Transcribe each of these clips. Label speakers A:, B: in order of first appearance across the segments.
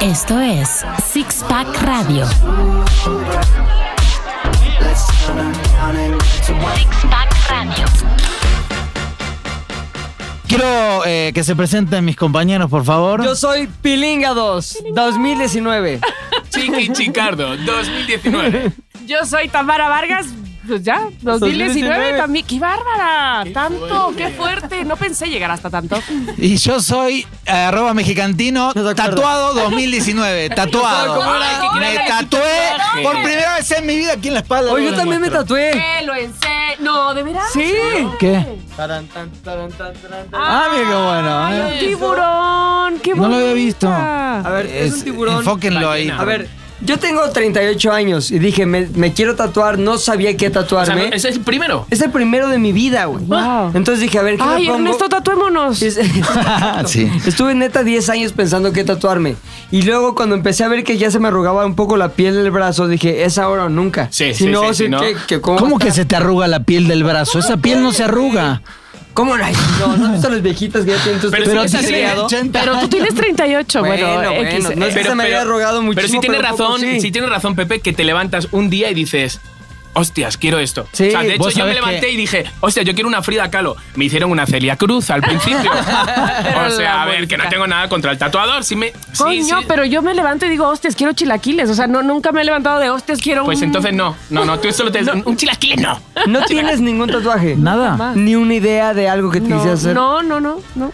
A: Esto es Six Pack Radio. Six Pack Radio.
B: Quiero eh, que se presenten mis compañeros, por favor.
C: Yo soy Pilinga 2, 2019.
D: Chiqui Chicardo, 2019.
E: Yo soy Tamara Vargas. Pues ya, 2019,
C: 2019.
E: también. ¡Qué bárbara!
D: Qué
E: tanto,
D: fuerte.
E: qué fuerte. No pensé llegar hasta tanto.
B: Y yo soy eh, arroba mexicantino
C: No te acuerdas.
B: tatuado 2019. Tatuado.
D: como una-
E: No,
B: Me
E: no,
B: tatué
D: tatuaje.
B: por primera vez en mi vida aquí en la espalda.
C: Hoy
B: Luego
C: yo
B: les
C: también me
B: muestro.
C: tatué.
E: ¿Qué? ¿Lo en serio? No, ¿de veras?
C: Sí.
B: ¿Qué? Ah, mira qué bueno,
E: Ay,
B: ¿eh?
E: un tiburón. Qué
B: No lo había
E: bonita.
B: visto.
C: A ver, es, un tiburón.
B: Enfóquenlo ahí.
C: A ver, yo tengo 38 años y dije, me, me quiero tatuar, no sabía qué
D: O sea,
C: tatuarme.
D: no,
C: es...
D: ese es el primero.
C: el primero de mi vida, güey.
E: Wow.
C: Entonces dije, a ver, ¿qué me
E: Ay,
C: pongo?
E: Ernesto, tatuémonos.
C: Es-
B: Ah, sí.
C: Estuve neta 10 años pensando qué tatuarme. Y luego cuando empecé a ver que ya se me arrugaba un poco la piel del brazo, dije, es ahora o nunca.
D: Sí,
C: si
D: sí,
C: no,
D: sí,
C: si
D: sí, no.
C: que- que cómo-
B: ¿Cómo que se te arruga la piel del brazo? Esa piel no se arruga.
C: ¿Cómo no? hay? No, no son las viejitas que ya tienen tus
D: Pero
C: pelos
D: sí, esa
C: así
D: sí.
C: liado?
B: 80
E: Pero tú tienes 38, bueno,
C: Bueno,
E: X.
C: bueno, no es-
E: Eh,
C: que se me había arrogado
D: Pero sí
C: muchísimo,
D: tiene
C: pero
D: razón,
C: poco sí.
D: sí. tiene razón, Pepe, que te levantas un día y dices. Hostias, quiero esto.
C: Sí,
D: o sea, de hecho,
B: vos
D: yo me
B: sabés
D: levanté
B: que-
D: y dije, hostia, yo quiero una Frida Kahlo. Me hicieron una Celia Cruz al principio. o sea,
E: la
D: a ver, que no
E: modifica.
D: tengo nada contra el tatuador. Sí me. sí,
E: Coño,
D: sí.
E: pero yo me levanto y digo, hostias, quiero chilaquiles. O sea, no, nunca me he levantado de hostias, quiero
D: Pues
E: un-
D: entonces no. No, no, tú solo te. Un chilaquil no.
C: No tienes ningún tatuaje.
B: Nada.
C: Ni una idea de algo que te
E: No,
C: quisieras hacer.
E: no, no, no, no.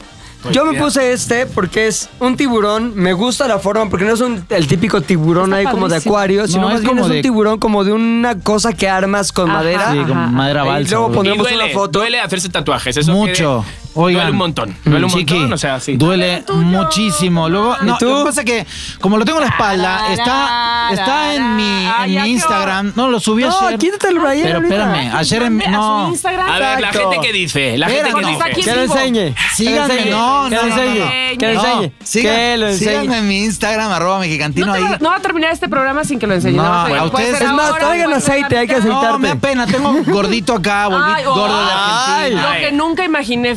C: Yo
D: Pues
C: me puse este porque es un tiburón. Me gusta la forma porque no es un- el típico tiburón
E: Está
C: ahí como de
E: padrísimo.
C: acuario,
B: No,
C: sino
B: es
C: más bien
B: como
C: es un
B: de-
C: tiburón como de una cosa que armas con
E: Ajá.
C: madera.
B: Sí, con
E: Ajá.
B: madera
C: Ah, Y
B: balsa.
C: luego
B: güey.
C: pondré-
D: Y
C: Pondremos
D: duele,
C: una foto.
D: duele hacerse tatuajes. Eso
B: Mucho.
D: que-
B: Oigan. Mm,
D: Duele un montón. Duele un
B: Chiqui,
D: montón. O sea, sí.
B: Duele muchísimo. Luego, no,
C: ¿Y tú?
B: lo que pasa es que, como lo tengo en la espalda, está, está en mi,
E: Ay,
B: en mi
E: ¿a qué
B: Instagram. No, lo subí
C: No,
B: ayer.
C: quítate el brayer
B: Pero
C: ahorita.
B: espérame, Eh, ayer en.
E: Mande A su
B: No.
E: Instagram.
D: A ver, la
C: Exacto.
D: gente que dice. La gente
B: Espérame,
D: que
E: Cuando está
D: dice.
E: aquí
C: Que lo
E: vivo.
C: enseñe.
B: Síganme,
C: Que lo enseñe,
B: no,
C: que
B: no, no,
C: lo enseñe,
E: no.
C: Que lo
E: No,
C: enseñe.
B: sigan-
C: que lo enseñe.
B: síganme en mi Instagram, arroba mexicantino
E: No, te
B: ahí.
E: va- no va a terminar este programa sin que lo enseñe.
B: No,
E: va a ser-
B: a
E: puede
B: ustedes-
E: ser
B: Es
C: más,
E: ahora,
C: traigan
E: puede ser
C: aceite,
E: la
C: hay que
E: mitad.
C: aceitar.
B: No, me da pena, tengo gordito acá, volví
E: Ay,
B: gordo de
C: ay.
B: Argentina.
E: Lo que nunca imaginé,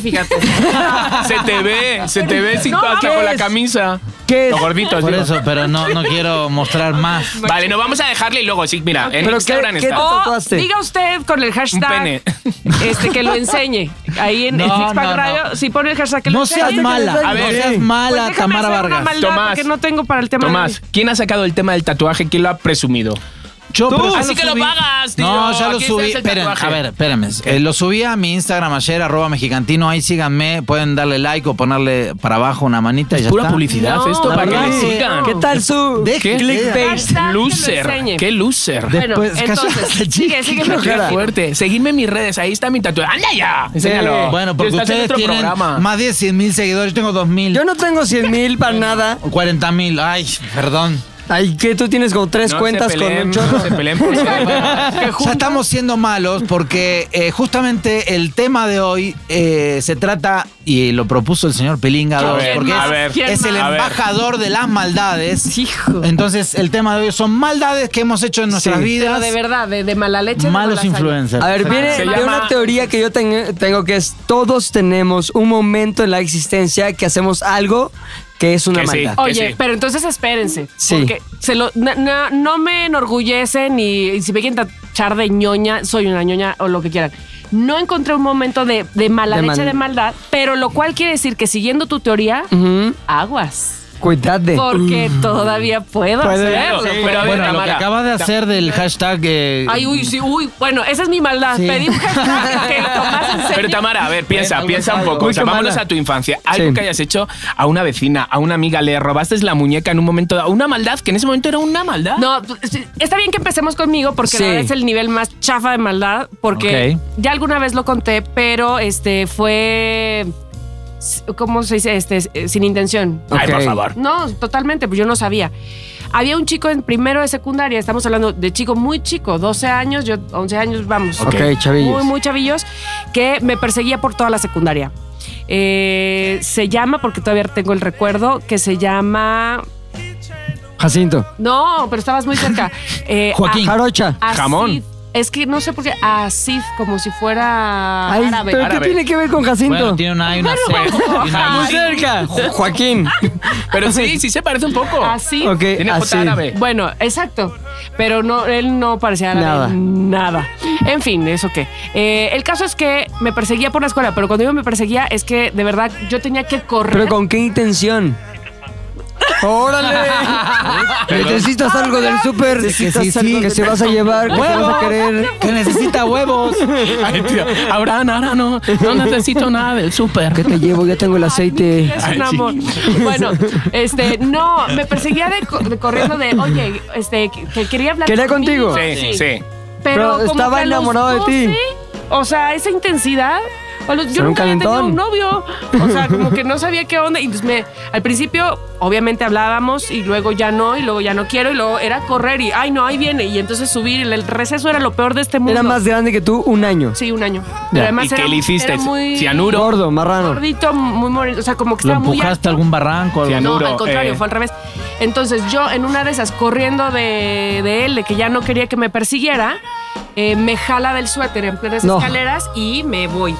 E: fíjate.
D: Se te ve, se te ve sin
E: No,
D: hasta
C: ¿qué
D: con la
C: es?
D: camisa.
C: ¿Qué es?
D: Los gorditos,
B: Por
D: digo.
B: eso, pero no, no quiero mostrar más.
D: Vale, no vamos a dejarle y luego, sí, mira, en
C: Pero
D: Instagram
C: ¿qué- qué
D: está.
C: te-
E: O
C: tatuaste?
E: Oh, diga usted con el hashtag
D: pene.
E: este que lo enseñe. Ahí en,
B: No,
E: en Six Pack
B: no, no.
E: Radio, si pone el hashtag que lo
B: No
E: enseñe.
B: seas mala,
C: A
B: no
D: ver.
B: seas
E: Pues
B: mala,
E: déjame
B: Tamara
E: hacer una
B: Vargas.
E: maldad
D: Tomás.
E: porque no tengo para el tema.
D: Tomás,
E: de-
D: ¿quién ha sacado el tema del tatuaje? ¿Quién lo ha presumido?
B: Yo, pero ya
D: Así que lo
B: subí.
D: pagas, tío.
B: No, ya lo
D: Aquí se
B: subí.
D: hace el
B: Esperen,
D: tatuaje.
B: a ver, espérame. Eh, lo subí a mi Instagram ayer, arroba mexicantino. Ahí síganme, pueden darle like o ponerle para abajo una manita y ya
D: Pura
B: está.
D: publicidad
E: No,
D: esto,
E: la
D: para que
B: verdad
D: me
B: es que-
D: sigan.
C: ¿Qué tal su
B: Deje-
D: ¿Qué?
C: clickbait?
E: Hashtag que lo enseñe.
D: Loser, qué loser.
E: Bueno,
B: Después, cállate,
E: entonces, sigue, sigue.
B: chica.
D: Qué
E: Qué
D: fuerte. Seguidme en mis redes, ahí está mi tatuaje. ¡Anda ya! Enséñalo.
B: Bueno, porque
D: Estás en
B: ustedes
D: otro
B: tienen
D: programa.
B: más de 100 mil seguidores. Yo tengo 2 mil.
C: Yo no tengo 100 mil para nada.
B: O 40 mil. Ay, perdón.
C: Ay, que tú tienes como tres
D: No se
C: cuentas
D: peleen,
C: con un chorro.
D: No se peleen por temas.
B: Ya estamos siendo malos porque eh, justamente el tema de hoy eh, se trata, y lo propuso el señor Pelinga,
D: A
B: dos,
D: ver,
B: porque
D: a
B: es,
D: ver,
B: es el
D: a ver.
B: embajador de las maldades.
E: Hijo.
B: Entonces, el tema de hoy son maldades que hemos hecho en nuestras
C: Sí.
E: Pero
B: vidas.
E: de verdad, de, de mala leche. de mala
B: malos
E: hazaña.
B: influencers.
C: A ver, viene
D: Se
C: de
D: llama-
C: una teoría que yo ten- tengo que es todos tenemos un momento en la existencia que hacemos algo que es una
D: Que sí.
C: maldad.
D: Oh,
E: Oye,
D: sí.
E: pero entonces espérense.
C: Sí.
E: Porque se lo, na- na- no me enorgullece ni y si me quieren tachar de ñoña, soy una ñoña o lo que quieran. No encontré un momento de, de mala
C: De
E: leche,
C: mal-
E: de maldad, pero lo cual quiere decir que siguiendo tu teoría,
C: Ujú.
E: aguas.
C: Cuidate.
E: Porque todavía puedo
C: Puede-
E: hacerlo.
D: Sí,
E: pero-
D: pero- a ver,
B: bueno, lo que
D: Tamara.
B: acaba de hacer del hashtag. eh,
E: Ay, uy, sí, uy. Bueno, esa es mi maldad.
B: Sí.
E: Pedí un hashtag que Tomás enseñe.
D: Pero Tamara, a ver, piensa,
C: Algo
D: piensa un
C: malo.
D: poco. O sea,
C: Mucho
D: vámonos
C: malo.
D: a tu infancia. Algo
C: Sí.
D: que hayas hecho a una vecina, a una amiga, le robaste la muñeca en un momento dado. Una maldad que en ese momento era una maldad.
E: No, pues, sí, está bien que empecemos conmigo porque
C: Sí.
E: la verdad es el nivel más chafa de maldad porque ya alguna vez lo conté, pero este fue s- ¿cómo se dice? Este s- eh, sin intención.
D: Ay,
C: Ok.
D: por favor.
E: No, totalmente, pues yo no sabía. Había un chico en primero de secundaria, estamos hablando de chico muy chico, 12 años, yo 11 años, vamos.
C: Ok, chavillos.
E: Muy, muy chavillos, que me perseguía por toda la secundaria. Eh, se llama, porque todavía tengo el recuerdo, que se llama...
C: Jacinto.
E: No, pero estabas muy cerca. Eh,
B: Joaquín.
E: a-
C: Jarocha.
E: Así-
D: Jamón.
E: Es que no sé por qué. Asif, como si fuera
C: Ay,
E: árabe.
C: ¿Pero
D: árabe.
C: qué tiene que ver con Jacinto?
B: Bueno, tiene una A y una C. y una
C: Muy
B: I.
C: cerca. Jo- Joaquín.
D: Pero sí, sí se parece un poco.
E: Asif.
C: Ok,
D: Tiene
C: así.
D: J árabe.
E: Bueno, exacto. Pero no, él no parecía
C: Nada.
E: árabe, nada. En fin, eso qué. Eh, el caso es que me perseguía por la escuela, pero cuando yo me perseguía es que de verdad yo tenía que correr.
C: ¿Pero con qué intención? ¡Órale!
B: Pero-
C: Necesitas algo del súper.
B: Necesitas
C: Que sí,
B: algo
C: sí, Que
B: del
C: se vas a llevar, que te vas a querer.
B: Que necesita huevos.
D: Ay, tío, Ahora, ahora no. No necesito nada del súper.
C: ¿Qué te llevo? Ya tengo el aceite.
E: Es un
D: Ay,
E: amor. Bueno, este, no, me perseguía de, co- de corriendo de, oye, este, que- que quería hablar
C: ¿Quería
E: conmigo.
C: contigo?
D: Sí, sí, sí.
C: Pero
E: Pero, como
C: estaba
E: que a los
C: enamorado de ti.
E: 12, O sea, esa intensidad. o los- yo
C: Era un
E: nunca había tenido
C: calentón.
E: un novio. O sea, como que no sabía qué onda. Y pues me, al principio, obviamente hablábamos y luego ya no, y luego ya no quiero, y luego era correr y, ay, no, ahí viene. Y entonces subir, el, el receso era lo peor de este mundo.
C: Era más grande que tú un año.
E: Sí, un año. Pero además
D: ¿Y qué
E: era-
D: le hiciste?
E: era muy
D: Cianuro.
C: Gordo, marrano.
E: gordito, muy moreno. O sea, como que
B: ¿Lo
E: estaba muy
B: empujaste a algún barranco?
D: Sí,
B: algo?
D: Cianuro,
E: no, al contrario,
D: eh.
E: fue al revés. Entonces yo en una de esas, corriendo de, de él, de que ya no quería que me persiguiera, eh, me jala del suéter en plenas
C: No.
E: escaleras y me voy.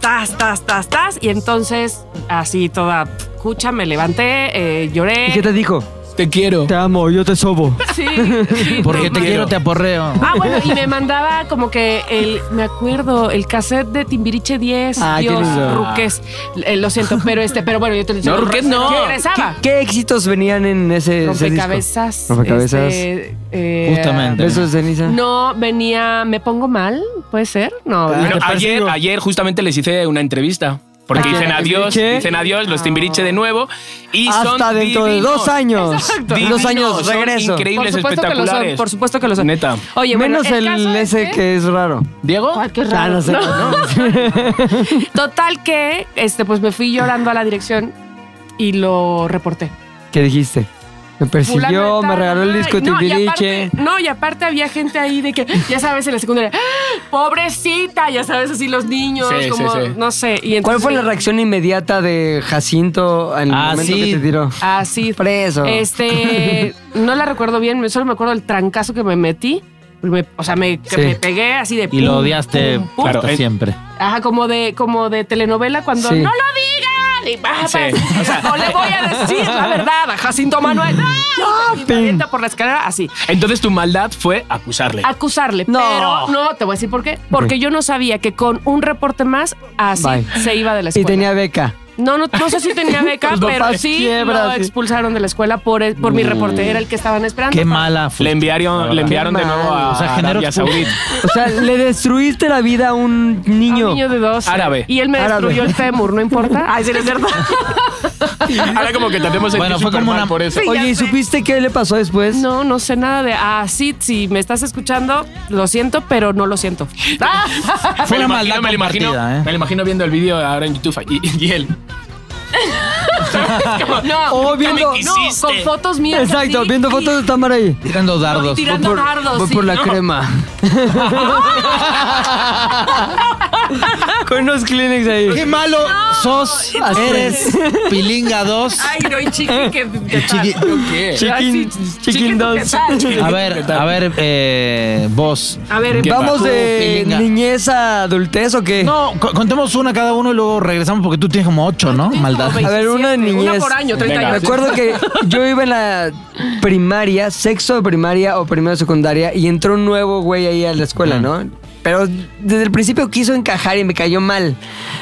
E: Tas, tas, tas, tas. Y entonces, así toda cucha, me levanté, eh, lloré.
C: ¿Y qué te dijo?
D: Te quiero.
C: Te amo, yo te sobo.
E: Sí, sí,
B: Porque
E: no,
B: te quiero, te aporreo.
E: Ah, bueno, y me mandaba como que el, me acuerdo, el cassette de Timbiriche 10,
C: Ah, qué
E: Dios,
C: lindo.
E: Ruques. Eh, lo siento, pero este, pero bueno, yo te
D: No, Ruqués no.
E: Regresaba.
C: ¿Qué éxitos venían en ese, ese disco?
E: Rompecabezas.
C: Rompecabezas.
E: este, eh,
B: Justamente.
C: Besos de ceniza.
E: No venía, me pongo mal, puede ser. No.
D: Bueno,
C: Te
D: ayer,
C: persigo.
D: ayer justamente les hice una entrevista. Porque
E: Ah.
D: dicen adiós,
C: ¿Qué?
D: dicen adiós, los timbiriche de nuevo. Y
C: Hasta
D: son
C: dentro de
D: divinos.
C: dos años.
E: Exacto.
C: En dos años
D: Divinos, son
C: regreso.
E: por
D: Increíbles,
E: supuesto que lo son,
D: espectaculares.
E: por supuesto que lo son.
D: Neta.
E: Oye, bueno,
C: Menos
E: caso
C: el
E: es
C: ese que es raro.
D: ¿Diego?
E: Ay, qué
C: Ah,
E: raro.
C: no sé.
E: Total que, este, pues me fui llorando a la dirección y lo reporté.
C: ¿Qué dijiste? Me persiguió,
E: Fulano de
C: me
E: tal,
C: regaló el disco
E: no, y
C: Timbiriche.
E: aparte- No, y aparte había gente ahí de que, ya sabes, en la secundaria, ¡Ah! pobrecita, ya sabes, así los niños,
D: Sí, sí,
E: como,
D: sí.
E: no sé. Y
C: ¿Cuál
E: entonces-
C: fue la reacción inmediata de Jacinto en el
B: Ah,
C: momento
B: sí.
C: que te tiró?
E: Así.
C: Preso.
E: Ah, Este, no la recuerdo bien, me- solo me acuerdo del trancazo que me metí. Me- o sea, me, que
C: Sí.
E: me pegué así de
B: Y lo
E: pum,
B: odiaste
E: pum, pum.
D: Claro,
B: hasta
D: eh.
B: siempre.
E: Ajá, como de, como de telenovela cuando
C: Sí.
E: no lo digan. Y baja,
D: Sí,
E: pa-
D: o sea-
E: no le voy a decir la verdad a Jacinto Manuel. ¡Ah! Y me avienta por la escalera así.
D: Entonces tu maldad fue acusarle.
E: Ah, Acusarle.
C: No.
E: Pero no, te voy a decir por qué. Porque yo no sabía que con un reporte más así
C: Bye.
E: se iba de la
C: Y
E: escuela.
C: tenía beca.
E: No, no, no sé si tenía beca,
C: Los
E: pero
C: papás
E: sí
C: quiebran,
E: lo
C: sí. Mm.
E: expulsaron de la escuela por, por mi reporte. Era el que estaban esperando.
B: Qué mala
D: le
B: fuiste.
D: enviaron, le enviaron de nuevo a
B: O sea, generó
D: Arabia Saudita.
C: O sea, le destruiste la vida a un
E: A un
C: niño.
E: niño de dos. eh,
D: Árabe.
E: Y él me
C: Árabe.
E: destruyó el fémur, no importa. Ay, sí, es verdad.
D: Ahora como que te hacemos sentir
B: Bueno, fue como
D: supermal
B: una-
D: por eso.
E: Sí.
C: Oye,
E: ya
C: ¿y
E: sé.
C: supiste qué le pasó después?
E: No, no sé nada de. Ah, sí, si me estás escuchando, lo siento, pero no lo siento.
C: Ah,
B: Fue
D: Me
B: una
D: lo
B: maldad
D: imagino, me lo imagino,
B: compartida,
D: me
B: ¿eh?
D: lo imagino viendo el vídeo ahora en YouTube y, y él.
E: No,
C: O viendo-
E: no, con fotos mías.
C: Exacto,
E: así,
C: viendo
E: y-
C: fotos de Tamara ahí.
B: Tirando dardos.
E: Voy tirando
C: Voy
E: dardos,
C: voy
E: sí.
C: por la
E: No.
C: crema. Con unos Kleenex ahí.
B: Qué malo sos,
C: Así
B: eres Pilinga 2.
E: Ay, no, y chiqui, que. que
B: Chiqui-
E: tal.
D: ¿Qué?
C: Chicken,
E: sí,
C: chicken
E: chicken
C: dos.
E: toquetán.
B: A ver, a ver, eh, vos.
E: A ver,
D: ¿Qué
C: ¿Vamos
B: va?
C: de
B: Pilinga.
C: niñez a adultez o
D: Eh.
C: qué?
B: No, co- contemos una cada uno y luego regresamos porque tú tienes como ocho, ¿no? Maldad.
C: A ver, una de
E: 27,
C: niñez.
E: ¿eh? Una por año, 30
D: Venga.
E: años.
C: Recuerdo que yo iba en la primaria, sexto de primaria o primero de secundaria, y entró un nuevo güey ahí a la escuela, ¿no? Pero desde el principio quiso encajar y me cayó mal.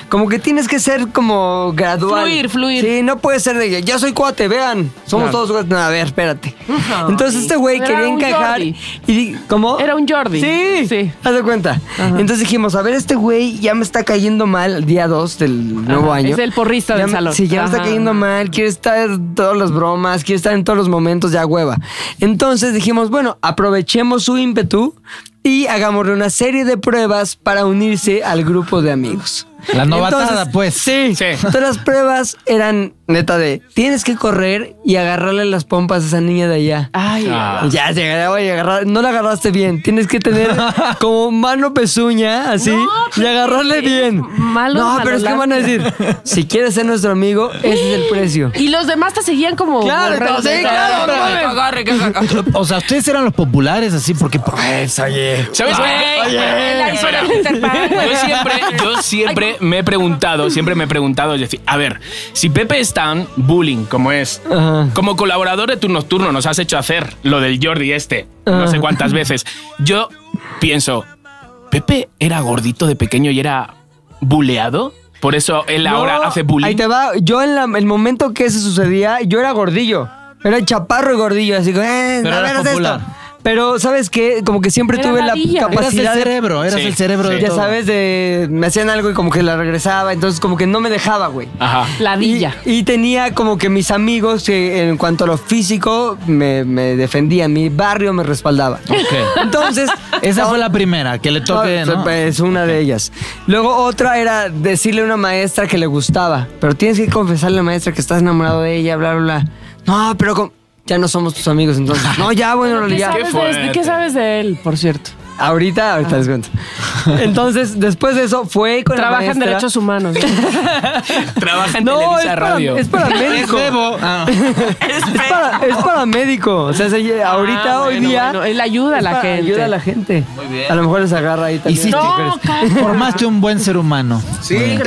C: Como que tienes que ser como gradual.
E: Fluir, fluir.
C: Sí, no puede ser de que ya soy cuate, vean. Somos
D: Claro.
C: todos cuates. No, a ver, espérate.
E: Ay.
C: Entonces este güey
E: Era
C: quería
E: un
C: encajar.
E: Jordi.
C: Y di- ¿Cómo?
E: Era un Jordi.
C: Sí.
E: Sí.
C: Haz de cuenta. Entonces dijimos, a ver, este güey ya me está cayendo mal el día 2 del nuevo
E: Ajá,
C: año.
E: es el porrista
C: Ya
E: del
C: me-
E: salón.
C: Sí, ya me está
E: Ajá.
C: cayendo mal, quiere estar en todas las bromas, quiere estar en todos los momentos, ya hueva. Entonces dijimos, bueno, aprovechemos su ímpetu y hagámosle una serie de pruebas para unirse al grupo de amigos.
B: La novatada,
C: Entonces,
B: pues.
C: Sí.
D: Sí.
C: Entonces las pruebas eran neta de tienes que correr y agarrarle las pompas a esa niña de allá.
E: Ay,
D: Ah.
C: Ya, se agarraba y agarraba- no la agarraste bien. Tienes que tener como mano pezuña, así,
E: No,
C: y
B: pues,
E: pero
C: agarrarle
E: eres
C: bien.
E: malo,
C: no, pero es que
E: malolante.
C: van a decir, si quieres ser nuestro amigo, ese es el precio.
E: y los demás te seguían como. ¿eh?
C: Claro,
E: borregos.
C: sí, claro,
E: Agarre,
C: mames.
E: agarre, que agarre.
B: O sea, ustedes eran los populares así porque. pues,
D: Ah, ¿Sabes?
E: Güey, el Arizona
D: Espera.
E: Interpark.
D: Yo siempre, yo siempre me he preguntado, siempre me he preguntado, es decir, a ver, si Pepe Stan, bullying, como es,
C: Ajá.
D: como colaborador de tu nocturno nos has hecho hacer lo del Jordi este, no sé cuántas veces, yo pienso, ¿Pepe era gordito de pequeño y era buleado? Por eso él ahora
C: No,
D: hace
C: Ahí
D: bullying.
C: te va. Yo en la- el momento que eso sucedía, yo era gordillo. Era chaparro y gordillo, así que, eh,
B: Pero
C: a
B: eras
C: ver, haz
B: popular.
C: esto. Pero, ¿sabes qué? Como que siempre
E: Era
C: tuve la
E: ladilla.
B: Eras el
C: capacidad de
B: cerebro, eras
D: Sí,
B: el cerebro
D: sí.
B: de
C: ya
B: todo.
C: sabes, de, me hacían algo y como que la regresaba, entonces como que no me dejaba, güey.
D: Ajá.
E: La villa.
C: Y, y tenía como que mis amigos que en cuanto a lo físico me, me defendían, mi barrio me respaldaba.
B: Ok.
C: Entonces,
B: Esa fue
C: ahora-
B: la primera, que le toque.
C: no,
B: ¿no?
C: Es una de ellas. Luego otra era decirle a una maestra que le gustaba, pero tienes que confesarle a la maestra que estás enamorado de ella, bla, bla, bla. No, pero com- ya no somos tus amigos entonces. No, ya, bueno,
E: ¿Qué
C: ya.
E: sabes, de,
D: fuerte.
E: ¿Qué sabes de él, por cierto?
C: Ahorita, ahorita les cuento. Entonces, después de eso, fue con
E: Trabaja
C: la
E: en
C: maestra.
E: derechos humanos.
D: Trabaja en
C: No, es
D: Televisa
C: para,
D: Radio.
C: es para médico.
B: bebo. Ah.
C: Es para, es para médico. O sea, se- ahorita,
E: Ah,
C: hoy
E: bueno,
C: día.
E: bueno, él ayuda a
C: es
E: la
C: para-
E: gente.
C: Ayuda a la gente. Muy bien. A lo mejor les agarra ahí también.
B: Hiciste-
E: No, cara.
B: Formaste un buen ser humano.
C: Sí,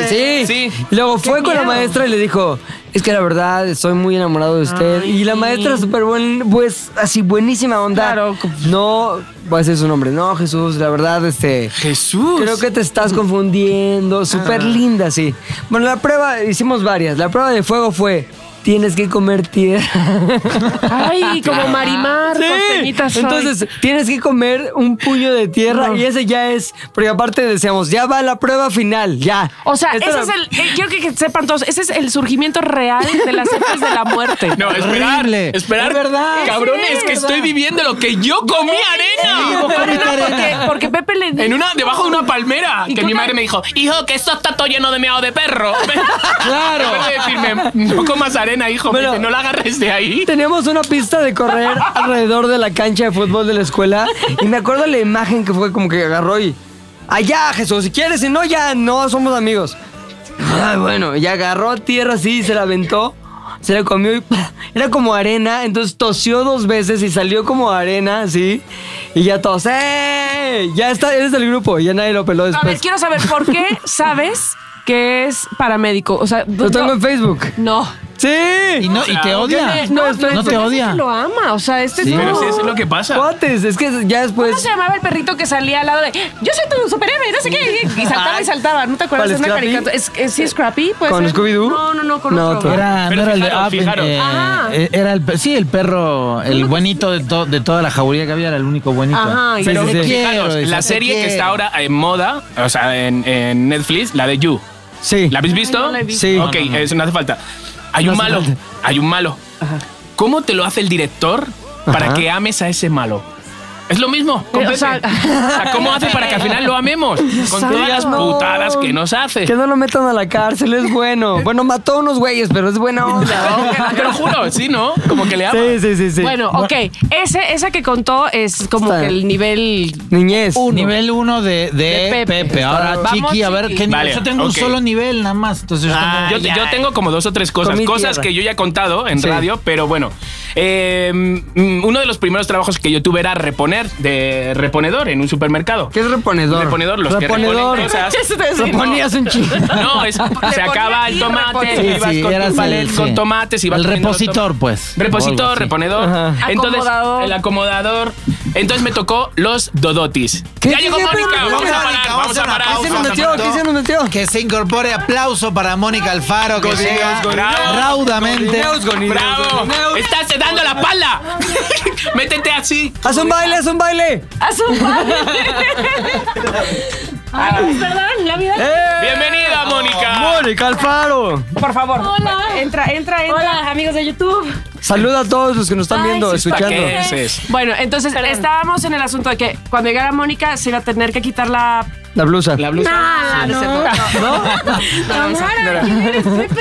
C: sí. Luego fue con la
E: miedo.
C: maestra y le dijo, es que la verdad estoy muy enamorado de usted.
E: Ay.
C: Y la maestra súper buen, pues así buenísima onda.
E: Claro.
C: No, voy a decir su nombre. No, Jesús, la verdad, este...
D: Jesús.
C: Creo que te estás
E: Ah.
C: confundiendo. Súper linda, sí. Bueno, la prueba, hicimos varias. La prueba de fuego fue, tienes que comer tierra.
E: Ay, como Marimar,
C: Sí.
E: costeñita soy.
C: Entonces tienes que comer un puño de tierra y ese ya es. Porque aparte decíamos, ya va la prueba final, ya.
E: O sea,
C: Esto
E: ese
C: era-
E: es el. eh, quiero que que sepan todos, ese es el surgimiento real de las cepas de la muerte.
D: No, esperar.
B: Horrible.
D: Esperar.
C: Es verdad.
D: Cabrones,
C: Sí, es
D: que
C: verdad.
D: estoy viviendo lo que yo comí arena.
E: No, porque, porque Pepe le dijo.
D: En una, debajo de una palmera.
E: ¿Y
D: Que
E: tú
D: mi
E: qué?
D: madre me dijo, hijo, que esto está todo lleno de meado de perro. claro. decirme, no comas arena, hijo, me
C: Bueno.
D: dice, no la agarres de ahí.
C: Teníamos una pista de correr alrededor de la cancha de fútbol de la escuela y me acuerdo la imagen que fue como que agarró y allá Jesús, si quieres, si no ya no somos amigos. Ay, bueno, y agarró tierra así, se la aventó, se la comió y ¡pah! era como arena, entonces tosió dos veces y salió como arena así y ya todos, ¡eh! Ya está, eres del grupo, ya nadie lo peló
E: A
C: después.
E: ver, quiero saber por qué sabes que es paramédico. O sea,
C: Lo tengo en Facebook.
E: No.
B: ¿Y,
C: Sí.
B: no, y te odia? Pues,
E: No, no,
B: no te
E: no,
B: odia.
E: Lo ama. O sea, este
B: Sí.
E: es.
B: Pero
D: Pero
E: como-
D: sí, eso es lo que pasa.
C: Cuates, es que ya después.
E: ¿Cómo se llamaba el perrito que salía al lado de yo soy tu superhéroe, no sé qué? Y saltaba y saltaba, ¿no te acuerdas?
C: ¿Cuál,
E: Es una
C: Scrappy?
E: caricatura. ¿Es, es, ¿Sí, Scrappy? ¿Puede
C: ¿Con
E: ser?
C: Scooby-Doo?
E: No, no, no, con
C: No,
E: otro.
C: otro.
B: Era,
D: Pero
B: no era el de
D: fijaros,
B: Up,
D: fijaros.
B: eh,
E: Ajá.
B: eh, era el, sí, el perro, el buenito de, to- de toda la jauría que había, era el único buenito.
E: Ajá, y-
B: Pero
E: Sí, sí,
B: te
E: sí.
B: quiero,
D: Fijaros,
B: dice,
D: la
B: te
D: serie que
B: quiero.
D: está ahora en moda, o sea, en, en Netflix, la de You.
C: Sí.
D: ¿La habéis visto?
E: no la he visto.
C: Sí.
D: Ok,
B: No, no, no.
D: eso no hace falta. Hay
C: No
D: un
C: hace
D: malo,
C: falta.
D: hay un malo. ¿Cómo te lo hace el director para
C: Ajá.
D: que ames a ese malo? Es lo mismo. con
E: Eh, o
D: Pepe.
E: sea-
D: O sea, ¿cómo hace para que al final lo amemos? Con todas
E: santo.
D: las putadas que nos hace.
C: Que no lo metan a la cárcel, es bueno. Bueno, mató a unos güeyes, pero es buena onda.
D: Te lo juro, sí, ¿no? Como que le ama.
C: Sí, sí, sí, sí.
E: Bueno, ok. Ese, esa que contó es como
C: Está.
E: que el nivel.
C: Niñez.
B: Nivel 1 de, de,
E: De
B: Pepe.
E: Pepe.
B: Ahora,
E: Vamos,
B: Chiqui, a ver
E: Chiqui.
B: qué nivel.
D: Vale,
B: yo tengo
D: ok.
B: un solo nivel nada más. Entonces yo tengo-
D: Yo, yo tengo como dos o tres cosas,
C: Comí
D: cosas
C: tierra.
D: que yo ya he contado en
C: Sí.
D: radio, pero bueno. Eh, mm, uno de los primeros trabajos que yo tuve era reponer, de reponedor en un supermercado.
C: ¿Qué es reponedor?
D: Reponedor, los que
C: reponedor.
D: reponen cosas.
E: Eso te decía,
C: Reponías un chingo.
D: No, es- se
E: ponía
D: acaba el
E: aquí,
D: tomate,
E: reponía.
D: ibas
B: Sí, sí,
D: con,
B: eras
D: tu palet
B: el-
D: con
B: sí.
D: tomates y
B: El repositor, pues, o algo
D: Repositor,
B: así.
D: reponedor.
C: Ajá.
D: Entonces,
E: Acomodador.
D: el acomodador. Entonces me tocó los dodotis.
C: ¿Qué?
D: Ya llegó
C: ¿Qué?
D: Mónica,
C: Pero,
D: vamos
C: Mónica,
D: a parar, vamos
B: vamos a
D: a
B: una
D: parar.
C: ¿Qué se nos
B: Pausa,
C: metió? ¿Qué se nos metió?
B: Que se incorpore aplauso para Mónica Alfaro, que llega
D: con Dios.
B: raudamente.
D: ¡Bravo! ¡Estás dando la pala! ¡Métete así!
C: ¡Haz un baile, haz un baile!
E: ¡Haz un baile! Ay, perdón, la vida.
C: ¡Eh!
D: ¡Bienvenida, Oh, Mónica!
C: ¡Mónica Alfaro!
E: Por favor. Hola. Entra, entra, entra. Hola, amigos de YouTube.
C: Saluda a todos los que nos están
A: Ay,
C: viendo,
A: sí,
C: escuchando.
D: ¿Para qué es?
E: Bueno, entonces estábamos en el asunto de que cuando llegara Mónica se iba a tener que quitar la.
C: La blusa.
D: La blusa.
E: Ah, no, no, Tamara, ¿quién eres, Pepe?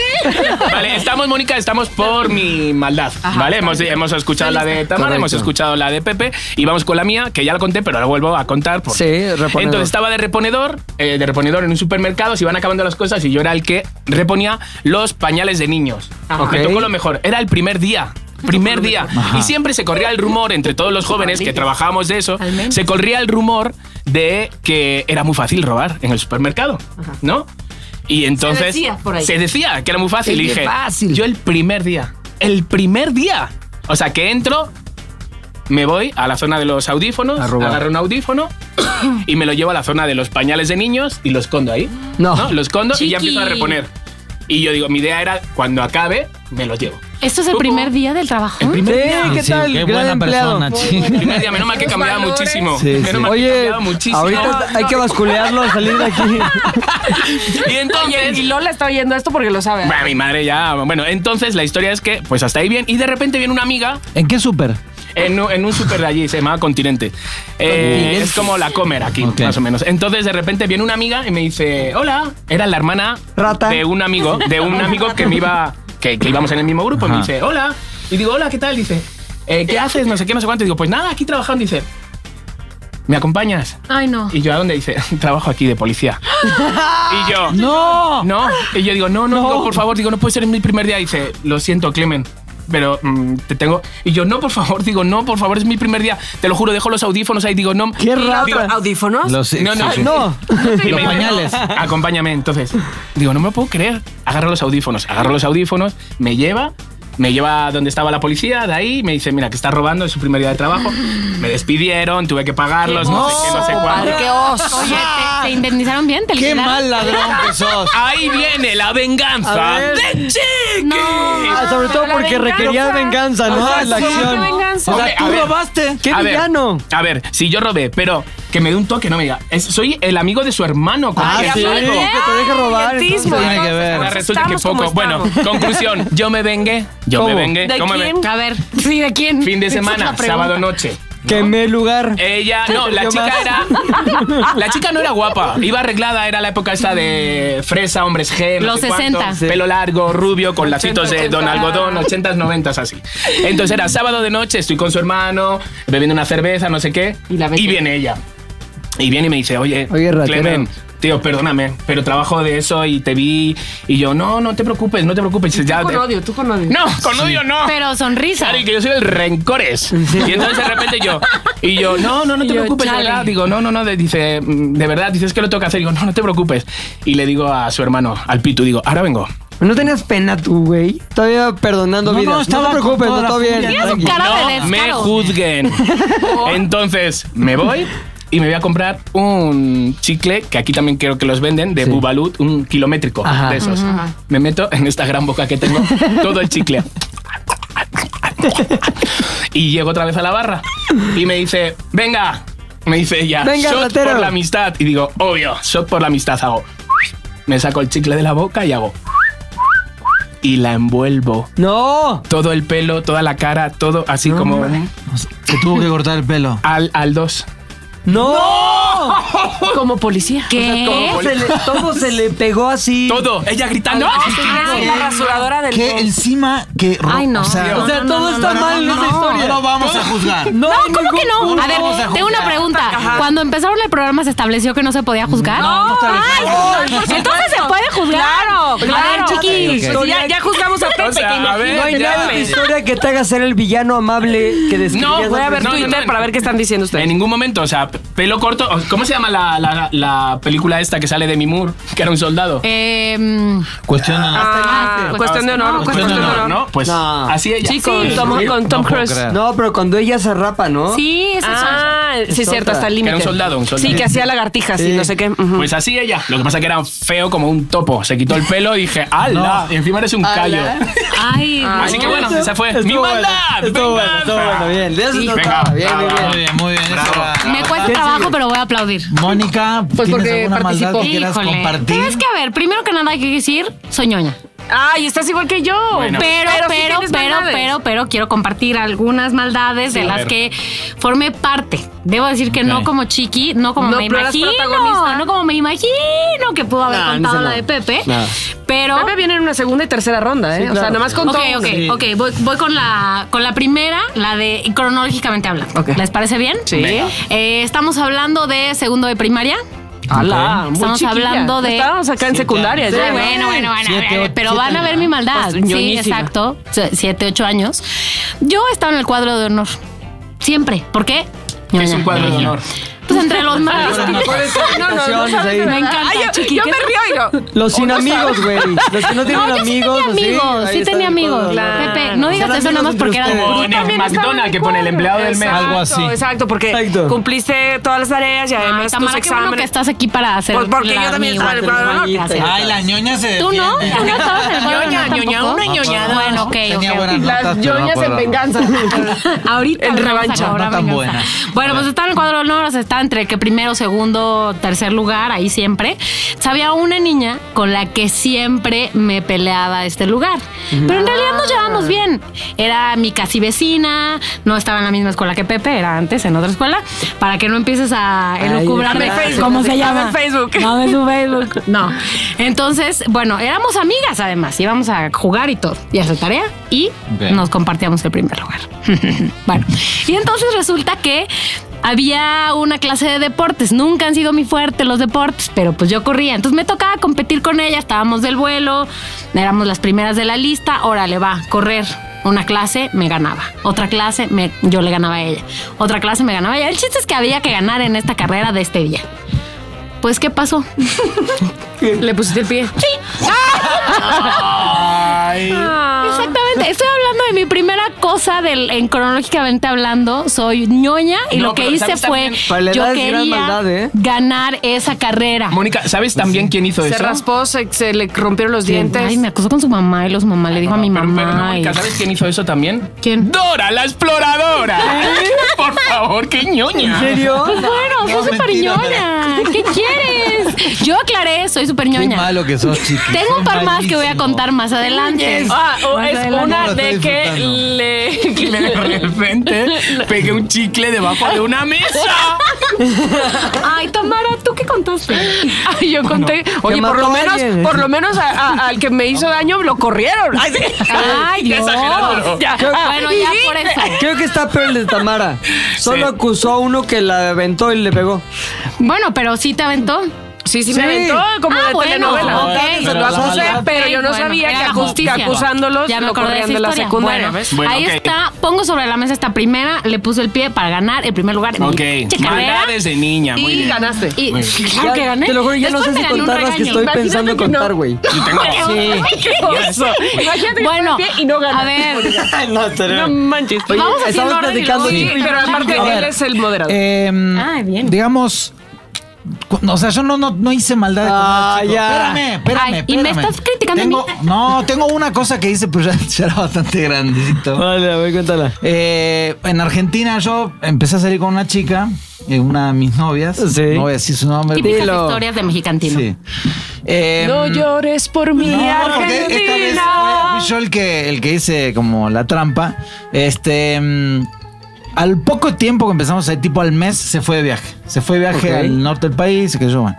D: Vale, estamos, Mónica, estamos por mi maldad. vale, hemos, hemos escuchado la de Tamara,
C: Correcto.
D: hemos escuchado la de Pepe y vamos con la mía, que ya la conté, pero la vuelvo a contar. por-
C: Sí, reponedor.
D: Entonces estaba de reponedor, eh, de reponedor en un supermercado, se iban acabando las cosas y yo era el que reponía los pañales de niños.
C: Ajá.
D: Me
C: Ok.
D: tocó lo mejor. Era el primer día. Primer día. Y siempre se corría el rumor entre todos los jóvenes que trabajábamos de eso,
A: Al menos.
D: se corría el rumor de que era muy fácil robar en el supermercado, ¿no? Y entonces
A: decía por ahí.
D: se decía que era muy fácil.
C: Sí,
D: Y dije,
C: fácil.
D: yo el primer día, el primer día. O sea, que entro, me voy a la zona de los audífonos,
C: A robar.
D: agarro un audífono y me lo llevo a la zona de los pañales de niños y los escondo ahí.
C: No.
D: Los escondo y ya empiezo a
A: Ah. Chiqui.
D: reponer. Y yo digo, mi idea era cuando acabe, me los llevo.
A: ¿Esto es el
D: ¿Cómo?
A: primer día del trabajo?
D: El primer
C: Sí,
D: día.
C: ¿qué tal?
B: qué
C: Gran
B: buena
C: empleado.
B: persona, chico.
D: El primer día, menos mal que cambiaba
E: valores.
D: muchísimo.
B: Sí,
D: menos
B: sí.
D: mal que
C: Oye,
D: cambiaba muchísimo.
C: ahorita hay que basculearlo, salir de aquí.
D: Y
E: Oye,
D: entonces.
E: y Lola está oyendo esto porque lo sabe.
D: Bueno, Ah, mi madre ya. Bueno, entonces la historia es que, pues hasta ahí bien. Y de repente viene una amiga
B: ¿En qué súper?
D: En, un- en un super de allí, se llamaba Continente. Eh, es como la comer aquí,
B: Ok.
D: más o menos. Entonces, de repente viene una amiga y me dice, hola, era la hermana
C: Rata.
D: de un amigo, de un amigo que me iba, que, que íbamos en el mismo grupo. Y Me
B: Ajá.
D: dice, hola. Y digo, hola, ¿qué tal? Dice, "Eh, ¿qué haces? No sé qué, no sé cuánto. Y digo, pues nada, aquí trabajando. Dice, ¿me acompañas?
A: Ay, no.
D: Y yo, ¿a dónde? Dice, trabajo aquí de policía. y yo,
B: ¡No!
D: no. Y yo digo, no, no, digo, por favor, digo, no puede ser mi primer día. Dice, lo siento, Clemen, pero mm, te tengo. Y yo, no, por favor, digo, no, por favor, es mi primer día. Te lo juro, dejo los audífonos ahí, digo, no.
C: Qué raro.
D: Digo,
E: ¿Audífonos?
B: Los,
D: No, no,
B: sí, sí.
C: No.
D: y me
B: Los
D: dice,
B: pañales.
D: "No, acompáñame, entonces. Digo, no me lo puedo creer. Agarro los audífonos, agarro los audífonos, me lleva. Me lleva a donde estaba la policía, de ahí me dice, mira, que está robando, es su primer día de trabajo. Me despidieron, tuve que pagarlos, no sé qué, no sé cuánto.
A: Compadre, qué oso. Oye, te, te indemnizaron bien, te
B: ¡Qué
A: liquidaron.
B: mal ladrón que sos!
D: Ahí viene la venganza
C: A ver.
D: de Chiqui.
A: No.
C: Ah, sobre todo
E: la
C: porque
E: venganza.
C: requería venganza, ¿no?
E: O sea,
C: la
E: sí,
C: acción.
E: qué venganza.
C: O
D: Hombre,
C: sea,
D: a
C: tú
D: ver.
C: robaste. ¡Qué
D: A ver,
C: villano!
D: a ver, si yo robé, pero que me dé un toque, no me diga. es- soy el amigo de su hermano. con
B: Ah,
D: el que
B: sí,
D: habló.
B: que
C: te deje robar,
E: Nepotismo,
B: entonces.
E: ¿no?
B: Tiene que ver.
D: Ahora
E: Pues
D: resulta que
E: estamos como
D: poco. Bueno,
E: estamos.
D: conclusión. Yo me vengué. Yo
C: ¿Cómo?
D: me vengué.
E: ¿De
D: yo me
E: quién?
D: vengué.
A: A ver, sí, ¿de quién?
D: Fin de
A: Esa es la
D: semana,
A: pregunta.
D: sábado noche.
C: Quemé el lugar.
D: Ella, no, la
C: Yo
D: chica
C: más.
D: era. La chica no era guapa. Iba arreglada, era la época esta de fresa, hombres G. no
A: Los
D: sé cuánto,
A: 60.
D: pelo largo, rubio, con lacitos de don algodón, 80s, 90s, así. Entonces era sábado de noche, estoy con su hermano, bebiendo una cerveza, no sé qué.
E: Y la ve que-
D: viene ella. Y viene y me dice, oye,
C: Oye, ratero.
D: Clemen, tío, perdóname, pero trabajo de eso y te vi. Y yo, no, no te preocupes, no te preocupes. ya
E: Tú con
D: te-
E: odio, tú con odio.
D: No, con odio no.
A: Pero sonrisa.
D: Claro, y que yo soy el rencores. Y entonces de repente yo, y yo, no, no, no
A: Y
D: te
A: yo,
D: preocupes, de
A: chale.
D: verdad. Digo, no, no, no, de- dice, mm, de verdad, dices que lo tengo que hacer. Digo, no, no te preocupes. Y le digo a su hermano, al Pitu, digo, ahora vengo.
C: ¿No tenías pena tú, güey? Todavía perdonando
B: No, no,
C: vidas. No,
B: estaba
C: te preocupes,
B: con toda
C: no, todo
B: la
C: bien.
B: furia.
A: Mira su
C: tranqui.
A: cara de
D: No
A: descaro.
D: me juzguen. Entonces me voy y me voy a comprar un chicle que aquí también creo que los venden de
C: Sí.
D: Bubalut, un kilométrico
C: Ajá.
D: de esos. Me meto en esta gran boca que tengo todo el chicle. Y llego otra vez a la barra y me dice, venga, me dice ella,
C: Venga,
D: shot
C: ratero.
D: por la amistad. Y digo, obvio, shot por la amistad hago. Me saco el chicle de la boca y hago. Y la envuelvo.
C: No.
D: Todo el pelo, toda la cara, todo así como
B: Se tuvo que cortar el pelo.
D: al, al 2.
C: No.
E: Como policía.
A: ¿Qué?
C: Se le- todo se le pegó así.
D: Todo, ella gritando. ¡Ah!
E: Ah, en la rasuradora del
B: Que
E: fondo.
B: encima que. ro-
A: Ay, no.
B: O sea,
C: O sea,
A: No, no,
C: todo
A: no,
C: está
A: no,
C: mal en esa historia.
B: no vamos a juzgar.
C: No,
A: No,
C: hay
A: ¿cómo
C: ningún-
A: que no? A
B: vamos a
A: ver, tengo una
B: juzgar.
A: pregunta.
E: Ajá.
A: Cuando empezaron el programa se estableció que no se podía juzgar.
E: No, no estableció.
A: Ay,
E: No, por
A: entonces se
E: supuesto.
A: puede juzgar.
E: Claro,
A: A ver,
E: claro.
A: chiqui.
E: Pues ya, ya juzgamos a Pepe.
D: O sea,
E: que
D: a ver,
E: imagino
C: No hay
E: que
D: ya.
C: nada en
E: Pepe.
C: tu historia que te haga ser el villano amable que describías.
D: No,
E: Voy a
D: No,
E: ver
D: no,
E: Twitter
D: no, no.
E: para ver qué están diciendo
D: En
E: ustedes.
D: ningún momento, o sea, pelo corto. o- ¿Cómo se llama la, la- la película esta que sale de Mimur? Que era un soldado.
A: Eh, mm,
B: ¿Oh? Cuestiona.
E: Ah,
A: Hasta-
E: cuestión de honor, cuestión de honor.
D: ¿no? Pues
C: No.
D: así ella.
E: Sí, con
D: Sí.
E: Tom, con Tom
B: No puedo
E: Cruise.
B: creer.
C: No, pero cuando ella se rapa, ¿no?
A: sí, es eso.
E: Ah, sí, es
C: Es
E: cierto,
C: otra.
E: hasta el
D: Que
E: límite.
D: era un soldado, un soldado.
E: Sí, ah. que hacía lagartijas y
C: Sí.
E: no sé qué. ujú.
D: Pues así ella. Lo que pasa que era feo como un topo. Se quitó el pelo y dije, ¡ala! Y encima eres un callo.
A: Ay,
D: Así que bueno, esa fue
C: Estuvo
D: mi
C: bueno,
D: maldad.
C: estuvo bueno,
D: venganza.
C: estuvo bueno, bien. De eso se
D: Venga,
C: trataba, bien,
D: bravo.
C: bien, bien.
B: Muy bien, muy bien.
D: Bravo.
B: eso va.
A: me cuesta trabajo, pero voy a aplaudir.
B: Mónica, ¿tienes
E: porque
C: Pues
B: alguna maldad
E: participó.
B: que quieras
A: Híjole.
B: compartir?
A: Pero es que, a ver, primero que nada hay que decir, soy ñoña.
E: Ay, estás igual que yo.
D: Bueno.
A: Pero,
E: Pero
A: pero,
E: sí
A: pero,
E: tienes
A: pero,
E: maldades.
A: pero, quiero compartir algunas maldades
D: Sí,
A: de
D: a
A: las
D: ver.
A: que formé parte. Debo decir que
D: Ok.
A: no como chiqui, no como
E: No,
A: me
E: pero eras
A: imagino,
E: protagonista.
A: no como me imagino que pudo haber
C: No, no
A: contado
C: sé
A: la
C: nada.
A: de Pepe,
C: Nada.
A: pero.
E: Pepe viene en una segunda y tercera ronda, ¿eh?
C: Sí,
E: O sea,
C: claro.
E: nada más con
A: Ok,
E: todo.
A: ok, ok. Voy, voy con la con la primera, la de y cronológicamente hablando.
C: Ok.
A: ¿Les parece bien?
E: Sí.
D: Venga.
A: Eh, estamos hablando de segundo de primaria.
E: Ala, muy
A: Estamos
E: chiquilla.
A: hablando de-
E: Estábamos acá en
B: Sí,
E: secundaria.
B: ya.
E: ya,
A: Ay,
E: ¿no?
A: Ah, bueno, bueno, bueno,
B: Siete, ocho,
A: pero
B: siete,
A: van a ver mi maldad.
E: Pues,
A: sí,
E: ñoñísima.
A: exacto. Se- Siete, ocho años. Yo estaba en el cuadro de honor. Siempre. ¿Por qué?
D: Es
A: Ñoña.
D: un cuadro de honor.
A: Pues entre los más.
E: No, no, no sabes de
C: ahí.
A: Me
E: verdad.
A: encanta,
E: Ay, yo-
A: chiqui,
E: yo,
A: ¿qué
E: me
A: tal?
E: río y no.
C: Los sin amigos, güey. Los que no tienen
A: No, yo sí
C: amigos.
A: tenía
C: así,
A: amigos,
C: ahí
A: sí
C: está
A: tenía
C: el
A: amigos.
C: cuadro.
E: Claro.
A: Pepe, no digas
C: Serán
A: eso nada más
C: amigos
A: porque era
C: entre
A: de
D: Como
E: Tú
D: en el
E: también estabas
D: McDonald's
E: en
D: que pone el empleado del mes.
E: Exacto,
B: Algo así.
E: Exacto, porque
C: Exacto.
E: cumpliste todas las tareas y además
A: Ay,
E: tus
A: Tamara, qué
E: exámenes.
A: bueno que estás aquí para hacer
E: Pues porque yo también estaba en el cuadro de honor.
A: Gracias.
B: Ay, la ñoña se
A: Tú no,
B: defiende.
A: tú no estabas en el cuadro de
E: Ñoña,
A: honor tampoco.
E: ñoña uno y ñoña
A: Bueno, ok,
B: Tenía
A: ok, ok.
B: buenas notas, pero no me acuerdo.
A: Ahorita
E: En
A: hablamos
E: revancha.
A: acá, ahora
B: No tan
A: venganza.
B: buena.
A: Bueno, pues está en el cuadro de honor, o sea, está entre que primero, segundo, tercer lugar, ahí siempre. Sabía una niña con la que siempre me peleaba este lugar. Pero en realidad nos
B: Ah.
A: llevábamos bien. Era mi casi vecina, no estaba en la misma escuela que Pepe, era antes en otra escuela. Para que no empieces a
C: Ay,
A: elucubrarme
C: dame el
E: Facebook,
A: cómo se
E: dame
A: llama.
E: el Facebook.
A: Dame su Facebook. No. Entonces, bueno, éramos amigas además, íbamos a jugar y todo, y a hacer tarea, y
B: Ok.
A: nos compartíamos el primer lugar. bueno, y entonces resulta que había una clase de deportes. Nunca han sido mi fuerte los deportes, pero pues yo corría. Entonces me tocaba competir con ella. Estábamos del vuelo, éramos las primeras de la lista. Órale, va, correr. Una clase me ganaba, otra clase me- yo le ganaba a ella, otra clase me ganaba a ella. El chiste es que había que ganar en esta carrera de este día. Pues, ¿qué pasó?
E: Le pusiste el pie. Ah.
A: Exactamente. Estoy hablando de mi primera cosa del, en cronológicamente hablando. Soy ñoña y
D: No,
A: lo que
D: pero
A: hice
D: ¿sabes
A: fue
D: también?
C: Para la
A: yo
C: edad es gran
A: quería
C: maldad, ¿eh?
A: ganar esa carrera.
D: Mónica, ¿sabes también quién hizo
E: Se
D: eso?
E: raspó, se, se le rompieron los dientes.
A: Ay, me acusó con su mamá y los mamá le dijo a mi
D: Pero,
A: mamá.
D: pero no, Mónica,
A: y-
D: ¿sabes quién hizo eso también?
A: ¿Quién?
D: ¡Dora la exploradora! Por favor, qué ñoña.
C: ¿En serio?
A: Pues bueno,
B: No,
A: soy súper
B: mentira,
A: ñoña. ¿Qué quieres? Yo aclaré, soy súper
B: Qué
A: ñoña.
B: malo que sos, chiqui.
A: Tengo un par más que voy a
B: Malísimo.
A: contar más adelante.
E: Ah, o
A: Más
E: es
A: adelante.
E: una
B: Lo estoy
E: de que
B: disfrutando.
E: le.
D: Y de repente pegué un chicle debajo de una mesa.
A: Ay, Tamara, ¿tú qué contaste?
E: Ay, yo conté. Oye, por
C: mató
E: lo
C: a
E: menos,
C: alguien.
E: por lo menos a- a- al que me hizo daño lo corrieron. Ay, sí.
A: Ay, Dios.
D: Exagerándolo.
E: Ya.
C: Ah,
A: Bueno, ya por eso.
C: Creo que está peor el de Tamara. Solo
D: Sí.
C: acusó a uno que la aventó y le pegó.
A: Bueno, pero sí te aventó.
E: Sí, sí,
C: Sí.
E: me aventó como
A: Ah,
E: de
A: bueno,
E: telenovela.
A: ok.
E: Se lo
B: Pero la
E: acusé,
B: maldad.
E: pero yo no
A: Bueno,
E: sabía
A: era
E: que,
A: la
E: acus-
A: justicia.
E: que acusándolos
A: Ya me
E: lo
A: acordé
E: corrían
A: esa
E: de la
A: historia.
E: secundaria.
A: Bueno, pues,
E: ¿ves?
D: Bueno,
A: ahí
D: ok.
A: está, pongo sobre la mesa esta primera, le puse el pie para ganar el primer lugar en
D: Ok,
A: mi pinche carrera.
D: maldades de niña, muy
E: Y
D: bien.
E: ganaste.
A: Y
D: Muy bien.
A: claro Ah, que
C: Ya,
A: gané.
C: Te lo juro, ya
A: Después
C: no sé
A: me
C: si
A: gané un
C: contar las que
A: regaño.
C: estoy
E: Imagínate
C: pensando
E: que
C: contar,
E: no.
C: güey.
D: Yo tengo-
E: Imagínate que
A: Bueno,
E: pone el pie y no gana.
A: a ver,
E: No manches.
A: Oye, Vamos haciendo
C: Estamos
A: orden y
C: platicando.
A: luego-
E: Sí,
C: chiqui.
E: pero aparte
B: A ver,
E: él es el moderador.
B: eh,
A: Ah, bien.
B: Digamos. cu- O sea, yo no, no, no hice maldad.
C: Ah, ya.
B: Espérame, espérame,
A: Ay, ¿y me
B: espérame.
A: estás criticando a
B: Tengo-
A: mí?
B: No, tengo una cosa que hice, pero ya, ya era bastante grandecito.
C: Vale, a ver, cuéntala.
B: Eh, en Argentina yo empecé a salir con una chica, eh, una de mis novias.
C: Sí.
B: No voy a decir su nombre.
A: típicas
C: Dilo.
A: historias de mexicantino.
B: Sí. Eh,
E: no llores por mí,
B: no, porque
E: Argentina.
B: esta vez fue- fui yo el que, el que hice como la trampa. Este. mm, al poco tiempo que empezamos, eh, tipo al mes, se fue de viaje. Se fue de viaje
C: Ok.
B: al norte del país, que yo, bueno.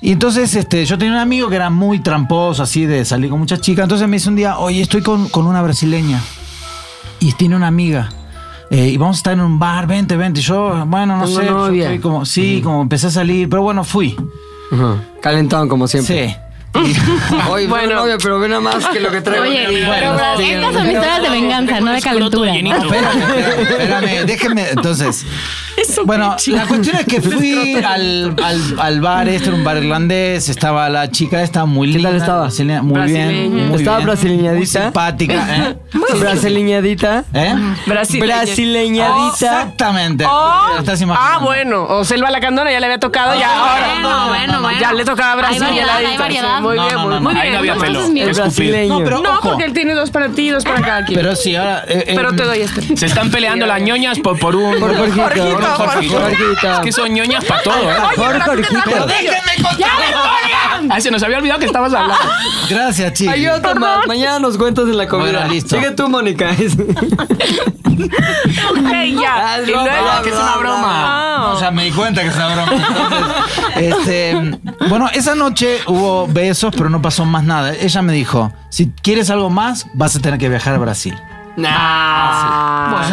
B: Y entonces este, yo tenía un amigo que era muy tramposo, así de salir con muchas chicas. Entonces me dice un día, oye, estoy con, con una brasileña y tiene una amiga. eh, y vamos a estar en un bar, vente, vente. Y yo, bueno, no
C: Tengo
B: sé. yo
C: novia.
B: estoy como, sí, como empecé a salir, pero bueno, fui.
C: Calentón, como siempre.
B: Sí.
C: Oye, bueno,
E: Bueno.
C: novia, pero ve nada más que lo que traigo.
A: Oye,
D: Bueno,
A: pero
B: bueno,
A: Brad,
B: sí,
A: estas
B: bueno.
A: son historias de venganza, no de calentura.
B: Espérame, espérame, espérame, déjenme. Entonces, bueno, la cuestión es que fui al, al, al bar, este era un bar irlandés, estaba la chica, estaba muy linda.
C: tal estaba?
B: brasileña, Muy bien.
E: Brasileña.
B: muy
C: Estaba
B: bien,
C: brasileñadita.
B: Muy simpática, ¿eh?
C: Brasileñadita.
B: ¿Eh?
E: Brasileña.
C: Brasileñadita.
B: Exactamente.
E: O-
B: Lo estás imaginando. Ah,
E: ah, bueno, o Selva Lacandona ya le había tocado, ya ahora.
A: Bueno, bueno, bueno.
E: Ya le tocaba a Brasil.
A: Hay variedad,
E: ya la
A: hay
E: hizo.
A: variedad.
E: Muy
B: No,
E: bien,
B: no,
E: muy,
B: no,
E: muy
B: no,
E: bien.
D: Ahí no había
E: Entonces,
D: pelo.
A: Oh, mi-
C: El
D: es escupir.
C: brasileño.
B: No, pero
E: No,
B: ojo.
E: porque él tiene dos para ti y dos para cada quien.
B: Pero sí, ahora. eh, eh,
E: Pero te doy este.
D: Se están peleando las ñoñas por, por un.
C: Por Jorgito.
D: por un Jorgito.
C: Jorgito.
D: Es que son ñoñas para todo, ¿eh?
C: Por Jorgito.
B: Pero déjenme contar.
D: Ay, se nos había olvidado que estabas hablando.
B: Gracias, chicos.
C: Hay otro más. Mañana nos cuentas en la comida.
B: Bueno, listo.
C: Sigue tú, Mónica.
E: Ok, ya.
C: Ah, es
E: Y
C: broma,
E: luego-
B: Ah, que es una broma.
E: Ah.
B: O sea, me di cuenta que es una broma. Entonces, este, bueno, esa noche hubo besos, pero no pasó más nada. Ella me dijo, si quieres algo más, vas a tener que viajar a Brasil.
E: Bueno.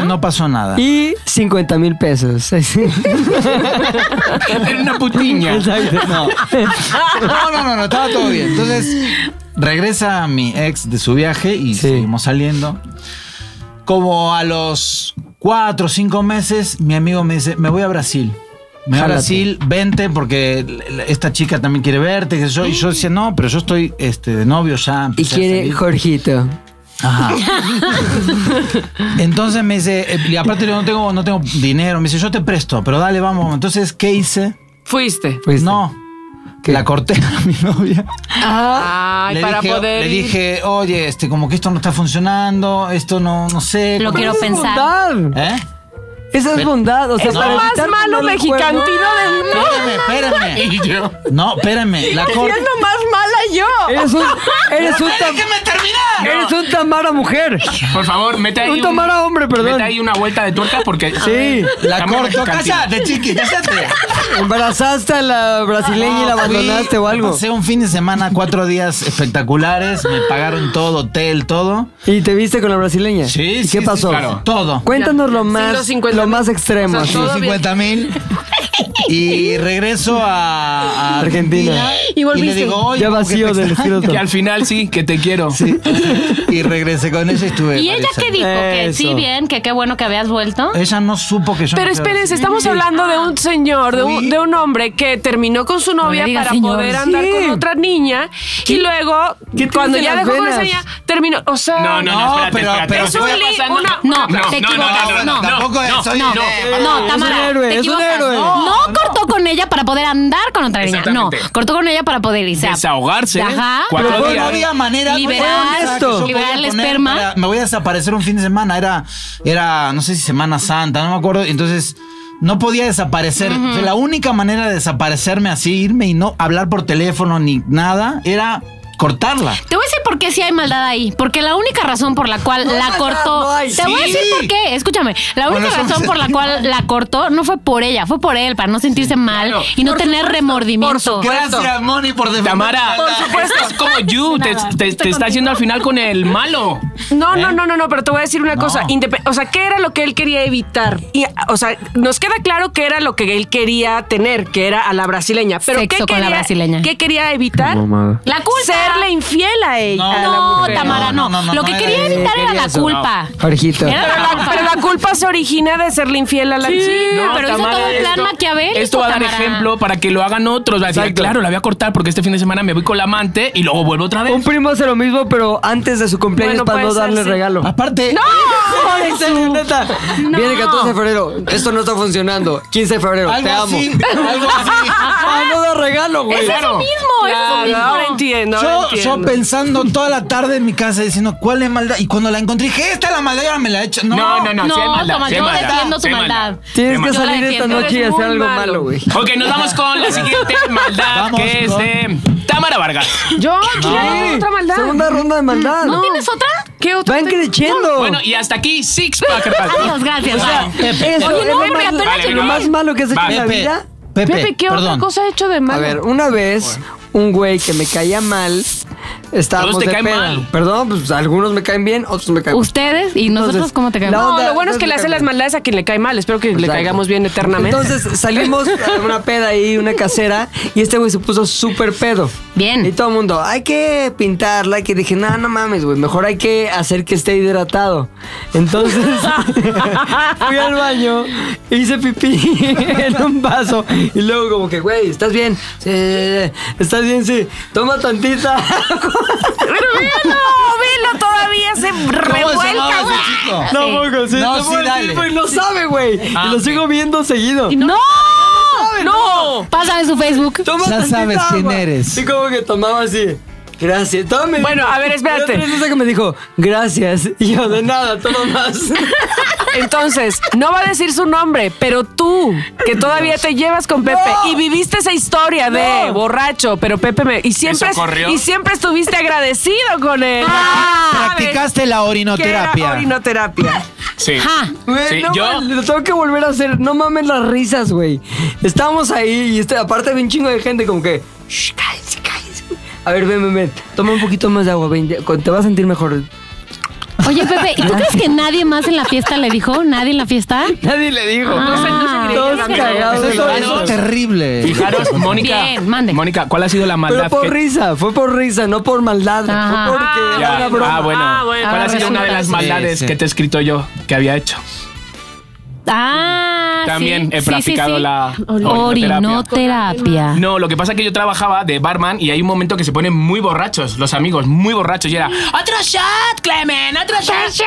B: No pasó nada.
C: y 50 mil pesos.
D: Era una putiña.
C: Exacto.
B: No. no, no, no, no, estaba todo bien. Entonces, regresa mi ex de su viaje y
C: Sí.
B: seguimos saliendo. Como a los cuatro o cinco meses, mi amigo me dice, me voy a Brasil. Me voy a
C: Jálate.
B: Brasil, vente porque esta chica también quiere verte. Que yo, y yo decía, no, pero yo estoy este, de novio ya.
C: Y
B: empecé a
C: quiere
B: salir".
C: Jorgito.
B: Ajá. Entonces me dice, eh, y aparte yo no tengo, no tengo dinero. Me dice, yo te presto, pero dale, vamos. Entonces, ¿qué hice?
E: Fuiste.
C: Fuiste.
B: No,
C: ¿Qué?
B: la corté a mi novia.
E: Ay,
B: Ah. le
E: para
B: dije,
E: poder.
B: le
E: ir.
B: dije, oye, este, como que esto no está funcionando, esto no, no sé.
A: Lo
B: como-
A: quiero
C: Esa es
A: pensar.
C: bondad.
B: ¿Eh?
C: Esa es
B: Pero-
C: bondad. O sea,
B: Es lo
C: para
B: más
E: Más
C: evitar
E: malo
C: mandar el Ah.
E: mexicantino
C: cuerno.
E: del mundo.
B: Espérame, espérame.
D: Y yo.
B: No, espérame. La corté.
E: Siendo más mala yo.
C: Eres un, eres un, tam-
B: ¡Déjame terminar!
C: eres un tamara mujer.
D: Por favor, mete ahí.
C: Un tamara hombre, perdón.
D: Mete ahí una vuelta de tuerca porque.
C: Sí.
B: La
D: Cámara
B: corto.
D: mexicana.
B: ¡Cállate, chiqui! ¡Cállate!
C: Embarazaste a la brasileña y la
B: Fui,
C: abandonaste o algo.
B: Pasé un fin de semana, cuatro días espectaculares. Me pagaron todo, hotel, todo.
C: ¿Y te viste con la brasileña?
B: Sí,
C: ¿Y
B: sí,
C: qué
B: sí,
C: pasó?
D: claro.
B: Todo.
C: Cuéntanos lo
E: Sí,
C: más,
E: los 50
C: lo
E: mil.
C: más extremo.
E: O sea,
C: así.
E: todo- bien.
B: 50 mil. Y regreso a, a
C: Argentina.
B: Argentina.
A: Y volviste.
B: le digo, oye,
C: ya
B: como que te
C: vacío del
B: extraño.
C: espíritu.
D: Y al final sí, que te quiero.
B: Sí. Y regresé con ella y estuve.
A: ¿Y ella
B: varios
A: qué
B: años.
A: dijo? Que sí,
C: Eso.
A: bien, que qué bueno que habías vuelto.
B: Ella no supo que yo.
E: Pero
B: me quedaba
E: espérense,
B: así.
E: estamos hablando de un señor, de un,
B: Fui.
E: de un hombre que terminó con su novia
A: le digas
E: para
A: señor.
E: poder andar
C: Sí.
E: con otra niña y luego,
C: ¿Qué tienes
E: cuando
C: en
E: ya
C: las
E: dejó con esa
C: venas?
E: niña, terminó. O sea,
D: No, no, no,
B: No,
D: espérate,
B: pero-
D: espérate.
B: pero
D: ¿Qué
E: soy
D: está
E: li-
D: pasando?
E: una-
A: No,
D: no,
A: te
D: no,
A: equivocas,
D: no,
A: no.
B: tampoco
D: no,
B: soy
A: no,
B: un héroe.
A: no,
C: un
A: Tamara,
C: héroe,
A: te
C: es un
A: equivocas.
C: héroe.
A: No, cortó con ella para poder andar con otra niña. No,
D: Exactamente.
A: cortó con ella para poder irse a-
D: Desahogarse.
A: Ajá.
D: Cuatro
B: Pero
D: días.
B: no había manera
A: Liberar
B: no había manera que
C: esto.
B: yo
A: liberar
B: podía
A: el
B: poner
A: esperma.
B: para- me voy a desaparecer un fin de semana. Era, era, no sé si Semana Santa, no me acuerdo. Entonces, no podía desaparecer. O sea, la única manera de desaparecerme así, irme y no hablar por teléfono ni nada, era cortarla.
A: Te voy a decir por qué sí hay maldad ahí. Porque la única razón por la cual
C: No hay
A: la
C: maldad,
A: cortó.
C: no hay.
A: te voy a
B: Sí.
A: decir por qué. Escúchame. La
B: Bueno,
A: única
B: eso me
A: razón por la cual la cortó no fue por ella, fue por él, para no sentirse mal
D: claro.
A: y no tener remordimiento.
B: Gracias, Moni, por defender.
D: Tamara,
B: la-
D: esto es como you, te, te- te está haciendo al final con el malo.
E: No, no, no, no, no, pero te voy a decir una
B: No.
E: cosa. Indep- o sea, ¿qué era lo que él quería evitar? Y, o sea, nos queda claro que era lo que él quería tener, que era a la brasileña. Pero
A: Sexo
E: ¿qué
A: con la
E: quería,
A: brasileña.
E: ¿Qué quería evitar?
A: La culpa.
E: Serle infiel a ella. a la
A: No,
E: mujer.
A: Tamara, no.
B: No, no, no,
A: Lo
B: no
A: que
B: era
A: quería
B: eso.
A: evitar era
C: Quería
A: la
C: eso.
A: culpa.
C: Jorgito.
A: Era la
E: Pero la, pero la culpa se origina de serle infiel a la chica.
A: No, pero hizo todo el plan maquiavélico,
D: Esto va a dar
A: Tamara.
D: ejemplo para que lo hagan otros. Va a decir,
C: Exacto.
D: claro, la voy a cortar porque este fin de semana me voy con la amante y luego vuelvo otra
C: Un
D: vez.
C: primo hace lo mismo, pero antes de su cumpleaños
E: Bueno,
C: para no
E: puede ser,
C: darle
E: sí.
C: regalo.
B: Aparte,
C: Ay, en serio, neta. Viene 14 de febrero. Esto no está funcionando. 15 de febrero.
B: algo
C: te amo.
B: así, algo así.
C: Ah, no da regalo, güey.
A: Eso mismo, eso
E: Claro,
A: mismo.
E: ahora entiendo. ahora
B: Yo, yo
E: entiendo.
B: pensando toda la tarde en mi casa diciendo cuál es maldad. Y cuando la encontré, dije, esta es la maldad y ahora me la he hecho. No,
D: No, no, no, sí hay
A: No,
D: maldad,
A: Tomás,
D: sí hay
A: yo
D: maldad,
A: defiendo
D: sí
A: tu
D: hay
A: maldad.
C: Tienes que
A: Yo la
C: salir esta
A: defiendo,
C: noche y
E: eres
C: hacer
E: muy
C: algo
E: malo.
C: malo, güey.
D: Ok, nos vamos con la siguiente maldad
B: Vamos
D: que es
B: con-
D: de Tamara Vargas.
E: Yo quiero
C: Sí.
E: otra maldad.
C: Segunda ronda de maldad.
A: ¿No tienes otra?
E: ¿Qué otra?
C: Van
E: tengo?
C: creciendo.
D: Bueno, y hasta aquí Six Pack.
A: Adiós, gracias. bye.
C: Eso,
A: Oye,
C: es
A: no,
C: lo
A: pero
C: más-
A: apenas
D: Vale,
A: llegué.
C: lo más malo que has hecho
D: Vale.
C: en la
B: Pepe,
C: vida.
B: Pepe,
E: Pepe, ¿qué
B: perdón.
E: otra cosa he hecho de malo?
C: A ver, una vez, un güey que me caía mal, estábamos
D: Todos te
C: de
D: caen
C: peda.
D: mal.
C: Perdón, pues algunos me caen bien, otros me caen mal.
A: Ustedes y nosotros,
C: Entonces,
A: ¿cómo te
C: la
A: quedamos?
E: No,
C: onda-
E: lo bueno es que le
C: entonces
E: hace las
C: cambia.
E: maldades a quien le cae mal. Espero que le
C: Exacto.
E: caigamos bien eternamente.
C: Entonces salimos a una peda ahí, una casera, y este güey se puso súper pedo.
A: Bien.
C: Y todo el mundo, hay que pintarla, hay que dije, no, no mames, güey, mejor hay que hacer que esté hidratado. Entonces fui al baño, hice pipí en un vaso y luego como que, güey, ¿estás bien? Sí, sí, sí. ¿estás bien? Sí, toma tantita.
E: Pero velo, velo todavía se
B: ¿Cómo se llamaba
E: revuelca.
B: ese
E: güey.
B: chico?
C: No, poco, sí,
B: No,
C: no,
B: Ah, sí,
C: poco, sí,
B: dale.
C: güey, no sabe, güey.
B: Ah,
C: y lo sigo viendo seguido.
A: ¡No!
C: No,
A: Pásame su Facebook.
C: Toma
B: Ya
C: tantita
B: sabes quién
C: agua.
B: eres.
C: Y como que tomaba así. Gracias. Todo me-
E: Bueno, a ver, espérate.
C: La otra vez esa que me dijo, gracias. Y yo, de nada, toma más.
E: Entonces, no va a decir su nombre, pero tú, que todavía te llevas con Pepe y viviste esa historia de borracho, pero Pepe me. Y siempre,
D: ¿Eso corrió?
E: y siempre estuviste agradecido con él. ¿Sabes
B: Practicaste la
E: Ah, qué era
B: orinoterapia.
E: orinoterapia.
D: Sí.
A: Ajá.
C: Güey,
D: Sí,
C: no
D: yo.
C: mames, lo tengo que volver a hacer. No mames las risas, güey. Estábamos ahí y este, aparte había un chingo de gente como que... Shh, cállense, cállense. A ver, ven, ven, ven. Toma un poquito más de agua, ven. ya, con- Te vas a sentir mejor.
A: Oye, Pepe, ¿y tú crees que nadie más en la fiesta le dijo? ¿Nadie en la fiesta?
C: Nadie le dijo.
B: Ah,
A: No sé, no sé qué le
C: Todos
A: dijeron, amigo.
C: cagados.
B: Eso,
C: de la
B: eso
C: risa.
B: es terrible.
D: Fijaros, Mónica.
A: Bien, mande.
D: Mónica, ¿cuál ha sido la
C: Pero
D: maldad?
C: por
D: que-
C: risa, fue por risa, no por maldad.
A: Ajá.
C: Fue porque
D: Ya,
C: era una broma.
D: Ah, bueno.
E: Ah, bueno.
D: ¿Cuál
A: Ah,
D: ha sido una de
A: resulta
D: las
A: que sí.
D: maldades
B: Sí, sí.
D: que te he escrito yo que había hecho?
A: Ah,
D: También
A: sí,
D: he
A: sí, sí,
D: practicado
A: sí.
D: la orinoterapia.
A: orinoterapia.
D: No, lo que pasa es que yo trabajaba de barman y hay un momento que se ponen muy borrachos, los amigos, muy borrachos. Y era, ¡Otro shot, Clemen! ¡Otro shot!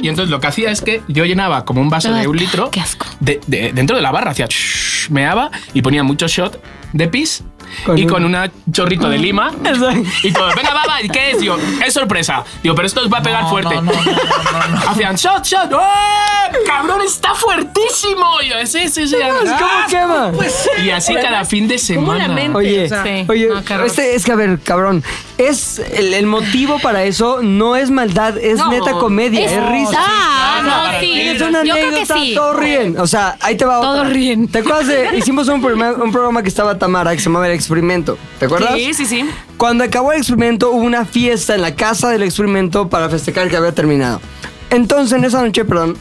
D: Y entonces lo que hacía es que yo llenaba como un vaso de un
A: Ay,
D: litro
A: qué asco.
D: de- de- dentro de la barra, hacía shhh, meaba y ponía muchos shots de pis
C: Con
D: y
C: un-
D: con un chorrito
A: Mm.
D: de lima. Y todo, venga, baba, ¿y qué es? Digo, es sorpresa. Digo, pero esto os va a pegar
B: No,
D: fuerte.
B: no, no, no, no, no, no.
D: Hacían shot, shot. ¡Eh! ¡Cabrón, está fuertísimo! Y yo, sí, sí, sí.
C: ¿Cómo quema?
D: pues! Y así cada fin de semana.
E: lamento?
C: Oye,
E: O sea,
A: Sí.
C: oye,
A: no, qué horror.
C: este es que a ver, cabrón, es el, el motivo para eso no es maldad, es
E: No.
C: neta comedia, es, risa.
A: Ah,
D: no,
A: no, sí.
C: Es una
A: Yo creo que
C: anécdota,
A: sí.
C: todos ríen. O sea, ahí te va otra.
A: Todos ríen.
C: ¿Te acuerdas de- Hicimos un, programa- un programa que estaba Tamara, que se llamaba El Experimento. ¿Te acuerdas?
E: Sí, sí, sí.
C: Cuando acabó el experimento, hubo una fiesta en la casa del experimento para festejar que había terminado. Entonces, en esa noche, perdón.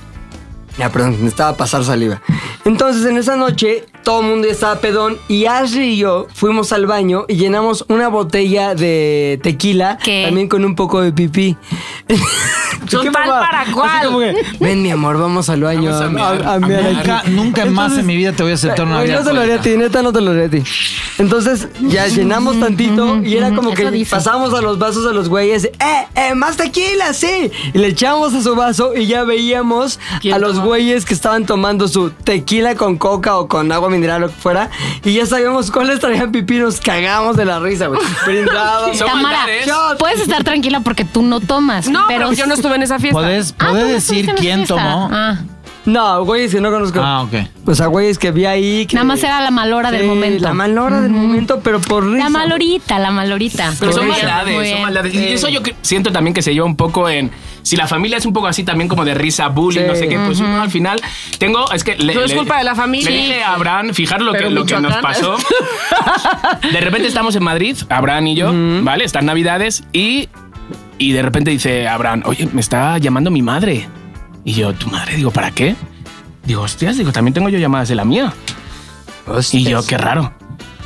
C: Ya, perdón, me estaba a pasar saliva. Entonces, en esa noche, todo el mundo ya estaba pedón y Ashley y yo fuimos al baño y llenamos una botella de tequila,
A: ¿Qué?
C: también con un poco de pipí.
E: Total,
C: mamá?
E: ¿para
C: Así
E: cuál?
C: como que, Ven, mi amor, vamos al baño.
D: Vamos a mear.
C: a- a mear aquí".
B: Nunca, nunca más en mi vida te voy a aceptar una
D: pues,
B: vida.
C: Güey, No te lo haría a ti, neta, no te lo haría a ti. Entonces, ya llenamos tantito y era como
A: Eso
C: que
A: dice.
C: pasamos a los vasos a los güeyes, ¡eh, eh, más tequila, sí! Y le echábamos a su vaso y ya veíamos
E: ¿Quién
C: a los
E: tomó?
C: güeyes que estaban tomando su tequila con coca o con agua mineral o lo que fuera y ya sabíamos cuáles traían pipí, nos cagamos de la risa, güey. Brindados.
D: Son
A: Tamara,
D: maldades.
A: puedes estar tranquila porque tú no tomas.
E: No, pero, yo no estuve en esa fiesta.
B: ¿Podés,
A: Ah,
B: podés
A: tú no
B: decir
A: estuviste en la
B: quién
A: fiesta.
B: tomó?
A: Ah,
C: No, güeyes que no conozco.
B: Ah, ok.
C: O sea, güeyes que vi ahí. que-
A: nada más era la malhora del
C: Sí,
A: momento.
C: La malora del momento, pero por risa.
A: La malorita, la malorita.
D: Pero son
A: Muy bien, muy
D: maldades, son
A: bien.
D: maldades. Y eso yo cre- siento también que se lleva un poco en. Si la familia es un poco así también como de risa, bullying,
C: Sí.
D: no sé qué, pues uno al final tengo. Es que. le-
E: Todo es
D: le-
E: culpa de la familia.
D: Le dije a Abraham, fijar lo, que,
E: Pero
D: lo que nos
E: Michoacán.
D: pasó. De repente estamos en Madrid, Abraham y yo, ¿vale? Están Navidades y. Y de repente dice Abraham, oye, me está llamando mi madre. Y yo, ¿tu madre? Digo, ¿para qué? Digo, hostias, digo, también tengo yo llamadas de la mía. Y yo, qué raro.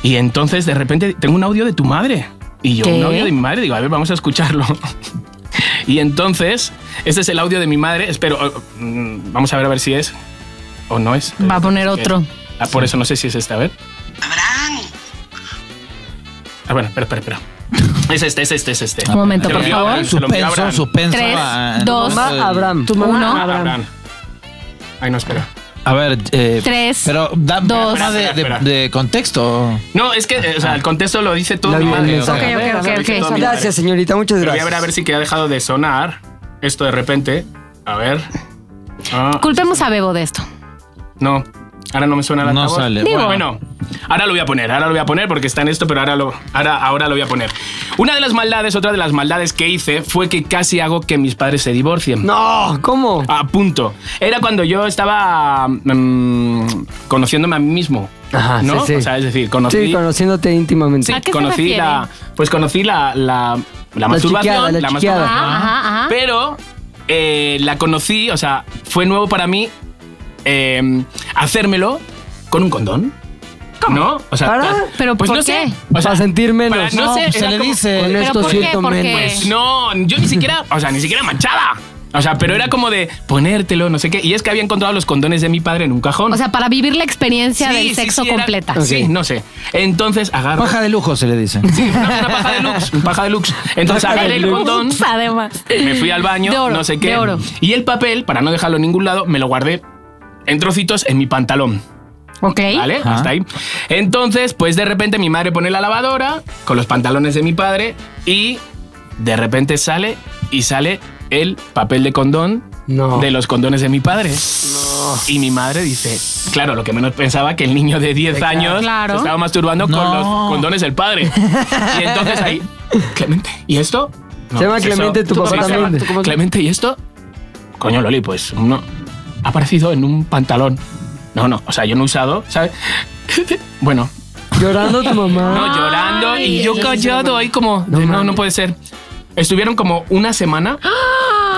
D: Y entonces de repente tengo un audio de tu madre. Y yo,
A: ¿Qué?
D: un audio de mi madre. Digo, a ver, vamos a escucharlo. y entonces, este es el audio de mi madre. Espero, eh, mm, vamos a ver a ver si es o no es.
A: Va a poner
D: Eh,
A: otro.
D: ah, por eso no sé si es esta, a ver.
F: Abraham,
D: Ah, bueno, espera, espera, espera. Es este, es este, es este.
A: Un momento,
D: Se lo
A: por
D: envió
A: favor.
D: Abraham, se lo envió
B: Suspenso,
D: Abraham.
B: suspenso.
A: Tres,
B: ah, en
A: dos.
B: el momento
C: Mamá
B: del-
C: Abraham.
E: Tu mamá,
A: Uno.
E: Abraham.
D: Abraham. Ay, no, espera.
B: A ver, eh,
A: Tres,
B: Pero da
A: dos.
B: más de,
D: Espera, espera.
B: de- de contexto.
D: No, es que, eh, o sea, el contexto lo dice todo
C: La
D: mi
C: vi-
D: madre. o sea,
C: Ok,
D: lo
A: ok, ok,
D: dice
A: ok.
D: todo mi madre.
C: Gracias, señorita, muchas
D: Pero
C: gracias.
D: Voy a ver a ver si que ha dejado de sonar esto de repente. A ver. Ah,
A: Culpemos a Bebo de esto.
D: no, ahora no me suena la
B: No sale.
D: Bueno,
B: Digo.
D: bueno, ahora lo voy a poner, ahora lo voy a poner porque está en esto, pero ahora lo, ahora, ahora lo voy a poner. Una de las maldades, otra de las maldades que hice fue que casi hago que mis padres se divorcien.
C: No, ¿cómo?
D: A punto. Era cuando yo estaba mm, conociéndome a mí mismo.
C: Ajá,
D: ¿no?
C: sí, sí.
D: O sea, es decir, conocí,
C: Sí, conociéndote íntimamente.
D: sí,
A: ¿A qué se
D: conocí
A: refiere?
D: la, pues conocí la, la, la, masturbación,
C: chiqueada, la
D: masturbación.
C: chiqueada.
A: Ajá, ajá, ajá.
D: Pero eh, la conocí, o sea, fue nuevo para mí eh, hacérmelo con un condón. ¿No? O sea,
C: ¿Para?
D: tal-
A: ¿Pero
D: pues
A: por
D: no
A: qué?
D: sé. O sea,
C: para sentir menos. Pues
D: para- no, pues, sé,
B: se
D: era
B: le
D: como-
B: dice.
C: Con
A: ¿Pero
C: esto
A: por qué?
C: siento
A: ¿Por qué?
C: menos.
D: No, yo ni siquiera, o sea, ni siquiera manchada. O sea, pero era como de ponértelo, no sé qué. Y es que había encontrado los condones de mi padre en un cajón.
A: O sea, para vivir la experiencia
D: Sí,
A: del
D: sí,
A: sexo
D: sí, era-
A: completa.
D: Sí,
C: Ok.
D: no sé. Entonces agarro.
B: Paja de lujo se le dice.
D: Sí, una, una paja de lux. Un paja de lux. Entonces
A: Para
D: agarré el
A: el
D: condón.
A: lux, pues, Además.
D: Me fui al baño,
A: De oro,
D: no sé qué.
A: de oro.
D: Y el papel, para no dejarlo en ningún lado, me lo guardé en trocitos en mi pantalón.
A: Ok.
D: ¿Vale?
B: Ajá.
D: Hasta ahí. Entonces, pues de repente mi madre pone la lavadora con los pantalones de mi padre y de repente sale y sale el papel de condón
C: No.
D: de los condones de mi padre. Y mi madre dice, claro, lo que menos pensaba que el niño de 10 años
A: Claro.
D: se estaba masturbando con
B: No.
D: los condones del padre. Y entonces ahí, Clemente, ¿y esto? No,
C: Se llama
D: pues eso.
C: Clemente, tu
D: Sí,
C: papá
D: se llama
C: también.
D: tu papá. Clemente, ¿y esto? Coño, Loli, pues uno ha aparecido en un pantalón. No, no, o sea, yo no he usado, ¿sabes? Bueno,
C: Llorando tu mamá.
D: no, llorando y yo callado ahí como, no, no, puede ser. Estuvieron como una semana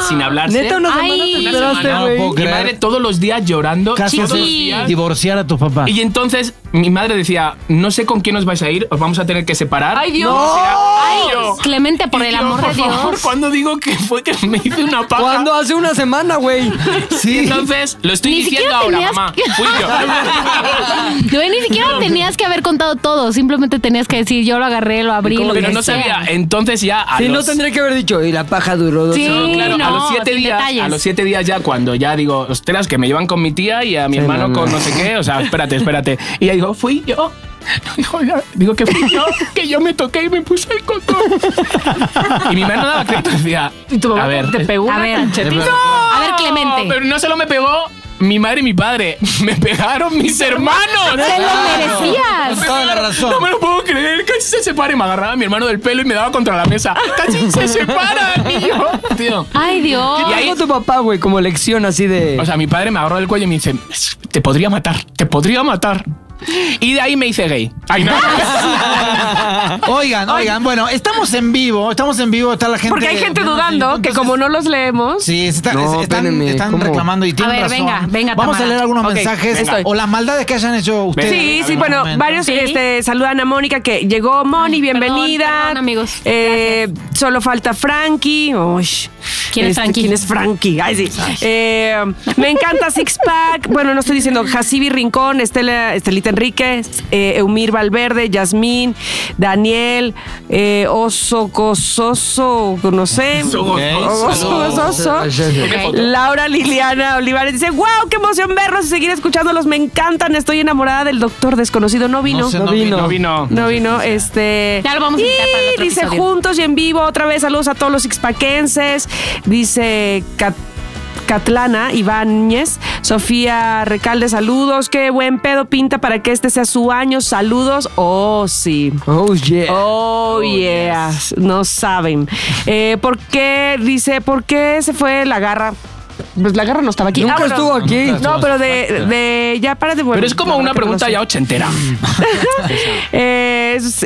D: sin hablarse.
C: Neta, una semana
A: Ay.
C: te
D: ¿Ah, Una
C: esperaste,
D: semana.
B: No
C: güey.
B: puedo
D: Mi
B: creer.
D: madre todos los días llorando.
B: Casos
D: todos los
A: sí.
D: días.
B: Divorciar a tus papás.
D: Y entonces mi madre decía, no sé con quién os vais a ir, os vamos a tener que separar.
E: ¡Ay, Dios!
D: Ay, yo.
A: Clemente, por
D: Y
A: el
D: yo,
A: amor
D: por
A: de Dios.
D: favor, ¿cuándo digo que fue que me hice una paja?
C: ¿Cuándo? Hace una semana, güey.
D: Sí. Entonces, lo estoy
A: Ni
D: diciendo
A: siquiera
D: ahora,
A: tenías
D: mamá.
A: que-
D: Fui yo.
A: No, ni siquiera tenías que haber contado todo. Simplemente tenías que decir, yo lo agarré, lo abrí, lo
D: Pero
A: que
D: no
A: sea.
D: sabía. Entonces ya a
C: Sí, no
D: los-
C: tendría que haber dicho. Y la paja duró dos
A: Sí.
C: horas.
D: Claro, a
A: no,
D: los siete
A: sin
D: días,
A: detalles.
D: a los siete días ya cuando ya digo, ostras, que me llevan con mi tía y a mi
C: Sí, no,
D: hermano
C: no.
D: con no sé qué, o sea, espérate, espérate. Y ya digo, fui yo. Digo, ya, digo que fui yo, que yo me toqué y me puse el cotón. y mi madre no daba crédito, decía,
E: Y tu mamá
D: a ver,
E: te pegó
A: A
E: una
A: ver.
E: cachetita.
B: No.
A: A ver, Clemente.
D: pero no solo me pegó mi madre y mi padre, me pegaron mis hermanos.
A: Te lo merecías.
B: Con toda la razón.
D: No me lo puedo creer, casi se separa y me agarraba a mi hermano del pelo y me daba contra la mesa. Casi se separan, y yo, tío.
A: Ay, Dios.
D: Y
C: Y
D: ahí-
C: ahí tu papá, güey, como lección así de.
D: O sea, mi padre me agarró del cuello y me dice, te podría matar, te podría matar. Y de ahí me hice gay. Ay, no.
B: Oigan, oigan, bueno, estamos en vivo, estamos en vivo, está la gente.
E: Porque hay gente
B: viendo
E: dudando
B: en vivo,
E: que
B: entonces-
E: como no los leemos,
B: Sí, se está-
C: No,
B: se- están,
C: espérenme,
B: están
C: ¿cómo?
B: reclamando y tienen
A: ver,
B: razón.
A: venga, venga,
B: Vamos a
A: Tamara.
B: leer algunos
E: Ok,
B: mensajes
E: venga.
B: o las maldades que hayan hecho ustedes.
E: Sí,
D: Venga,
E: sí,
D: venga,
E: bueno,
B: Momento.
E: varios
A: Sí.
E: este, saludan a Mónica que llegó Moni,
A: Ay,
E: bienvenida.
A: perdón, perdón, amigos.
E: Eh, solo falta Frankie. Uy. Este,
A: ¿Quién es Frankie?
E: ¿Quién es Frankie? Ay, sí. Eh, me encanta Six Pack. Bueno, no estoy diciendo Jacibi Rincón, Estela, Estelita Enríquez, eh, Eumir Valverde, Yasmín, Daniel, eh, Oso Cososo, no sé.
D: Oso
C: "Oh,
B: Gozoso.
E: Oso Gozoso.
A: Ok.
E: Laura Liliana Olivares dice, wow, qué emoción verlos y seguir escuchándolos, me encantan, estoy enamorada del doctor desconocido, no vino.
B: No sé,
C: no vino.
D: No vino.
E: No vino, este.
A: Ya lo vamos a
E: y
A: invitar para el otro
E: dice
A: episodio.
E: juntos y en vivo, otra vez saludos a todos los sixpaquenses. Dice Cat- Catlana Ibáñez, Sofía Recalde, saludos. Qué buen pedo pinta para que este sea su año. Saludos. Oh, sí.
C: Oh, yeah.
E: Oh, yeah. No saben. Eh, ¿Por qué? Dice, ¿por qué se fue la garra? Pues la garra no estaba aquí.
C: Nunca
E: Ah, bueno.
C: estuvo aquí.
E: No, pero de, de- ya para de
D: Pero es como una pregunta ya
E: otra.
D: ochentera.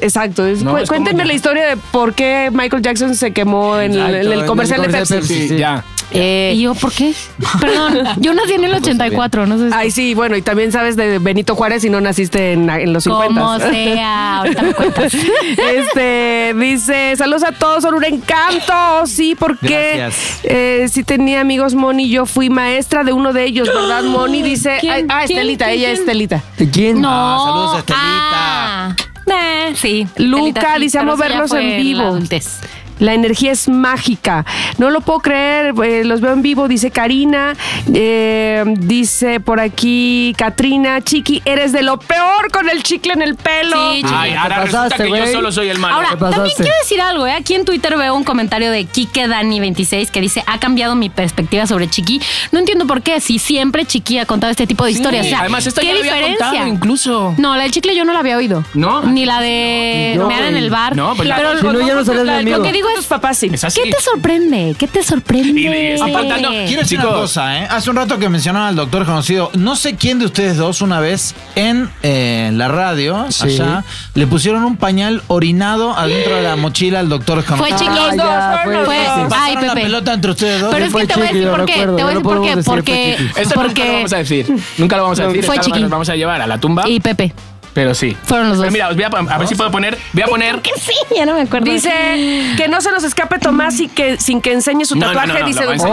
E: exacto. es-
D: No,
E: cu-
D: es como-
E: cuéntenme la historia de por qué Michael Jackson se quemó en, el- en el comercial de Pepsi.
D: Sí,
C: sí.
D: ya.
E: Eh,
A: ¿Y yo por qué? Perdón, yo nací en el 84, no sé si-
E: ay, sí, bueno, y también sabes de Benito Juárez y no naciste en, en los 50.
A: Como sea, ahorita me cuentas.
E: Este dice, saludos a todos, son un encanto. Sí, porque
B: Gracias.
E: eh, sí tenía amigos Moni, yo fui maestra de uno de ellos, ¿verdad? Moni dice,
A: ¿Quién?
E: ay, ah,
A: ¿Quién?
E: Estelita,
A: ¿Quién?
E: ella es
A: ¿Quién?
E: Estelita.
C: ¿De quién?
A: No.
B: saludos a Estelita.
A: Ah. Eh, sí.
E: Luca,
A: Estelita sí,
E: dice, amo
A: pero eso ya
E: verlos
A: fue
E: en vivo.
A: la adultez.
E: La energía es mágica. No lo puedo creer. eh, los veo en vivo, dice Karina. eh, dice por aquí Katrina. Chiqui, eres de lo peor con el chicle en el pelo.
A: Sí,
D: Ay, ahora
C: te
D: resulta
C: pasaste,
D: que yo
C: güey.
D: solo soy el malo.
A: Ahora,
C: te pasaste.
A: también quiero decir algo, ¿eh? Aquí en Twitter veo un comentario de Kike Dani26 que dice, ha cambiado mi perspectiva sobre Chiqui. No entiendo por qué, si siempre Chiqui ha contado este tipo de
D: Sí,
A: historias. O sea,
D: Además, esta
A: ¿qué
D: ya la había
A: diferencia?
D: contado incluso.
A: No, la del chicle yo no la había oído.
D: No.
A: Ni la de
C: No,
A: mear en el bar.
D: No, pues la-
A: pero
C: Si no, ya no serías mi amigo.
A: lo que digo
E: Tus
A: es,
E: papás sí.
D: Es así.
A: ¿qué te sorprende? ¿Qué te
D: Y- y
A: sorprende?
D: estoy contando-
B: Quiero decir una
D: Chicos.
B: cosa, ¿eh? Hace un rato que mencionaban al doctor conocido. No sé quién de ustedes dos, una vez en eh, la radio,
C: Sí.
B: allá, le pusieron un pañal orinado adentro de la mochila al doctor
A: Fue
B: conocido.
A: Chiqui.
C: Ah, ya,
A: Fue-
C: fue- sí.
A: ay,
B: Pasaron la
A: Pepe.
B: pelota entre ustedes dos.
A: Pero es
C: Fue
A: que te voy a
C: Chiqui,
A: decir
C: lo
A: por qué.
C: recuerdo,
A: Te voy a
C: no
A: decir por
C: podemos
A: qué.
C: decir fue
A: Porque.
C: Chiqui.
D: Esto nunca lo
A: Porque.
D: vamos a decir. Nunca lo vamos a
A: No,
D: decir.
A: fue
D: esto
A: chiqui.
D: Nos vamos a llevar a la tumba.
A: Y Pepe.
D: Pero sí.
A: Fueron los
D: Pero
A: dos.
D: Mira, os voy a, a ver si puedo poner. Voy a poner.
A: Que sí, ya no me acuerdo.
E: Dice que no se nos escape Tomás y que sin que enseñe su
D: No, no,
E: tatuaje,
D: no, no,
E: dice
D: lo va a
E: Dulce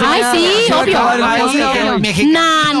E: María.
D: enseñar.
E: Obvio,
A: Ay,
E: no.
A: sí,
B: Se
A: obvio.
B: acaba
A: obvio,
B: el
A: obvio,
B: baile,
A: obvio.
B: mexicano,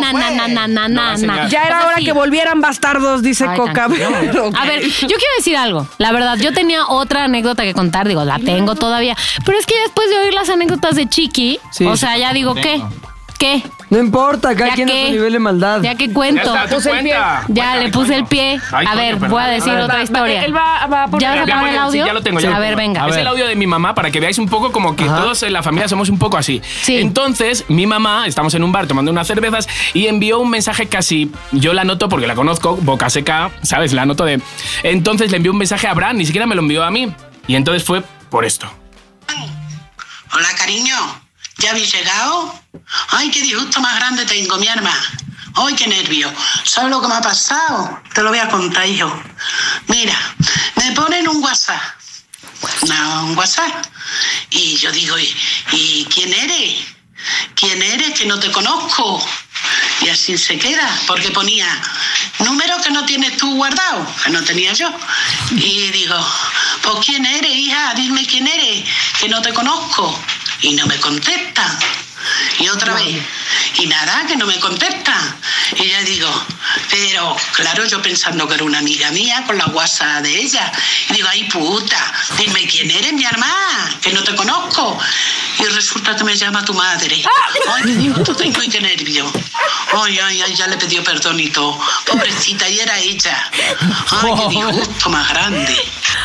A: Na, na,
B: güey.
A: na, na, na, na,
D: No va
A: na,
D: a
A: na.
D: enseñar.
E: Ya era
A: O sea,
E: hora
A: sí.
E: que volvieran bastardos, dice
A: Ay,
E: Coca.
A: tantito. A ver, yo quiero decir algo. La verdad, yo tenía otra anécdota que contar, digo, la tengo todavía. Pero es que después de oír las anécdotas de Chiqui,
C: Sí,
A: o
C: sí,
A: sea, ya digo, ¿qué?
B: tengo.
A: ¿Qué?
C: No importa, cada quien a su nivel de maldad.
A: Ya que cuento.
D: Ya está, tú cuenta.
A: Ya,
D: Cuenta,
A: le
D: mi
A: puse
D: coño.
A: el pie.
D: Ay,
A: a
D: coño,
A: ver,
D: perdón.
A: voy a decir
E: ver,
A: otra
E: va,
A: historia.
E: va, él va- va a poner-
A: ¿Ya vas a
D: Ya,
A: poner el
D: bueno, sí,
A: audio?
D: ya lo tengo. ya
A: a
D: lo
A: ver,
D: tengo.
A: venga.
D: Es el audio de mi mamá para que veáis un poco como que todos en la familia somos un poco así.
A: Sí.
D: Entonces, mi mamá, estamos en un bar tomando unas cervezas y envió un mensaje casi, yo la noto porque la conozco, boca seca, ¿sabes? La noto de... Entonces le envió un mensaje a Bran, ni siquiera me lo envió a mí. Y entonces fue por esto.
F: Hola, cariño. ¿Ya habéis llegado? Ay, qué disgusto más grande tengo, mi hermana. Ay, qué nervio. ¿Sabes lo que me ha pasado? Te lo voy a contar, hijo. Mira, me ponen un WhatsApp. Una- un WhatsApp. Y yo digo, ¿y, y quién eres? ¿Quién eres que no te conozco? Y así se queda, porque ponía número que no tienes tú guardado, que no tenía yo. Y digo, pues quién eres, hija, dime quién eres, que no te conozco. Y no me contesta. Y otra vez, y nada, que no me contesta. Y ya digo, pero claro, yo pensando que era una amiga mía con la guasa de ella. Y digo, ay puta, dime quién eres, mi hermana, que no te conozco. Y resulta que me llama tu madre. Ay, qué disgusto tengo y qué nervio. Ay, ay, ay, ya le pidió perdón y todo. Pobrecita, y era ella. Ay, qué disgusto más grande.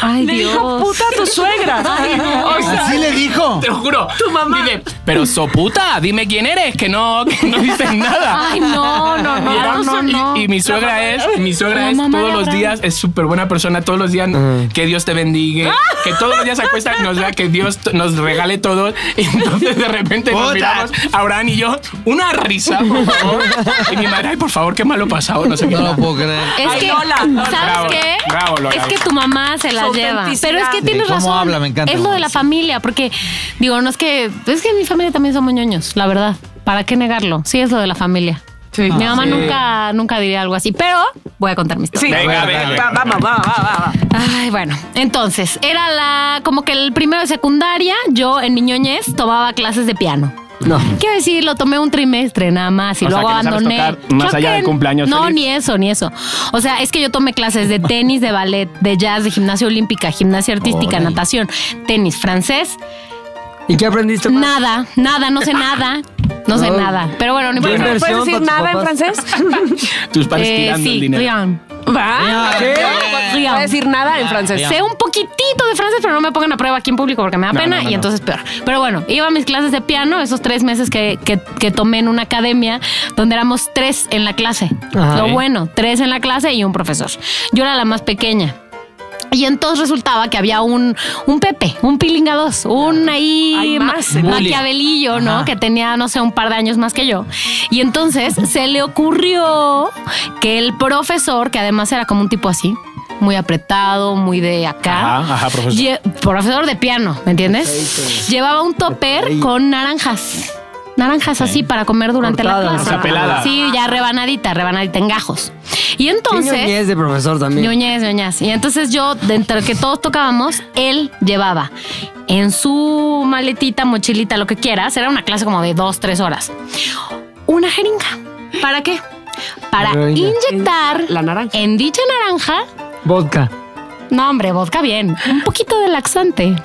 A: Ay,
E: Le dijo puta a tu suegra. O sea,
B: ¿Así le dijo?
D: Te lo juro. Tu mamá. Dice, pero soputa, dime quién eres, que no, que no dices nada.
A: Ay, no, no, no.
D: Y, era-
A: Alonso,
D: y-
A: no.
D: y mi suegra es, mi
A: La
D: suegra es
A: mamá de
D: todos los
A: Abraham.
D: días, es súper buena persona, todos los días que Dios te bendiga,
A: Ah.
D: que todos los días se acuesta, nos da, que Dios t- nos regale todo. Y entonces de repente nos
B: Puta.
D: miramos, Abraham y yo, una risa, por favor. Y mi madre, ay, por favor, qué malo pasado, no sé qué.
B: No pues. lo puedo creer.
A: Es
E: Ay,
A: que,
E: Lola, Lola.
A: ¿sabes
D: Bravo,
A: qué?
D: bravo, Lola.
A: es que tu mamá se la
E: Su
A: lleva.
E: autenticidad.
A: Pero es que
E: Sí,
A: tienes
B: cómo
A: razón.
B: habla, me encanta
A: Es lo de
B: cómo
A: la
B: dice.
A: familia, porque digo, no es que. Es que en mi familia también somos ñoños, la verdad. ¿Para qué negarlo? Sí, es lo de la familia.
E: Sí.
A: Mi mamá nunca, nunca diría algo así, pero voy a contar mi historia.
E: Sí.
D: Venga, venga.
E: Va- Vamos, vamos, vamos.
A: Ay, bueno. Entonces, era la. como que el primero de secundaria, yo en mi ñoñez tomaba clases de piano.
C: No.
A: Quiero decir, lo tomé un trimestre nada más y
D: O sea,
A: luego
D: que no sabes
A: abandoné.
D: tocar más
A: Creo
D: allá
A: que
D: del cumpleaños
A: No,
D: feliz.
A: ni eso, ni eso. O sea, es que yo tomé clases de tenis, de ballet, de jazz, de gimnasia olímpica, gimnasia artística,
B: Órale.
A: natación, tenis francés.
C: ¿Y qué aprendiste? más?
A: Nada, nada, no sé nada. No sé
C: No.
A: nada. Pero bueno, ni
C: Yo
A: bueno.
C: inversión
E: ¿Puedes decir
C: para tus
E: nada en
C: papás.
E: francés?
D: Tus padres
A: Eh,
D: tirando el
A: sí,
D: dinero.
A: Rian.
E: ¿Va?
B: ¿Qué?
E: No puedes decir nada en francés.
A: Sé un poquitito de francés, pero no me pongan a prueba aquí en público porque me da
D: No,
A: pena
D: no, no,
A: y
D: no.
A: entonces peor. Pero bueno, iba a mis clases de piano esos tres meses que, que- que tomé en una academia donde éramos tres en la clase.
C: Ajá.
A: Lo
D: Sí.
A: bueno, tres en la clase y un profesor. Yo era la más pequeña. Y entonces resultaba que había un, un Pepe, un Pilinga 2, un ahí
E: Hay
A: ma-
E: más,
D: ¿eh?
E: el
A: maquiavelillo, ¿no? Que tenía, no sé, un par de años más que yo. Y entonces se le ocurrió que el profesor, que además era como un tipo así, muy apretado, muy de acá.
D: Ajá, ajá, profesor.
A: lle- profesor de piano, ¿me entiendes? Llevaba un topper con naranjas. Naranjas así para comer durante la
C: Cortadas.
A: clase.
D: O sea, peladas.
A: Sí, ya rebanadita, rebanadita en gajos. Y
C: Qué
A: entonces.
C: ñoñez de profesor
D: Mm.
C: también.
A: Ñoñez, ñoñaz. Y entonces yo, de entre que todos tocábamos, él llevaba en su maletita, mochilita, lo que quieras, era una clase como de dos, tres horas, una jeringa. ¿Para qué? Para
C: Heroína.
A: inyectar
E: La naranja.
A: en dicha naranja,
C: Vodka.
A: no hombre, vodka bien, un poquito de laxante.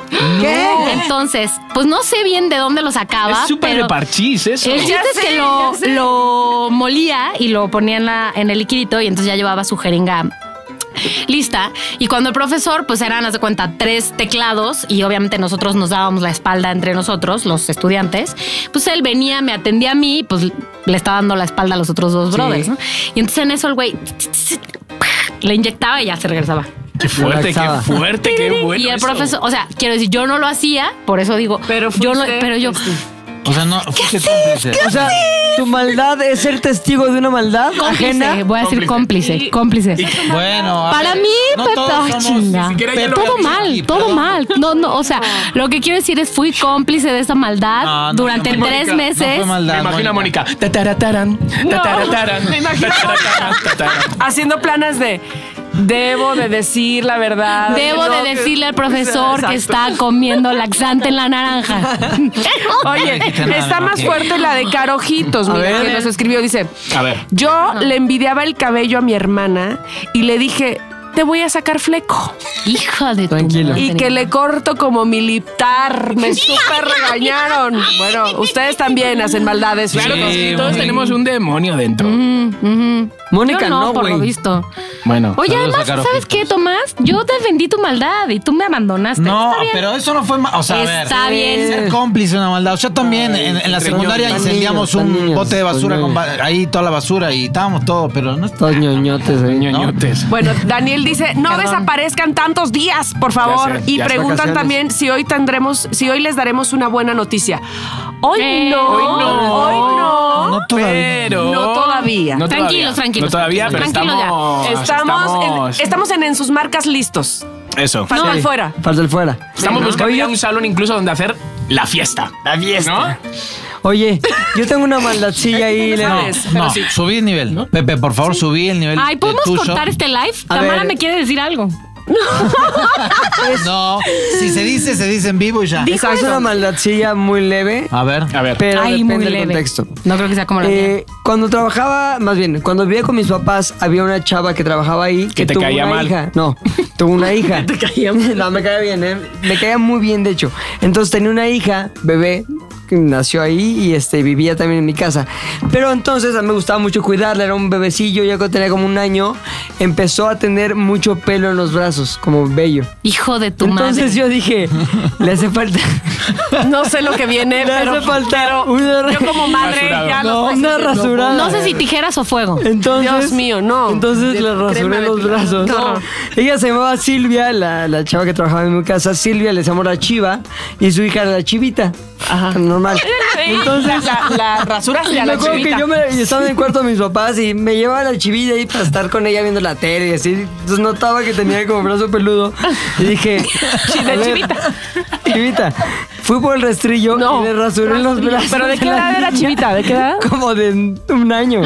C: ¿Qué?
A: Entonces, pues no sé bien de dónde lo sacaba.
D: Es súper de
A: pero-
D: parchís eso.
A: el chiste es que lo, lo molía y lo ponía en, la, en el liquidito y entonces ya llevaba su jeringa lista. Y cuando el profesor, pues eran, haz de cuenta, tres teclados y obviamente nosotros nos dábamos la espalda entre nosotros, los estudiantes, pues él venía, me atendía a mí, pues le estaba dando la espalda a los otros dos brothers, ¿no? Y entonces en eso el güey le inyectaba y ya se regresaba.
D: Qué fuerte, qué
C: Relaxada.
D: fuerte, qué bueno.
A: y el
D: eso.
A: profesor, o sea, quiero decir, yo no lo hacía, por eso digo,
E: Pero
A: yo no,
E: fuiste,
A: pero yo,
E: fuiste.
B: O sea, no, fuiste cómplice.
C: O sea, tu maldad es ser testigo de una maldad
A: cómplice,
C: ajena.
A: voy a decir
E: Cómplice.
A: cómplice, cómplice.
B: Bueno, a
A: Para
B: ver,
A: mí,
B: Ah, eh, no
A: Pepe,
B: todos
A: ay,
B: somos-
A: chinga.
D: siquiera ya
A: Pero
D: lo
A: todo
D: había
A: mal,
B: dicho,
A: todo
B: perdón.
A: mal. No, no, o sea, lo que quiero decir es fui cómplice de esa maldad
B: Ah, No, no,
A: durante
B: no,
A: tres
D: Mónica,
B: No
A: meses.
B: fue maldad,
D: Me imagino a Mónica. Tataratarán, tataratarán,
E: me imagino a Mónica.
D: tataratarán, tatarán.
E: Haciendo planes de. Debo de decir la verdad.
A: Debo
E: No,
A: de
E: que-
A: decirle al profesor que
E: Exacto.
A: está comiendo laxante en la naranja.
E: Oye,
B: dijiste nada,
E: está
B: ¿no?
E: más
B: Sí.
E: fuerte la de Carojitos,
C: A
E: mira,
C: ver.
E: que nos escribió. Dice:
D: A ver.
E: Yo le envidiaba el cabello a mi hermana y le dije, te voy a sacar fleco.
A: Hija de tu
C: Tranquilo.
A: madre.
E: Y que le corto como militar. Me súper regañaron. Bueno, ustedes también hacen maldades.
D: Claro que
E: chicos.
D: sí, todos tenemos un demonio dentro.
A: Mm, mm.
C: Mónica,
A: Yo no,
C: no,
A: por lo
C: güey.
A: visto.
D: Bueno,
A: Oye,
B: Saludos a
A: además,
B: Caro
A: ¿sabes qué, Tomás? Yo defendí tu maldad y tú me abandonaste.
B: No,
A: Está bien.
B: pero eso no fue ma- O sea, a ver,
A: Está bien.
B: Ser cómplice de una maldad. Yo también en, en la
D: entre
B: secundaria
C: niños,
B: incendiamos
C: tan
B: un
C: niños,
B: bote de
C: tan
B: basura con
C: niños.
B: ba- ahí toda la basura y estábamos todos, pero no está.
C: Todos ñoñotes, eh. ahí.
D: ñoñotes.
E: Bueno, Daniel dice, no desaparezcan tantos días, por
D: Ya
E: favor.
D: sé,
E: y
D: ya es
E: preguntan
D: vacaciones.
E: también si hoy tendremos, si hoy les daremos una buena noticia. Hoy
A: Eh,
E: no.
A: hoy
D: no.
E: Hoy no.
B: No todavía.
D: Pero.
E: No todavía.
D: No todavía.
A: Tranquilos, tranquilos,
D: No todavía, pero
A: tranquilos.
D: estamos.
E: Estamos, en, estamos en, en sus marcas listos.
D: Eso.
E: Falta
C: Sí.
E: el fuera.
C: Falta el fuera.
D: Estamos
C: Sí, ¿no?
D: buscando
C: Oye,
D: ya un salón incluso donde hacer la fiesta. La fiesta. ¿No?
C: Oye, yo tengo una maldadcilla ahí. Leo.
E: sabes.
B: No, subí el nivel. Pepe, por favor, subí el nivel.
A: Ay,
B: de
A: ¿podemos
B: tuyo.
A: cortar este live?
C: A
A: Tamara
C: ver.
A: me quiere decir algo.
D: Pues,
B: No, si se dice, se dice en vivo y ya.
C: es una maldadcilla muy leve,
B: A ver.
D: A ver.
C: pero
A: Ay,
C: depende
A: muy
C: del
A: leve.
C: contexto.
A: No creo que sea como la mía.
C: Eh, cuando trabajaba, más bien, cuando vivía con mis papás, había una chava que trabajaba ahí que,
D: Que te
C: tuvo
D: caía
C: una
D: mal.
C: hija. No, tuvo una hija. te caía No, me caía bien, ¿eh? Me caía muy bien, de hecho. Entonces tenía una hija, bebé, que nació ahí y este, vivía también en mi casa. Pero entonces a mí me gustaba mucho cuidarla, era un bebecillo, ya que tenía como un año, empezó a tener mucho pelo en los brazos, como bello.
A: Hijo de tu
C: entonces
A: madre.
C: yo dije, le hace falta.
E: No sé lo que viene,
C: le
E: pero,
C: hace falta una-
E: yo como madre
D: Rasurado.
E: ya
C: No,
E: lo sé.
C: una rasurada.
A: No sé si tijeras o fuego.
C: Entonces,
E: Dios mío, no.
C: Entonces
E: De
C: le
E: crema
C: rasuré
E: de
C: los
E: pilar.
C: brazos.
E: Qué horror.
C: Ella se llamaba Silvia, la, la chava que trabajaba en mi casa. Silvia le llamó la chiva y su hija era la chivita. Ajá. Normal.
E: Entonces la, la rasuraste a
C: me
E: la
C: acuerdo
E: chivita.
C: que yo me- estaba en el cuarto de mis papás y me llevaba la chivilla ahí para estar con ella viendo la tele y así. Entonces notaba que tenía como brazo peludo y dije... a ver,
E: chivita.
C: Chivita. Fui por el rastrillo
E: No.
C: y le rasuré los brazos.
E: ¿Pero de qué
C: la
E: edad era
C: niña.
E: chivita? ¿De qué edad?
C: Como de un año.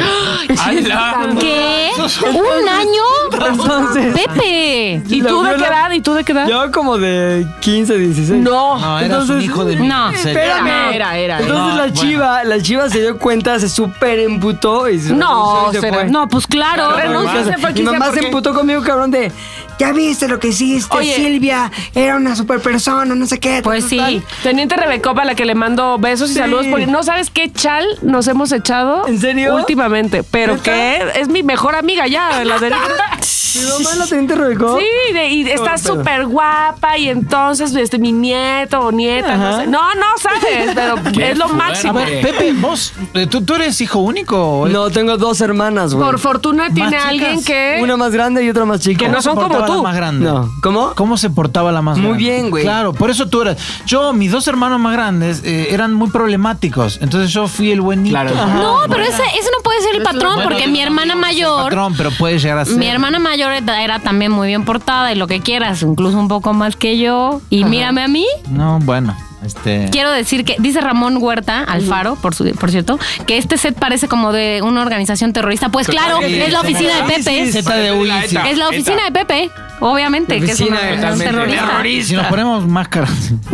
D: ¡Hala!
A: ¿Qué? ¿Un año?
C: Entonces...
A: Pepe.
E: ¿Y
C: La
E: tú de
C: viola-
E: qué edad? ¿Y tú de qué edad?
C: Yo como de 15, 16.
E: No.
B: No, eras un
C: Entonces-
B: hijo de mí.
A: No.
C: espérame.
E: Era, era, era.
C: Entonces
B: No,
C: la
B: bueno.
C: chiva, la chiva se dio cuenta, se súper emputó y se
E: No,
C: renunció y se
E: será-
C: fue.
A: No, pues claro.
E: Renunció,
A: renuncio.
E: se fue,
C: Mi
E: quizá
C: mamá se
E: porque-
C: emputó conmigo, cabrón, de ya viste lo que hiciste,
E: Oye.
C: Silvia, era una super persona, no sé qué.
A: Pues sí.
E: Teniente Rebecopa, a la que le mando besos y
C: Sí.
E: saludos, porque no sabes qué chal nos hemos echado
C: ¿En serio?
E: últimamente, pero
C: ¿Neta?
E: que es mi mejor amiga ya, la de
C: Mi mamá la teniente Rebeco.
E: Sí, de- y está
C: pedo.
E: súper guapa y entonces este, mi nieto o nieta, no
C: Ajá.
E: sé. No, no sabes, pero
D: Qué
E: es lo
D: fuerte.
B: A
E: máximo.
B: ver, Pepe, vos, eh, ¿tú, tú eres hijo único? o es-
C: No, tengo dos hermanas, güey.
E: Por fortuna tiene
B: chicas,
E: alguien que...
C: Una más grande y otra más chica.
E: Que no
B: ¿Cómo se
E: son como
B: portaba la
E: tú.
B: más grande?
C: No, ¿cómo?
B: ¿Cómo se portaba la más
C: Muy
B: grande?
C: bien, güey.
B: Claro, por eso tú eras. Yo, mis dos hermanos más grandes eh, eran muy problemáticos. Entonces yo fui el buen niño.
D: Claro.
A: No, pero ese, ese no puede ser el patrón, porque mi hermana mayor.
B: Patrón, pero puede llegar a ser.
A: Mi hermana mayor era era también muy bien portada y lo que quieras, incluso un poco más que yo. Y mírame a mí.
B: No, bueno. Este.
A: Quiero decir que, dice Ramón Huerta Alfaro, por, su- por cierto, que este set parece como de una organización terrorista. Pues claro,
D: Sí,
A: es la
D: sí,
A: oficina de
B: Sí, sí,
A: Pepe.
B: Zeta de
D: Parece
B: Uy,
D: la
B: sí.
D: ETA.
A: Es la oficina de Pepe, obviamente, que es una
C: Oficina,
A: organización
D: totalmente.
A: terrorista.
B: Si nos ponemos máscaras.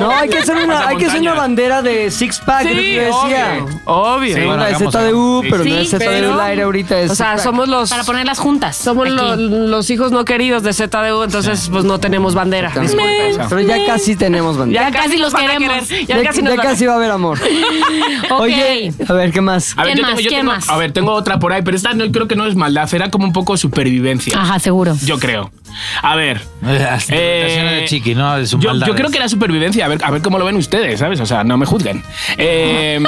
C: No, hay que hacer una, hay que hacer una
D: Pasamontañas.
C: bandera de six pack, es lo que yo decía.
D: obvio. obvio.
B: Sí,
C: Una
B: bueno,
C: de
B: hagamos
C: ZDU,
D: algo.
C: pero
A: Sí,
C: no es ZDU
E: pero-
C: al aire ahorita. Es
E: O sea,
C: six-pack.
E: somos los...
A: Para ponerlas juntas.
E: Somos
A: aquí.
E: lo- los hijos no queridos de ZDU, entonces pues no tenemos bandera. Disculpen.
B: Ah.
C: Pero ya casi tenemos bandera.
A: Ya casi los
E: van a
A: queremos.
E: querer, Ya, casi nos van a-
C: va a haber amor.
A: Ok.
C: Oye, a ver, ¿qué más?
B: Ah,
D: A ver,
A: ¿Quién
D: yo
A: más?
D: tengo, yo
A: ¿Quién
D: tengo-
A: más?
D: a ver, tengo otra por ahí, pero esta no, creo que no es maldad, era como un poco supervivencia.
A: Ajá, seguro.
D: Yo creo. A ver. eh,
B: Las interpretaciones de Chiqui, ¿no? De sus
D: yo,
B: maldades.
D: yo creo que era supervivencia, a ver, a ver cómo lo ven ustedes, ¿sabes? O sea, no me juzguen. Eh,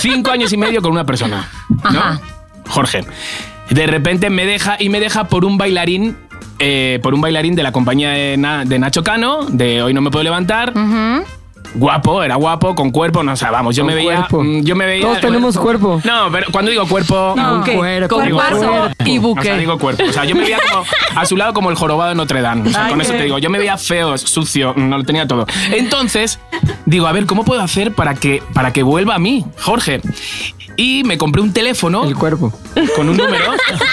D: cinco años y medio con una persona. ¿no?
A: Ajá.
D: Jorge. De repente me deja y me deja por un bailarín. eh, por un bailarín de la compañía de, Na- de Nacho Cano, de Hoy no me puedo levantar.
A: Ujú.
D: Guapo, era guapo, con cuerpo, no, o sea, vamos, yo
C: Con
D: me veía.
C: cuerpo.
D: mm, Yo me veía.
C: Todos tenemos cuerpo.
D: No, pero cuando digo cuerpo.
E: No,
D: digo
E: ¿qué?
C: cuerpo,
E: Con
D: digo
E: paso
D: cuerpo.
E: y
D: O sea,
E: buque.
D: digo cuerpo. O sea, yo me veía como a su lado como el jorobado de Notre Dame. O sea,
E: Ay,
D: con eso
E: qué-
D: te digo, yo me veía feo, sucio, no lo tenía todo. Entonces, digo, a ver, ¿cómo puedo hacer para que, para que vuelva a mí, Jorge? Y me compré un teléfono
C: El cuerpo.
D: con un número.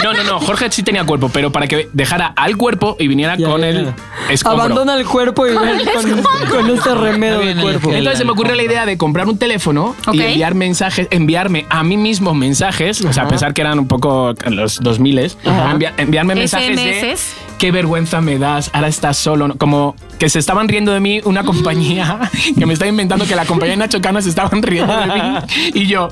D: No, no, no, Jorge sí tenía cuerpo, pero para que dejara al cuerpo y viniera
C: Ya,
D: con
C: ya,
D: el
C: ya.
D: escombro.
C: Abandona el cuerpo y ven con, con este remedio
B: Está bien,
C: del cuerpo.
B: el-
D: Entonces se me ocurrió la idea de comprar un teléfono
A: Ok.
D: y enviar mensajes, enviarme a mí mismo mensajes, o sea, a pesar que eran un poco los 2000, enviar, enviarme mensajes de
A: SMS.
D: qué vergüenza me das, ahora estás solo. Como que se estaban riendo de mí una compañía que me está inventando que la compañía de Nacho Cano se estaban riendo de mí. Y yo,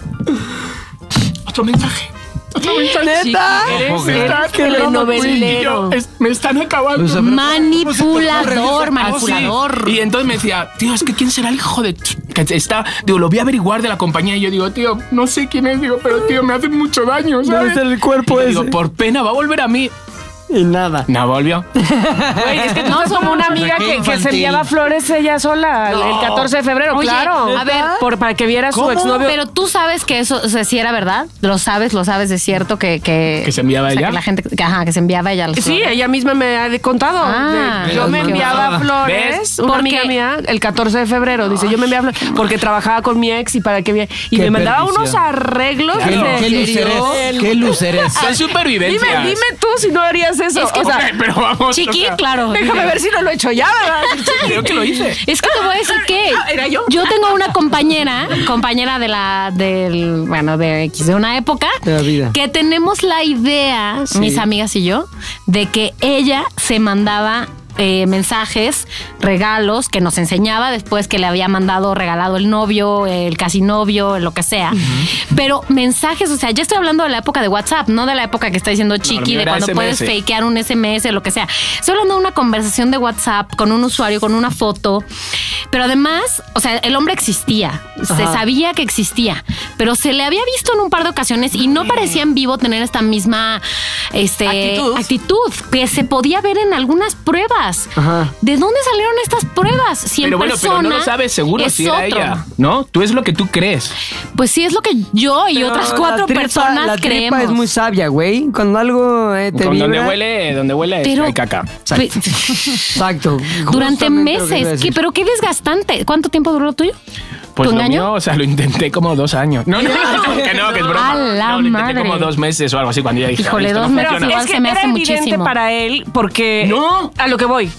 D: otro mensaje. Otro mensaje.
C: ¿Neta?
B: Ojo,
D: Me
B: eres
D: están quebrando, güey. Y yo, es- me están acabando.
B: O sea, pero-
A: Manipulador,
D: Así.
A: manipulador.
D: Ah, Y entonces me decía, tío, es que quién será el hijo de. ch- que está. Digo, lo voy a averiguar de la compañía. Y yo digo, tío, no sé quién es. Digo, pero tío, me hace mucho daño.
C: ¿Dónde
D: ¿sabes?
C: está el cuerpo
D: Y yo
C: ese?
D: digo, por pena, va a volver a mí.
C: Y nada.
D: No, volvió.
E: Güey, es que tú eres como una amiga
B: Qué
E: que, que se
B: infantil.
E: enviaba flores ella sola el- el 14 de febrero,
A: Oye,
E: claro.
A: a ver.
E: por, para que viera su exnovio.
A: Pero tú sabes que eso, o sea, si era verdad, lo sabes, lo sabes de cierto que... Que,
D: ¿Que se enviaba
A: o sea,
D: ella?
A: Que la gente, que, ajá, que se enviaba ella. los
E: Sí,
A: flores.
E: ella misma me ha de- contado.
A: Ah,
E: De- yo me
A: qué
E: enviaba
B: bárbara.
E: flores,
D: ¿Ves?
E: una
A: Porque-
E: amiga mía, el 14 de febrero, dice, yo me enviaba flores porque trabajaba con mi ex y para que viera. Y
B: Qué
E: me mandaba
B: perdición.
E: unos arreglos.
B: ¿Qué,
E: de-
B: qué luz eres? ¿Qué luz eres?
D: Son supervivencias.
E: Dime, dime tú si no harías eso.
A: Es que-
E: o sea,
D: Ok, pero vamos.
A: Chiqui,
D: o sea,
A: claro.
E: déjame ver si no lo he hecho ya, ¿verdad?
D: Creo que lo hice.
A: Es que te voy a decir que
E: Ah, ¿Era yo?
A: tengo una compañera, compañera de la del bueno de X de una época
C: De la vida.
A: que tenemos la idea, mis amigas y yo, de que ella se mandaba eh, mensajes, regalos que nos enseñaba después que le había mandado, regalado el novio, el casi novio, lo que sea. Pero mensajes, o sea, ya estoy hablando de la época de WhatsApp, no de la época que está diciendo
D: lo
A: Chiqui,
D: mío
A: de
D: era
A: cuando puedes
D: SMS.
A: fakear un SMS, lo que sea. Estoy hablando de una conversación de WhatsApp con un usuario, con una foto. Pero además, o sea, el hombre existía. Se sabía que existía. Pero se le había visto en un par de ocasiones y no parecía en vivo tener esta misma este,
E: Actitud.
A: actitud. que se podía ver en algunas pruebas.
C: Ajá.
A: ¿De dónde salieron estas pruebas? Si en
D: Pero bueno,
A: persona
D: pero no lo sabes seguro
A: es
D: si era
A: otro.
D: ella. ¿No? Tú es lo que tú crees.
A: Pues sí, es lo que yo y
C: Pero
A: otras
C: la
A: cuatro
C: tripa-
A: personas
C: la tripa
A: creemos.
C: es muy sabia, güey. Cuando algo eh, te
D: Con donde
C: vibra-
D: huele, donde huele
A: Pero-
D: hay caca.
A: Pe-
C: Exacto.
A: Durante
C: justamente lo que te iba a
A: meses.
C: decir.
A: ¿Qué- pero qué desgastante. ¿Cuánto tiempo duró lo tuyo?
D: Pues
A: ¿Tu
D: lo
A: engaño?
D: mío, o sea, lo intenté como dos años. No, no, que no, que es broma.
A: A la
D: no, lo intenté
A: madre.
D: como dos meses o algo así cuando ya dije.
A: Híjole,
D: "Ah, esto
A: dos
D: no
A: meses
D: funciona".
A: igual
E: es que
A: se me
E: era
A: hace
E: evidente
A: muchísimo.
E: para él porque
D: No.
E: a lo que voy.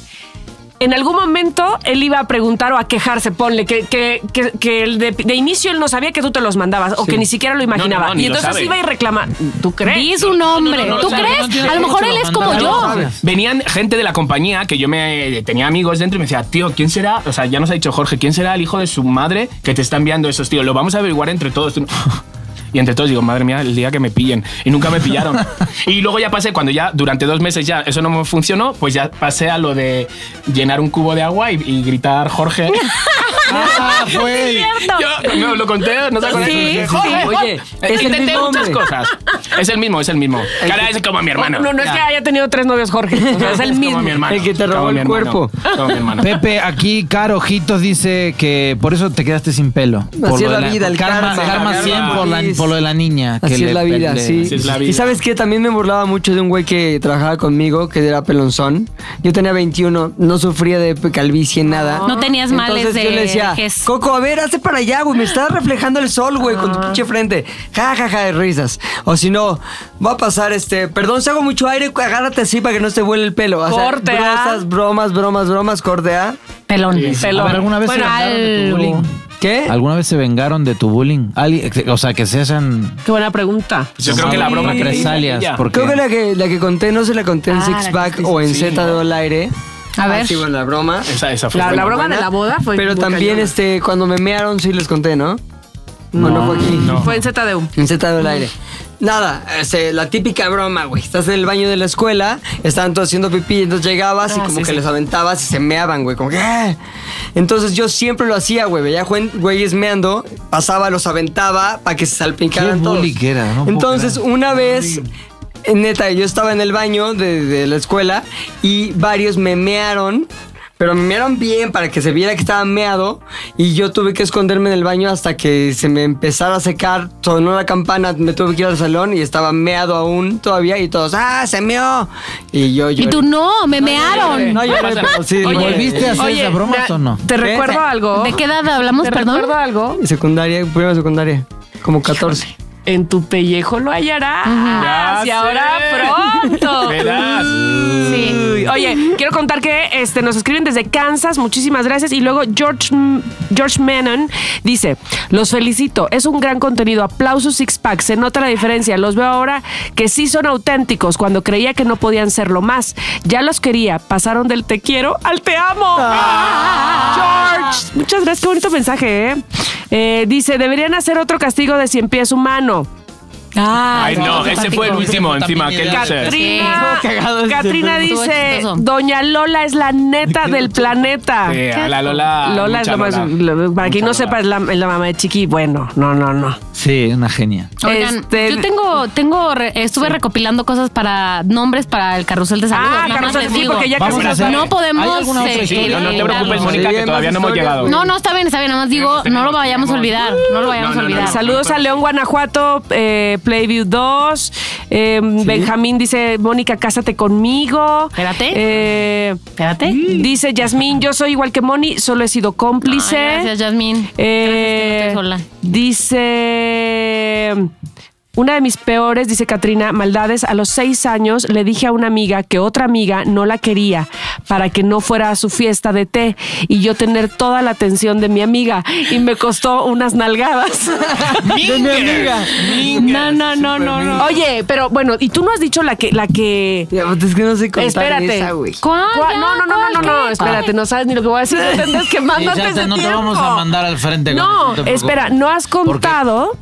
E: En algún momento él iba a preguntar o a quejarse, ponle, que, que, que, que el de, de inicio él no sabía que tú te los mandabas o que ni siquiera lo imaginaba.
D: no, ni
E: y
D: lo
E: entonces
D: sabe.
E: iba y reclama. ¿Tú crees?
A: Di su nombre.
B: no, no,
A: ¿Tú
B: no, no, no,
A: crees?
B: no, no,
A: a lo
B: no,
A: mejor
B: no,
A: él
B: no,
A: es
B: no,
A: como
B: no,
A: yo.
B: no, no, no.
D: Venían gente de la compañía que yo me eh, tenía amigos dentro y me decía, tío, ¿quién será? O sea, ya nos ha dicho Jorge, ¿quién será el hijo de su madre que te está enviando esos tíos? Lo vamos a averiguar entre todos. Y entre todos digo, madre mía, el día que me pillen. Y nunca me pillaron. y luego ya pasé, cuando ya durante dos meses ya eso no me funcionó, pues ya pasé a lo de llenar un cubo de agua y, y gritar Jorge.
B: Ah, güey.
D: Yo, no, lo conté, no te acuerdas.
E: Sí,
D: Jorge,
C: sí. Oye,
D: Jorge.
C: es el
D: Intenté
C: mismo
D: muchas
C: hombre.
D: cosas. Es el mismo, es el mismo. Cara, es como mi hermano.
E: no, no es que haya tenido tres novios, Jorge. O sea, es el
D: como
E: mismo.
D: mi hermano,
C: El que te
D: como
C: robó
D: mi
C: el
D: hermano,
C: cuerpo.
D: como mi hermano.
B: Pepe, aquí Caro Ojitos dice que por eso te quedaste sin pelo. Por
C: Así
B: lo
C: es
B: de
C: la vida, el
B: karma.
C: karma.
B: karma
D: La
B: 100 por, la-
C: karma.
B: por lo de la niña. que
C: Así
B: le-
C: es la vida,
B: le-
C: sí.
D: Así es la
C: Y
D: vida.
C: sabes qué, también me burlaba mucho de un güey que trabajaba conmigo, que era pelonzón. Yo tenía 21, no sufría de calvicie, nada.
A: No tenías males
C: Entonces
A: de
C: yo le decía,
A: vejez. Ah.
C: Coco, a ver, hazte para allá, güey, me está reflejando el sol, güey, con tu pinche frente. Ja, ja, ja, de risas. O si no, va a pasar este, perdón, si hago mucho aire, agárrate así para que no se vuele el pelo. O sea,
E: Corte, ¿ah?
C: brosas, bromas, bromas, bromas, ¿ah? cordea.
A: Pelón. Pelón.
B: A ver, ¿alguna vez
A: Bueno,
B: se vengaron de tu
A: algo.
B: bullying?
C: ¿Qué?
B: ¿Alguna vez se vengaron de tu bullying? Alguien- O sea, que se hayan...
E: Qué buena pregunta.
D: Yo creo que la broma que
B: Represalias,
D: te hice,
B: porque-
C: Creo que la, que la que conté no se la conté en
A: Ah, la
C: Six
A: que
C: Pack o en
D: sí,
C: Z de al aire.
A: A ver.
C: Ah, sí, bueno, la broma.
D: ya. Esa, esa fue.
E: La, la
D: buena.
E: broma
C: buena.
E: de la boda fue.
C: Pero
E: muy
C: también,
E: cañona.
C: este, cuando me mearon sí les conté, ¿no? No, no fue aquí.
D: No.
E: Fue en ZDU.
C: En Z del aire. Nada, este, la típica broma, güey. Estás en el baño de la escuela, estaban todos haciendo pipí, entonces llegabas y
D: Ah,
C: como
D: sí,
C: que
D: sí.
C: les aventabas y se meaban, güey. Como que. "Ah". Entonces yo siempre lo hacía, güey. Veía güey- güeyes meando, pasaba, los aventaba para que se salpicaran
B: Qué
C: todos.
B: bully que era, no puedo
C: entonces,
B: creer.
C: una vez. eh, Neta, yo estaba en el baño de, de la escuela y varios me mearon, pero me mearon bien para que se viera que estaba meado y yo tuve que esconderme en el baño hasta que se me empezara a secar, sonó la campana, me tuve que ir al salón y estaba meado aún todavía y todos, ¡ah, se meó! Y yo
A: Y
C: lloré.
A: tú no, me mearon.
C: No lloré, pero sí.
B: Oye,
C: lloré.
B: ¿volviste a hacer esas bromas
E: na-
B: o no?
E: ¿Te
C: ¿Qué?
E: recuerdo algo?
A: ¿De qué edad hablamos,
E: ¿Te
A: perdón?
E: recuerdo algo?
C: Secundaria, prueba secundaria, como 14.
E: en tu pellejo lo hallarás.
D: Ya
E: y
D: sé.
E: ahora pronto.
D: Verás.
E: Uy, Oye, quiero contar que este, nos escriben desde Kansas, muchísimas gracias. Y luego George, M- George Menon dice, los felicito, es un gran contenido, aplausos Six Pack, se nota la diferencia, los veo ahora que sí son auténticos, cuando creía que no podían serlo más, ya los quería, pasaron del te quiero al te amo. George, muchas gracias, qué bonito mensaje, ¿eh? Eh, dice, deberían hacer otro castigo de 100 pies humano.
A: Ah,
D: Ay, no, ese fue el último encima. aquel no sé.
E: Katrina,
B: Estuvo cagado ese
E: Katrina
A: Estuvo
E: dice,
A: chistoso.
E: Doña Lola es la neta del planeta.
D: Sí, a la Lola.
E: Lola es
D: mucha
E: lo más.
D: Lola.
E: lo- para quien
D: Mucha
E: no sepa,
D: Lola.
E: es la, es la mamá de Chiqui. Bueno, no, no, no.
B: Sí, una genia.
A: Oigan,
E: Este-
A: yo tengo, tengo, re- estuve recopilando cosas para nombres para el carrusel de saludos. nada
E: Ah,
A: más
E: carrusel,
A: les
E: sí,
A: digo.
E: porque ya
B: Vamos
E: casi
B: a
E: nos
B: hacer-
A: No podemos
B: ¿Hay alguna otra
A: seguir.
D: Sí,
B: historia?
D: no, no te preocupes,
A: Sí,
D: Mónica, que
C: bien,
D: todavía no hemos
C: historias,
D: llegado.
C: güey.
A: No, no, está bien, está bien. Nada más digo,
D: Tenemos,
A: no lo vayamos a
D: tenemos.
A: olvidar. No lo vayamos
D: No, no,
A: a
D: no,
A: olvidar.
D: no.
E: Saludos a León Guanajuato, eh, Playview 2. eh, Benjamín dice: Mónica, cásate conmigo.
A: Espérate.
E: Eh,
A: Espérate.
E: dice Yasmín: Yo soy igual que Moni, solo he sido cómplice.
A: Ay, gracias, Yasmín.
E: Eh,
A: Gracias que no estoy sola.
E: Dice. Una de mis peores, dice Katrina, maldades, a los seis años le dije a una amiga que otra amiga no la quería para que no fuera a su fiesta de té y yo tener toda la atención de mi amiga y me costó unas nalgadas.
D: De mi amiga.
E: no, no, no, no, no. Oye, pero bueno, ¿y tú no has dicho la que, la que...
C: Ya, pues, es que no sé contar
E: Espérate.
C: esa, güey.
A: ¿Cuál?
E: ¿Cuál?
A: Ya,
E: No, no, no,
A: ¿cuál?
E: no, no, no,
A: ¿Qué?
E: espérate, no sabes ni lo que voy a decir, no tendrás que
B: Sí,
E: más
B: Eh, ya
E: antes
B: te-
E: de
B: no te
E: tiempo.
B: vamos a mandar al frente. con
E: No,
B: eso, te preocupes.
E: espera, no has
B: ¿Por qué?
E: contado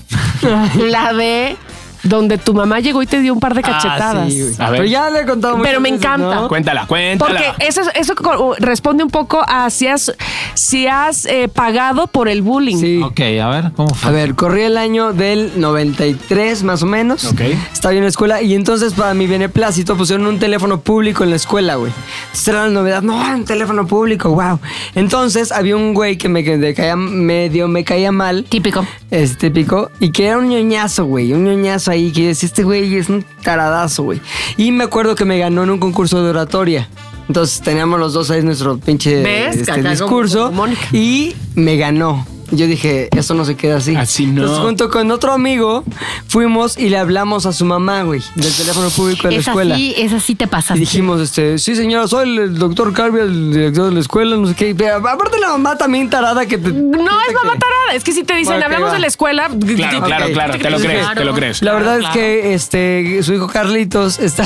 E: la de donde tu mamá llegó y te dio un par de
B: Ah, sí,
E: cachetadas.
B: güey.
D: A ver.
C: Pero ya le he contado muchas
E: Pero me
C: veces,
E: encanta.
C: ¿no?
D: Cuéntala,
E: Porque
D: cuéntala.
E: eso, eso co- uh, responde un poco a si has, si has eh, pagado por el bullying.
C: Sí.
B: Ok, a ver, ¿cómo fue?
C: A ver, corrí el año del 93 más o menos.
D: Ok.
C: Estaba yo en la escuela y entonces para mi beneplácito pusieron un teléfono público en la escuela, güey. Entonces era la novedad, no, un teléfono público, wow. Entonces había un güey que me, que me caía medio, me caía mal.
A: Típico.
C: Es típico. Y que era un ñoñazo, güey. Un ñoñazo ahí que decía, este güey es un taradazo, güey. Y me acuerdo que me ganó en un concurso de oratoria. Entonces teníamos los dos ahí nuestro pinche
E: ¿Ves?
C: este,
E: Acá como-
C: discurso.
E: como Mónica.
C: Y me ganó. Yo dije, esto no se queda así.
D: Así no.
C: Entonces, junto con otro amigo, fuimos y le hablamos a su mamá, güey, del teléfono público de la
A: Esa
C: escuela.
A: sí, esa sí te pasa.
C: Y dijimos, este, sí señora, soy el doctor Carvia, el director de la escuela, no sé qué. Pero aparte la mamá también tarada que te...
E: No es mamá
C: que-
E: tarada, es que si te dicen,
C: Bueno, ok,
E: hablamos
C: va.
E: de la escuela.
D: Claro, claro,
C: Ok.
D: claro. Te lo crees, te
A: Claro.
D: lo crees.
C: La verdad
A: Claro,
C: es que este su hijo Carlitos está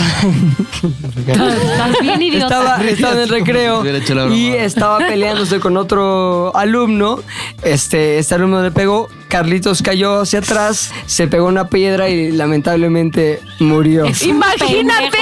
A: Estás bien idiota.
C: estaba, estaba en el recreo
B: Hubiera hecho la broma.
C: y estaba peleándose con otro alumno. Este, este alumno le pegó, Carlitos cayó hacia atrás, se pegó una piedra y lamentablemente murió.
A: Es un
E: ¡Imagínate!
A: pendejo.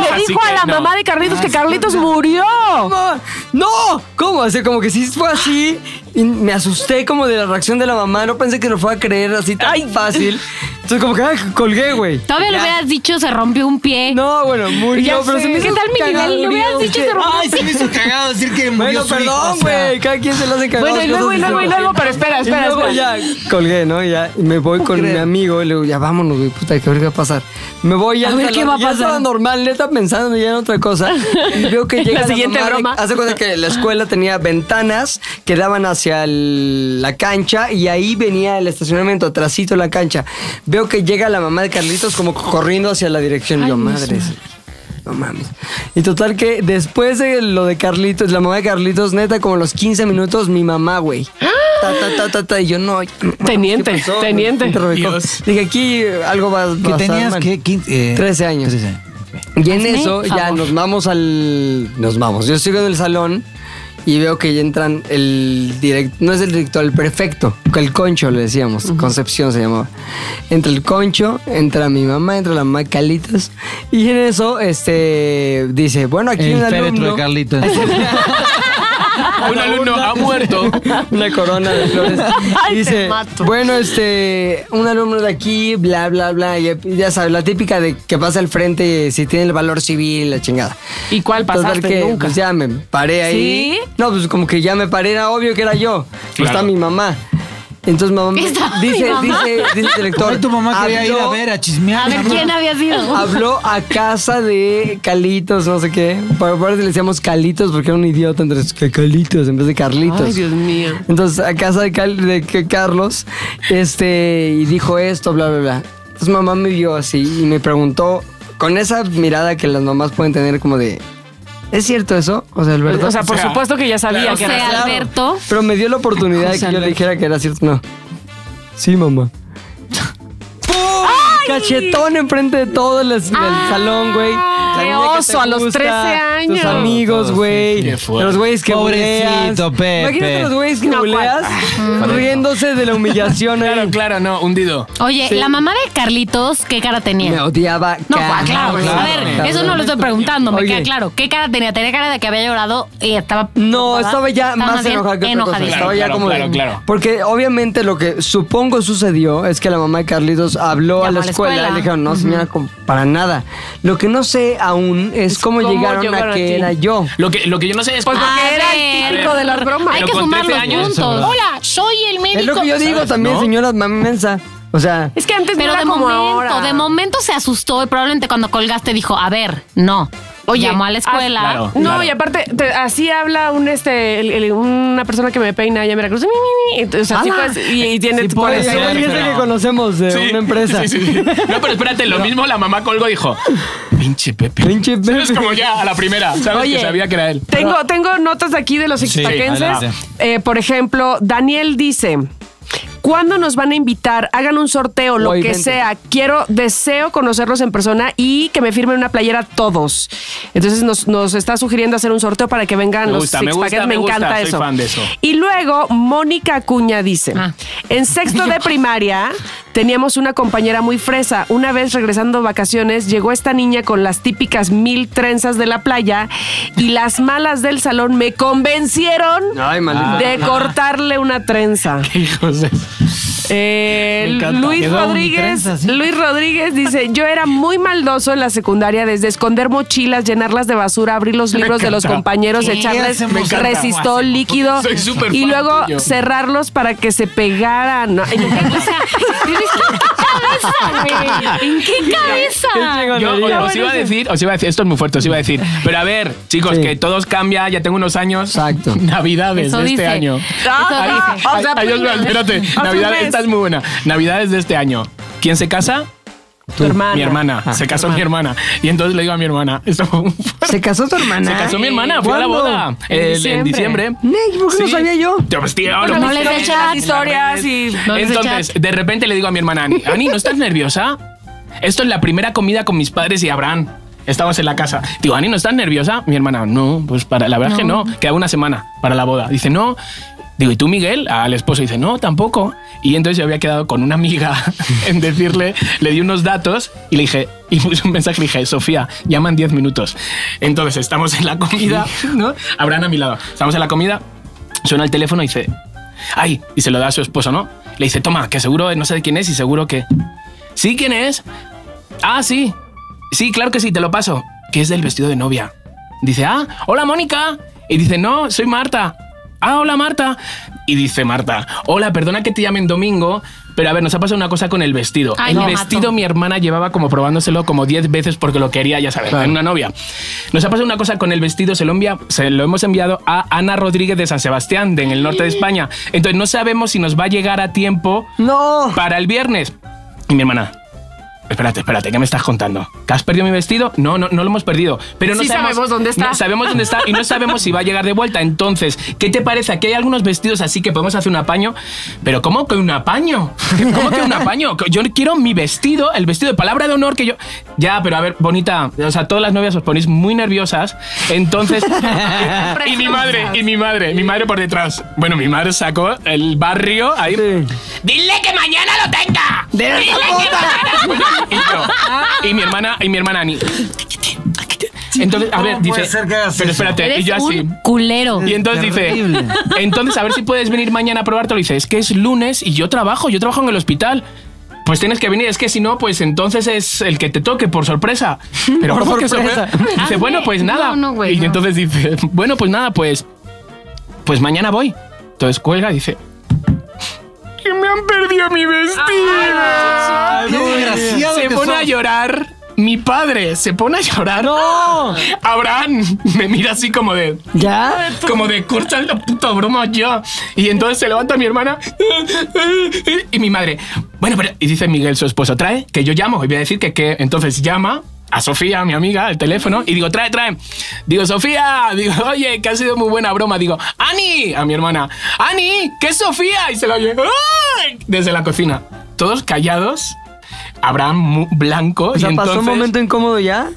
E: Le
D: Así
E: dijo a
D: que
E: la
D: no.
E: mamá de Carlitos que Carlitos murió.
C: ¡Mamá! ¡No! ¿Cómo? O sea, como que sí fue así. Y me asusté como de la reacción de la mamá. No pensé que lo fuera a creer así tan fácil. Entonces, como que ah, colgué, güey.
A: Todavía lo
C: Ya.
A: hubieras dicho, se rompió un pie.
C: No, bueno, murió,
E: Ya
C: pero
E: sé.
C: se me hizo
E: ¿Qué tal mi
C: cagado,
E: nivel? Lo hubieras
C: murió.
E: dicho y se rompió.
B: Ay, se me hizo cagado decir que murió
C: Bueno,
B: su hijo, o
C: perdón,
B: sea.
C: güey. Cada quien se lo hace cagado.
E: Bueno, y luego, y luego, y luego, pero espera, espera,
C: y luego
E: espera.
C: ya colgué, ¿no? Y Ya, y me voy con mi amigo y le digo, ya vámonos, güey, puta, que a ver qué va a pasar. Me voy ya.
E: A ver
C: al
E: qué
C: salón,
E: va a
C: ya
E: pasar.
C: estaba normal, neta pensando ya en otra cosa. Y veo que
E: La
C: llega
E: siguiente
C: mamá de-
E: broma.
C: Hace cuenta que la escuela tenía ventanas que daban hacia el- la cancha y ahí venía el estacionamiento, atrasito de la cancha. Veo que llega la mamá de Carlitos como corriendo hacia la dirección. Y yo, madres. No mames. Y total que después de lo de Carlitos, la mamá de Carlitos, neta, como los 15 minutos, mi mamá, güey. Ta, ta, ta, ta, ta. Y yo no.
E: Teniente,
C: ¿qué pasó?
E: teniente.
C: Interrogó.
D: Dios.
C: Dije, aquí algo va a
B: Que
C: pasar
B: tenías
C: mal.
B: que 15, eh,
C: 13 años.
B: 13 años.
C: Y en
A: Hazme
C: eso ya
A: favor.
C: nos vamos al. Nos vamos. Yo sigo del salón y veo que ya entran el director. No es el director, el prefecto. El concho le decíamos. Concepción se llamaba. Entra el concho, entra mi mamá, entra la mamá de Calitas. Y en eso, este. Dice, bueno, aquí
B: El
C: un
B: féretro de
C: alumno.
B: Carlitos.
D: Un alumno ha muerto.
C: Una corona de flores. Y dice, bueno, este, un alumno de aquí, bla, bla, bla. y ya sabes, la típica de que pasa al frente si tiene el valor civil, la chingada.
E: ¿Y cuál
C: Total
E: pasaste?
C: que
E: Nunca.
C: pues, ya me paré ahí.
E: ¿Sí?
C: No, pues como que ya me paré, era obvio que era yo. No
D: Claro.
C: Está mi mamá. Entonces mamá
A: Estaba mi
C: dice,
A: mamá.
C: dice, dice el director.
B: Ay, tu mamá quería ir a
C: habló-
B: ver, a chismear.
A: A ver
B: mamá.
A: quién había sido.
C: Habló a casa de Calitos, no sé qué. Por aparte le decíamos Calitos porque era un idiota, entonces que Calitos en vez de Carlitos.
E: Ay, Dios mío.
C: Entonces, a casa de, Cal- de que Carlos, este, y dijo esto, bla, bla, bla. Entonces, mamá me vio así y me preguntó, con esa mirada que las mamás pueden tener, como de, ¿es cierto eso? O sea, Alberto.
E: O sea, por
D: O sea,
E: supuesto que ya sabía
A: O
E: que era
A: sea, Alberto.
C: Ah, pero me dio la oportunidad de
E: José
C: que yo le
E: Alberto.
C: dijera que era cierto. No. Sí, mamá. ¡Pum! Cachetón enfrente de todo el, el
A: Ay,
C: salón, güey. La
E: qué
C: niña que te
E: oso, a los
C: gusta,
E: 13 años.
C: Tus amigos, güey.
D: Qué fuerte.
C: Los güeyes que buleas.
B: Pobrecito, Pepe.
C: Imagínate los güeyes que
E: No, ¿cuál?
C: buleas riéndose de la humillación. ahí.
D: Claro, claro, no, hundido.
A: Oye, la mamá de Carlitos, ¿qué cara tenía?
C: Me odiaba.
A: No,
C: cabrón,
A: claro,
C: cabrón,
A: A ver,
C: cabrón.
A: eso no lo estoy preguntando, me
C: Oye.
A: queda claro. ¿Qué cara tenía? Tenía cara de que había llorado y estaba.
C: No, estaba ya más
A: bien
C: enojada que otra cosa.
A: enojadísima.
C: Estaba ya
D: Claro,
C: como de-
D: claro, claro.
C: Porque obviamente lo que supongo sucedió es que la mamá de Carlitos habló a la, escuela, y le dijeron, no señora, com- para nada. Lo que no sé aún es,
E: Es
C: cómo,
E: cómo
C: llegaron,
E: llegaron
C: a
E: a
C: que
E: ti.
C: era yo.
D: Lo que, lo que yo no sé es Ah,
E: Pues,
D: cómo-
E: porque
A: A
E: era
A: ver.
E: el típico de las bromas.
A: Hay
D: Pero
A: que
D: con
A: sumar
D: 13
A: los
D: años,
A: puntos.
B: eso es verdad.
A: Hola, soy el médico.
C: Es lo que yo digo
D: ¿sabes?
C: también,
D: ¿No?
C: señora mami mensa. O sea,
E: Es que antes
A: Pero
E: no
A: de
E: era como
A: momento,
E: ahora.
A: de momento se asustó y probablemente cuando colgaste dijo, a ver, no.
E: Oye,
A: llamó a la escuela.
D: ah, claro.
E: No, y aparte, te- así habla un este el- el- una persona que me peina allá en Veracruz. Mi, mi, mi. Entonces, así
C: Ala.
E: pues, y, y tiene
B: Sí,
E: tu
B: puede
C: es
B: ser,
C: el güey ese
B: pero-
C: que conocemos de
D: Sí,
C: una empresa.
D: sí, sí, sí. No, pero espérate, lo mismo la mamá colgó y dijo, pinche Pepe.
C: Pinche
D: Es
C: Pepe.
D: como ya a la primera, ¿sabes?
E: Oye.
D: que sabía que era él.
E: Tengo, tengo notas de aquí de los expaquenses.
B: adelante.
E: Eh, por ejemplo, Daniel dice. ¿Cuándo nos van a invitar? Hagan un sorteo, lo
C: Hoy,
E: que
C: vente.
E: sea. Quiero, deseo conocerlos en persona y que me firmen una playera todos. Entonces nos, nos está sugiriendo hacer un sorteo para que vengan
D: Me
E: los
D: gusta, me
E: six
D: gusta,
E: packets.
D: me gusta,
E: encanta
D: soy
E: eso.
D: fan de eso.
E: Y luego Mónica Acuña dice,
A: Ah.
E: en sexto de primaria teníamos una compañera muy fresa. Una vez regresando de vacaciones llegó esta niña con las típicas mil trenzas de la playa y las malas del salón me convencieron
C: Ay, maldita.
E: de cortarle una trenza.
D: Hijos de-
E: Eh,
B: Me encanta.
E: Luis
B: Quedó un
E: Rodríguez,
B: trenza, sí.
E: Luis Rodríguez dice, yo era muy maldoso en la secundaria desde esconder mochilas, llenarlas de basura, abrir los libros de los
D: encanta.
E: compañeros,
A: ¿Qué
E: echarles
B: hacemos? Me encanta.
E: resistol
B: Hacemos.
E: líquido
D: Soy súper
E: y
D: fan
E: luego
D: tuyo.
E: cerrarlos para que se pegaran. Ay, me
A: O
E: encanta.
A: sea, ¿en qué cabeza, güey? ¿En qué cabeza?
D: Ah, Yo
C: Está
D: os, os iba a decir, os iba a decir, esto es muy fuerte, os iba a decir. Pero a ver, chicos,
C: Sí.
D: que todos cambia, ya tengo unos años.
C: Exacto.
D: Navidades
A: Eso
D: de este
A: dice.
D: año.
A: Eso dice.
D: Ay, ay, Dios mío, espérate.
E: un
D: Navidad,
E: mes.
D: esta es muy buena. Navidades de este año. ¿Quién se casa?
E: Tu hermana.
D: Mi hermana. se casó mi hermana. Y entonces le digo a mi hermana, esto fue un fuerte.
C: ¿Se casó tu hermana?
D: Se casó mi hermana, fue a la
C: ¿Cuándo?
D: boda. El- En diciembre.
C: Ney, ¿por qué no sabía yo?
D: Te- pues, tío, lo
A: no
D: puse
A: les
D: en
A: echas
D: las
E: historias
D: redes.
E: y-
A: no les
D: Entonces, de repente le digo a mi hermana Ani, Ani, ¿no estás nerviosa? Esto es la primera comida con mis padres y Abraham. Estamos en la casa. Digo, Ani, ¿no estás nerviosa? Mi hermana, no, pues para la verdad que no. Queda una semana para la boda. Dice, no. Digo, ¿y tú, Miguel? Al esposo dice, no, tampoco. Y entonces yo había quedado con una amiga en decirle, le di unos datos y le dije, y puse un mensaje, le dije, Sofía, llaman 10 minutos. Entonces estamos en la comida, ¿no? Abraham a mi lado. Estamos en la comida, suena el teléfono y dice, ay, y se lo da a su esposo, ¿no? Le dice, toma, que seguro no sé de quién es y seguro que... ¿Sí quién es? Ah, sí. Sí, claro que sí, te lo paso. Que es del vestido de novia. Dice, ah, hola Mónica. Y dice, no, soy Marta. Ah, hola Marta. Y dice Marta, hola, perdona que te llamen domingo, pero a ver, nos ha pasado una cosa con el vestido.
A: Ay,
D: el
A: me mato.
D: vestido mi hermana llevaba como probándoselo como 10 veces porque lo quería, ya sabes, en una novia. Nos ha pasado una cosa con el vestido, se lo, envia- se lo hemos enviado a Ana Rodríguez de San Sebastián, de en el norte de España. Entonces no sabemos si nos va a llegar a tiempo
C: No.
D: para el viernes. Y mi hermana. Espérate, espérate, ¿qué me estás contando? ¿Que has perdido mi vestido? No, no, no lo hemos perdido. Pero no
E: Sí sabemos dónde está.
D: no sabemos dónde está y no sabemos si va a llegar de vuelta. Entonces, ¿qué te parece? Aquí hay algunos vestidos así que podemos hacer un apaño. Pero ¿cómo que un apaño? ¿Cómo que un apaño? Yo quiero mi vestido, el vestido de palabra de honor que yo. Ya, pero a ver, bonita. O sea, todas las novias os ponéis muy nerviosas. Entonces. y mi madre, y mi madre, mi madre por detrás. Bueno, mi madre sacó el barrio ahí. ¡Dile que mañana lo tenga! ¡Dile que mañana! Y, yo, y mi hermana, y mi hermana Ani. Entonces, a ver,
B: ¿Cómo puede
D: dice.
B: ser que hagas
D: pero
B: eso?
D: espérate, y
A: Eres
D: yo así.
A: un culero.
D: Y entonces
B: Terrible.
D: dice, entonces a ver si puedes venir mañana a probártelo. Y dice, es que es lunes y yo trabajo, yo trabajo en el hospital. Pues tienes que venir, es que si no, pues entonces es el que te toque por sorpresa. Pero
C: Por
D: ¿cómo que
C: sorpresa.
D: sorpresa? Dice,
A: Hazme-
D: bueno, pues
A: Ah, no,
D: nada.
A: no, güey,
D: y
A: no.
D: entonces dice, bueno, pues nada, pues pues mañana voy. Entonces cuelga y dice, ¿quién me han perdido mi vestido.
B: Qué desgraciado
D: se
B: que
D: pone a
B: sos.
D: llorar. Mi padre se pone a llorar. Abraham me mira así como de.
C: ¿Ya?
D: Como de corta la puta broma ya. Y entonces se levanta mi hermana y mi madre. Bueno, pero. Y dice Miguel, su esposo, trae, que yo llamo. Y voy a decir que, que entonces llama a Sofía, mi amiga, al teléfono. Y digo, trae, trae. Digo, Sofía. Digo, oye, que ha sido muy buena broma. Digo, Ani, a mi hermana. Ani, que es Sofía. Y se la oye. ¡ay! Desde la cocina. Todos callados. Abraham mu- blanco.
C: O sea,
D: y
C: pasó
D: entonces,
C: un momento incómodo ya.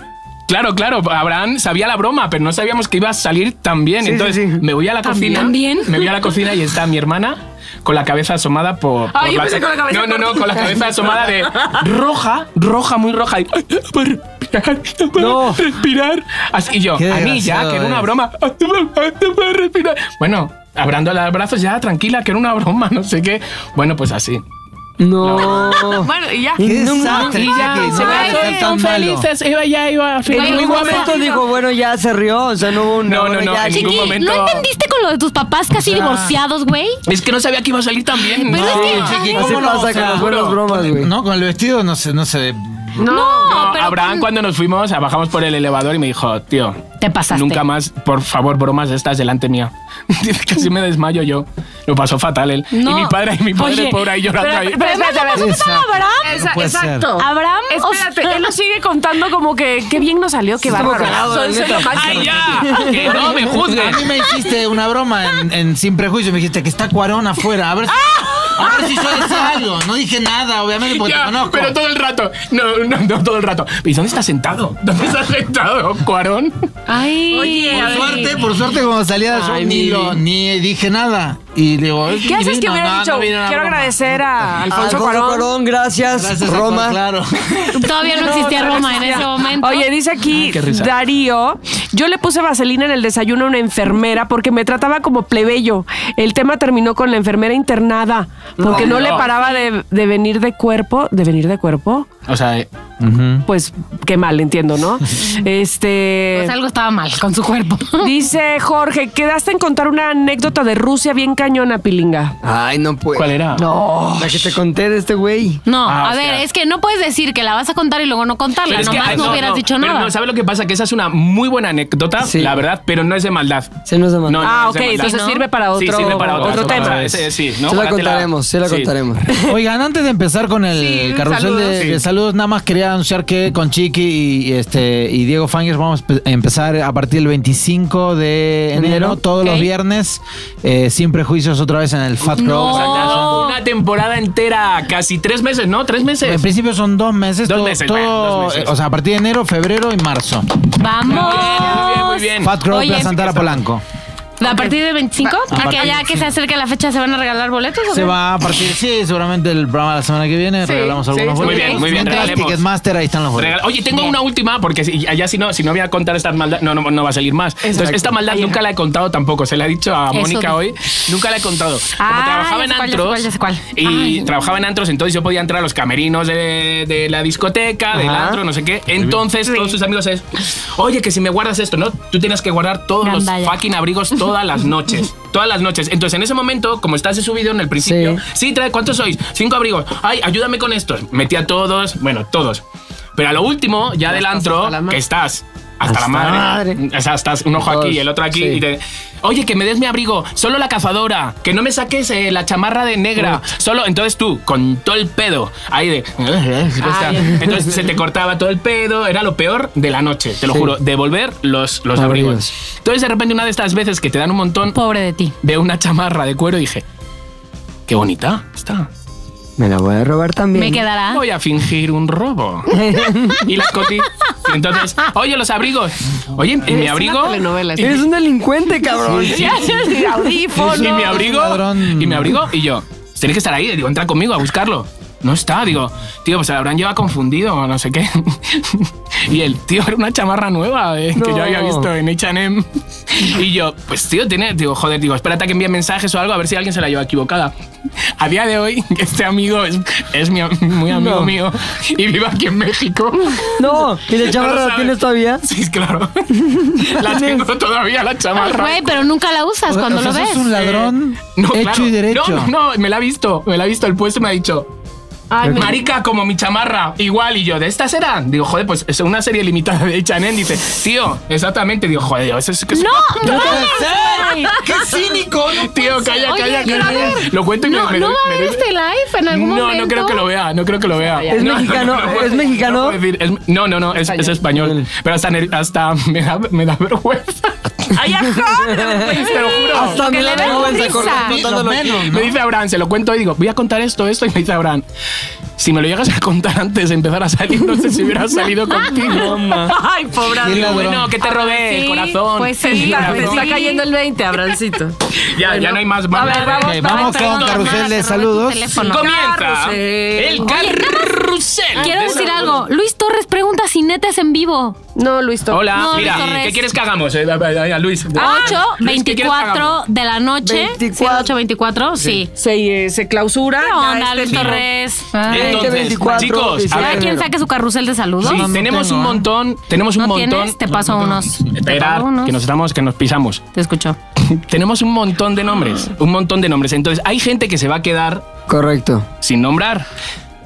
D: Claro, claro, Abraham sabía la broma, pero no sabíamos que iba a salir tan bien.
C: Sí,
D: Entonces
C: sí, sí.
D: me voy a la cocina.
A: ¿También?
D: Me voy a la cocina y está mi hermana con la cabeza asomada por. por
E: Ay, yo pensé con la cabeza
D: No, no, no,
E: cortita.
D: con la cabeza asomada de roja, roja, muy roja. Y, "Ay, para respirar, para
B: No.
D: respirar. Así y yo,
B: Qué
D: a mí ya,
B: desgraciado
D: que era una
B: eres.
D: broma. "Ay, para respirar". Bueno, abrando los brazos ya, tranquila, que era una broma, no sé qué. Bueno, pues así.
C: No.
E: Bueno, y ya.
B: Qué
C: No, no,
B: desastre.
D: Y ya,
B: chiqui,
D: se
B: no
D: casó
B: debe ser tan
D: y son
B: malo.
D: felices. Iba ya, iba
C: En
D: feliz.
A: Bueno,
D: Muy
C: ningún
D: guapa.
C: momento dijo, bueno, ya se rió. O sea, no hubo un.
D: No, no, no, en
A: Chiqui,
D: ningún momento-
A: ¿no entendiste con lo de tus papás casi
B: O sea,
A: divorciados, güey?
D: Es que no sabía que iba a salir tan bien.
A: Pero
D: No.
A: es que- Chiqui,
C: Así
B: ¿cómo no?
C: pasa
B: O
C: con
B: sea,
C: las buenas
D: bueno,
C: bromas, güey.
B: No, con el vestido no se, no se.
A: No,
D: No,
A: pero
D: Abraham
A: con-
D: cuando nos fuimos, bajamos por el elevador y me dijo, tío,
A: te pasaste.
D: nunca más, por favor, bromas de estas delante mía. Dice que así me desmayo yo. Lo pasó fatal él.
A: No.
D: Y mi padre, y mi padre
A: Oye,
D: por ahí llorando
E: pero-
D: ahí.
E: pero- espérate,
A: ¿Pero
B: espérate.
A: eso estaba Abraham?
E: Esa-
B: No puede ser.
E: exacto.
A: Abraham, o
E: Espérate,
A: sea-
E: él nos sigue contando como que qué bien nos salió, qué
C: Está
E: bárbaro.
C: bocado,
E: Soy-
C: la
E: soy lo
C: neta.
E: máximo.
D: ¡Ay, ya! ¡Que no me
B: A
D: juzguen!
B: mí me hiciste una broma en, en Sin Prejuicio. Me dijiste que está Cuarón afuera. A ver si,
E: Ah.
B: a ver si yo decía algo. No dije nada, obviamente, porque
D: Ya,
B: te conozco.
D: pero todo el rato, no, no, no, todo el rato. ¿Y dónde estás sentado? ¿Dónde estás sentado, Cuarón?
A: Ay,
E: Oye,
B: por
E: Ay.
B: suerte, por suerte, cuando salía yo
C: Ay,
B: ni,
C: mi-
B: lo- ni dije nada. Y digo,
E: ¿Qué haces que hubiera dicho? Quiero agradecer a Alfonso Cuarón.
C: Cuarón, gracias.
B: Gracias, Roma.
C: Roma.
B: claro.
A: todavía no existía Roma en ese momento.
E: Oye, dice aquí
D: Ah, qué risa.
E: Darío, yo le puse vaselina en el desayuno a una enfermera porque me trataba como plebeyo. El tema terminó con la enfermera internada porque no,
D: No.
E: le paraba de, de venir de cuerpo, de venir de cuerpo.
D: O sea,
E: Pues qué mal, entiendo, ¿no? Este
A: pues algo estaba mal con su cuerpo.
E: dice Jorge, quedaste en contar una anécdota de Rusia bien cañona, Pilinga.
C: Ay, no puedo.
D: ¿cuál era?
C: No. La que te conté de este güey.
A: No,
D: Ah,
A: a
D: o
A: ver,
D: sea.
A: es que no puedes decir que la vas a contar y luego no contarla.
D: Pero es que-
A: Nomás
D: ay,
A: no, hubieras dicho
D: pero
A: nada.
D: No, ¿Sabes lo que pasa? Que esa es una muy buena anécdota,
C: Sí.
D: la verdad, pero no es de maldad.
C: Se nos demandó.
D: No, no,
E: ah,
D: no
E: ok,
D: se manda.
E: entonces
A: Sí, ¿no?
E: sirve para otro,
D: sí, sirve para otro,
E: otro
D: para
E: tema.
D: otro, ese, sí, ¿no?
C: se la
D: Ojalá te
C: contaremos, se la
D: sí.
C: contaremos.
B: Oigan, antes de empezar con el
E: Sí,
B: carrusel de-
E: saludos.
B: de,
D: Sí.
B: saludos, nada más quería anunciar que con Chiqui y, y este y Diego Fangers vamos a empe- a empezar a partir del 25 de enero,
C: Enero,
B: todos
A: ok.
B: los viernes, eh, sin prejuicios otra vez en el Fat
A: No.
B: Crow.
D: Sacaron Una temporada entera, casi tres meses, ¿no? Tres
B: En
D: meses.
B: principio son dos meses,
D: Dos
B: todo-
D: meses,
B: todo-
D: bueno, dos meses.
B: eh, o sea, a partir de enero, febrero y marzo.
A: Vamos.
D: Muy bien, muy bien.
B: Fat Crow
A: Oye,
B: Plaza Antara Polanco.
A: ¿A partir de 25?
D: Ah,
A: ¿A que
B: partir-
A: ya que se acerca la fecha se van a regalar boletos? o
B: Se
A: qué?
B: va a partir, sí, seguramente el programa de la semana que viene regalamos
D: sí,
B: algunos
D: sí, muy
B: boletos.
D: bien, muy bien,
B: Mientras
D: regalemos.
B: Ticketmaster, ahí están los boletos.
D: Regala- Oye, tengo una última, porque si, allá si no, si no voy a contar esta maldad, no, no, no va a salir más. Entonces, esta maldad nunca la he contado tampoco. Se la he dicho a
A: Eso
D: Mónica
A: di-
D: hoy. Nunca la he contado. Como
A: Ah,
D: trabajaba
A: ya
D: en
A: sé cuál, ya sé
D: antros.
A: cuál, ya sé cuál.
D: Y
A: Ay.
D: trabajaba en antros, entonces yo podía entrar a los camerinos de, de la discoteca, del
C: Ajá.
D: antro, no sé qué. Entonces, todos sus amigos es. Oye, que si me guardas esto, ¿no? Tú tienes que guardar todos
A: Gandalla.
D: los fucking abrigos todas las noches. Todas las noches. Entonces, en ese momento, como estás subido en el principio,
C: Sí.
D: Sí, trae, ¿cuántos sois? Cinco abrigos. Ay, ayúdame con estos. Metí a todos, bueno, todos. Pero a lo último, ya del antro, que estás hasta, la madre. O sea, estás un ojo aquí y el otro aquí.
C: Sí.
D: y te- Oye, que me des mi abrigo, solo la cazadora, que no me saques eh, la chamarra de negra. Solo, entonces tú, con todo el pedo, ahí de. "Eh, O sea, entonces se te cortaba todo el pedo, era lo peor de la noche, te lo
C: Sí.
D: juro, devolver los, los
C: Abrigos.
D: abrigos. Entonces, de repente, una de estas veces que te dan un montón,
A: Pobre de ti.
D: veo una chamarra de cuero y dije, qué bonita está.
C: Me la voy a robar también.
A: Me quedará.
D: Voy a fingir un robo. y las coti. y entonces, oye, los abrigos. Oye, ¿y mi abrigo?
E: telenovela,
D: ¿Y,
C: Eres un delincuente, cabrón.
E: Y audífonos.
D: y mi abrigo?
B: Ladrón.
D: ¿Y mi abrigo? Y yo, tienes que estar ahí. Digo, entra conmigo a buscarlo. No está, digo, tío, pues se la habrán llevado confundido o no sé qué. y el tío era una chamarra nueva eh, que yo había visto en H&M. y yo, pues tío, tiene, digo, joder, digo, espérate a que envíe mensajes o algo a ver si alguien se la lleva equivocada. A día de hoy, este amigo es, es mi am- muy amigo
C: No.
D: mío y vive aquí en México.
C: No, ¿y
D: No
C: la chamarra
D: sabes.
C: la tienes todavía?
D: Sí, claro. La tengo todavía, la chamarra.
A: Güey, pero nunca la usas cuando
B: o
A: lo
B: sea,
A: ves.
B: sos un ladrón
D: No,
B: hecho
D: claro.
B: y derecho.
D: No, no, no, me la ha visto, me la ha visto. El puesto me ha dicho,
A: Ay, me-
D: marica, como mi chamarra, igual. Y yo, ¿de estas eran? Digo, joder, pues es una serie limitada de H&M. Dice, tío, exactamente. Digo, joder, eso es... Que es-
A: No, no,
B: ¡Qué cínico!
D: Tío, calla,
A: Oye,
D: calla,
A: pero a
D: calla.
A: ver,
D: Lo cuento y me-
A: no,
D: me
A: no
D: doy-
A: va a
D: me
A: haber
D: doy-
A: este live en algún
D: no,
A: momento.
D: no creo que lo vea, no creo que lo vea.
C: Es
D: No, no,
C: mexicano,
D: no, no, no,
C: es
D: no,
C: mexicano.
D: No, puedo decir, es- no, no, no, es, es español. Pero hasta, ner- hasta me, da, me da vergüenza.
E: ¡Ay, ajá!
D: Te lo juro.
C: Hasta
A: que
C: me
A: le
C: da
A: den
C: vergüenza
A: risa.
C: con- contándolo aquí.
D: Me dice Abraham, se lo cuento y digo, voy a contar esto, esto. Y me dice Abraham, si me lo llegas a contar antes de empezar a salir, no sé si hubiera salido contigo.
E: ¡Ay, pobre
B: Bien
E: Adrián!
B: ladrón.
D: Bueno, que te robé el
A: Ah, Sí,
D: corazón.
A: Pues
E: Te
A: sí,
E: está, te
A: pues
E: está
A: sí.
E: cayendo el 20, Abrancito.
D: Ya, ya no hay más.
E: A ver, vamos.
B: Ok, vamos
A: Perdón,
B: con carrusel
A: perdona, te
B: de
A: robé tu
B: saludos.
A: teléfono.
D: Comienza
E: Carrusel.
D: el carrusel.
A: Quiero
D: de
A: decir
D: saludos.
A: algo. Luis Torres pregunta si neta es en vivo.
E: No, Luis, to-
D: Hola,
A: No,
D: mira,
A: Luis Torres.
D: ¿qué quieres que hagamos? Eh, eh, eh, Luis.
E: Ah,
A: 8,
D: Luis, ¿qué quieres que
A: 24
D: hagamos?
A: de la noche.
C: 24.
A: 8, 24, sí.
E: Se, eh, se clausura.
A: ¿Qué
E: ya
A: onda,
E: este-
A: Luis Torres? Ay.
D: Entonces,
C: 24,
D: chicos, a
A: Cada
D: ver,
A: quien saque su carrusel de saludos.
D: Sí,
B: no
D: tenemos
B: tengo,
D: un
B: ¿eh?
D: montón, tenemos un
A: ¿No
D: montón.
A: tienes? Te paso unos. Te
D: Esperar,
A: paso unos.
D: que nos estamos, que nos pisamos.
A: Te escucho.
D: tenemos un montón de nombres, un montón de nombres. Entonces, hay gente que se va a quedar
C: Correcto.
D: sin nombrar.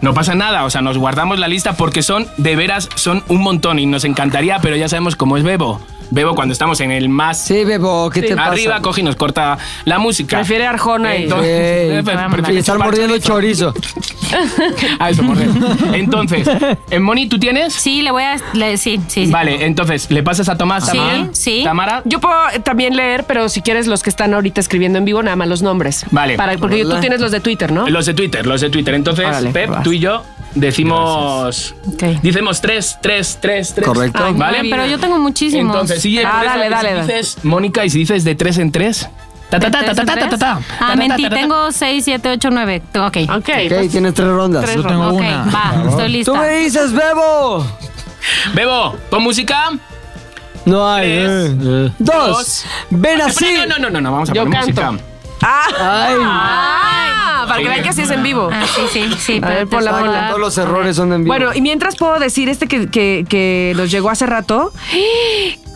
D: No pasa nada, o sea, nos guardamos la lista porque son, de veras, son un montón y nos encantaría, pero ya sabemos cómo es Bebo. Bebo cuando estamos en el más
C: Sí, Bebo, ¿qué te pasa?
D: arriba coge y nos corta la música.
E: Prefiere Arjona y-
D: Entonces,
C: Ey,
D: eh, pre-
A: y
D: prefiere
C: Y estar
D: chupar
C: mordiendo
D: chorizo.
C: chorizo.
D: Ah, eso, morder. Entonces, eh, Moni, ¿tú tienes?
A: Sí, le voy a. le- sí, sí, sí.
D: Vale, entonces, ¿le pasas a Tomás?
A: Sí,
D: Tamara?
A: sí.
D: Tamara.
E: Yo puedo eh, también leer, pero si quieres los que están ahorita escribiendo en vivo, nada más los nombres.
D: Vale.
E: Para- porque tú tienes los de Twitter, ¿no?
D: Los de Twitter, los de Twitter. Entonces,
E: Órale,
D: Pep,
E: vas.
D: tú y yo decimos.
A: Ok.
D: Decimos tres, tres, tres, tres.
C: Correcto. Ay,
D: ¿Vale?
A: Ay, Pero yo tengo muchísimos.
D: Entonces, sí,
E: Ah,
D: por eso
E: dale,
D: que
E: dale,
D: si
E: dale.
D: dices, Mónica, y si dices de tres en tres. Ta, ta, ta, ta, ta, ta, ta, ta, ta.
A: Ah,
D: Ta,
A: mentí,
D: ta, ta, ta, ta.
A: tengo 6, 7, 8, 9. Ok.
E: Ok.
C: Ok,
E: pues,
C: tienes tres rondas.
E: tres
B: Yo tengo
A: Ok,
B: una.
A: va, estoy lista.
C: ¡Tú me dices, Bebo!
D: Bebo, pon música.
C: No hay.
D: Tres,
C: eh, eh.
D: dos.
C: Dos. Ven así.
D: Ah, No, no, no, no, no, vamos a
E: Yo
D: poner
E: canto.
D: música.
E: Ah,
C: Ay,
E: ah, para que vean que así es en vivo.
A: Ah, sí, sí, sí.
E: A ver,
A: espérate,
E: ponla,
A: voy a-
E: ponla.
C: todos los errores son de en vivo.
E: Bueno, y mientras puedo decir este que, que- que nos llegó hace rato,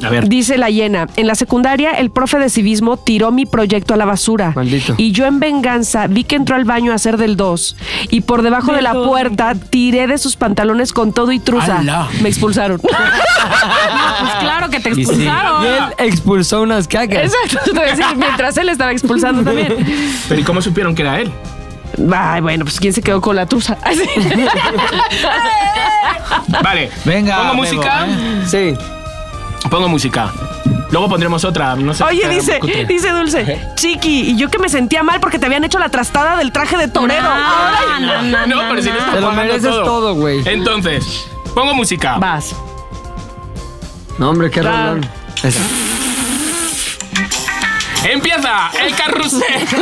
D: A ver.
E: dice la llena, en la secundaria el profe de civismo tiró mi proyecto a la basura.
C: Maldito.
E: Y yo en venganza vi que entró al baño a hacer del 2 y por debajo de la puerta tiré de sus pantalones con todo y truza.
D: ¡Hala!
E: Me expulsaron.
A: Pues claro que te
B: sí.
A: expulsaron.
C: y él expulsó unas cacas.
E: Exacto, te voy a decir, mientras él estaba expulsando también.
D: Pero ¿y cómo supieron que era él?
E: Ay, bueno, pues quién se quedó con la truza. Ay, sí.
D: Vale.
B: Venga,
D: Pongo
B: Bebo,
D: música.
B: ¿eh?
C: Sí.
D: Pongo música. Luego pondremos otra. No sé.
E: Oye,
D: Era
E: dice,
D: un cutre.
E: dice Dulce, Chiqui, y yo que me sentía mal porque te habían hecho la trastada del traje de torero.
A: Ah, No, no, no,
D: No,
A: no,
D: pero si le
A: no.
D: está
C: Te lo
D: pagando
C: mereces todo, güey.
D: Eh, Entonces, pongo música.
E: Vas.
C: No, hombre, qué
E: Claro.
C: rolón. Esa.
D: Empieza el carrusel. Qué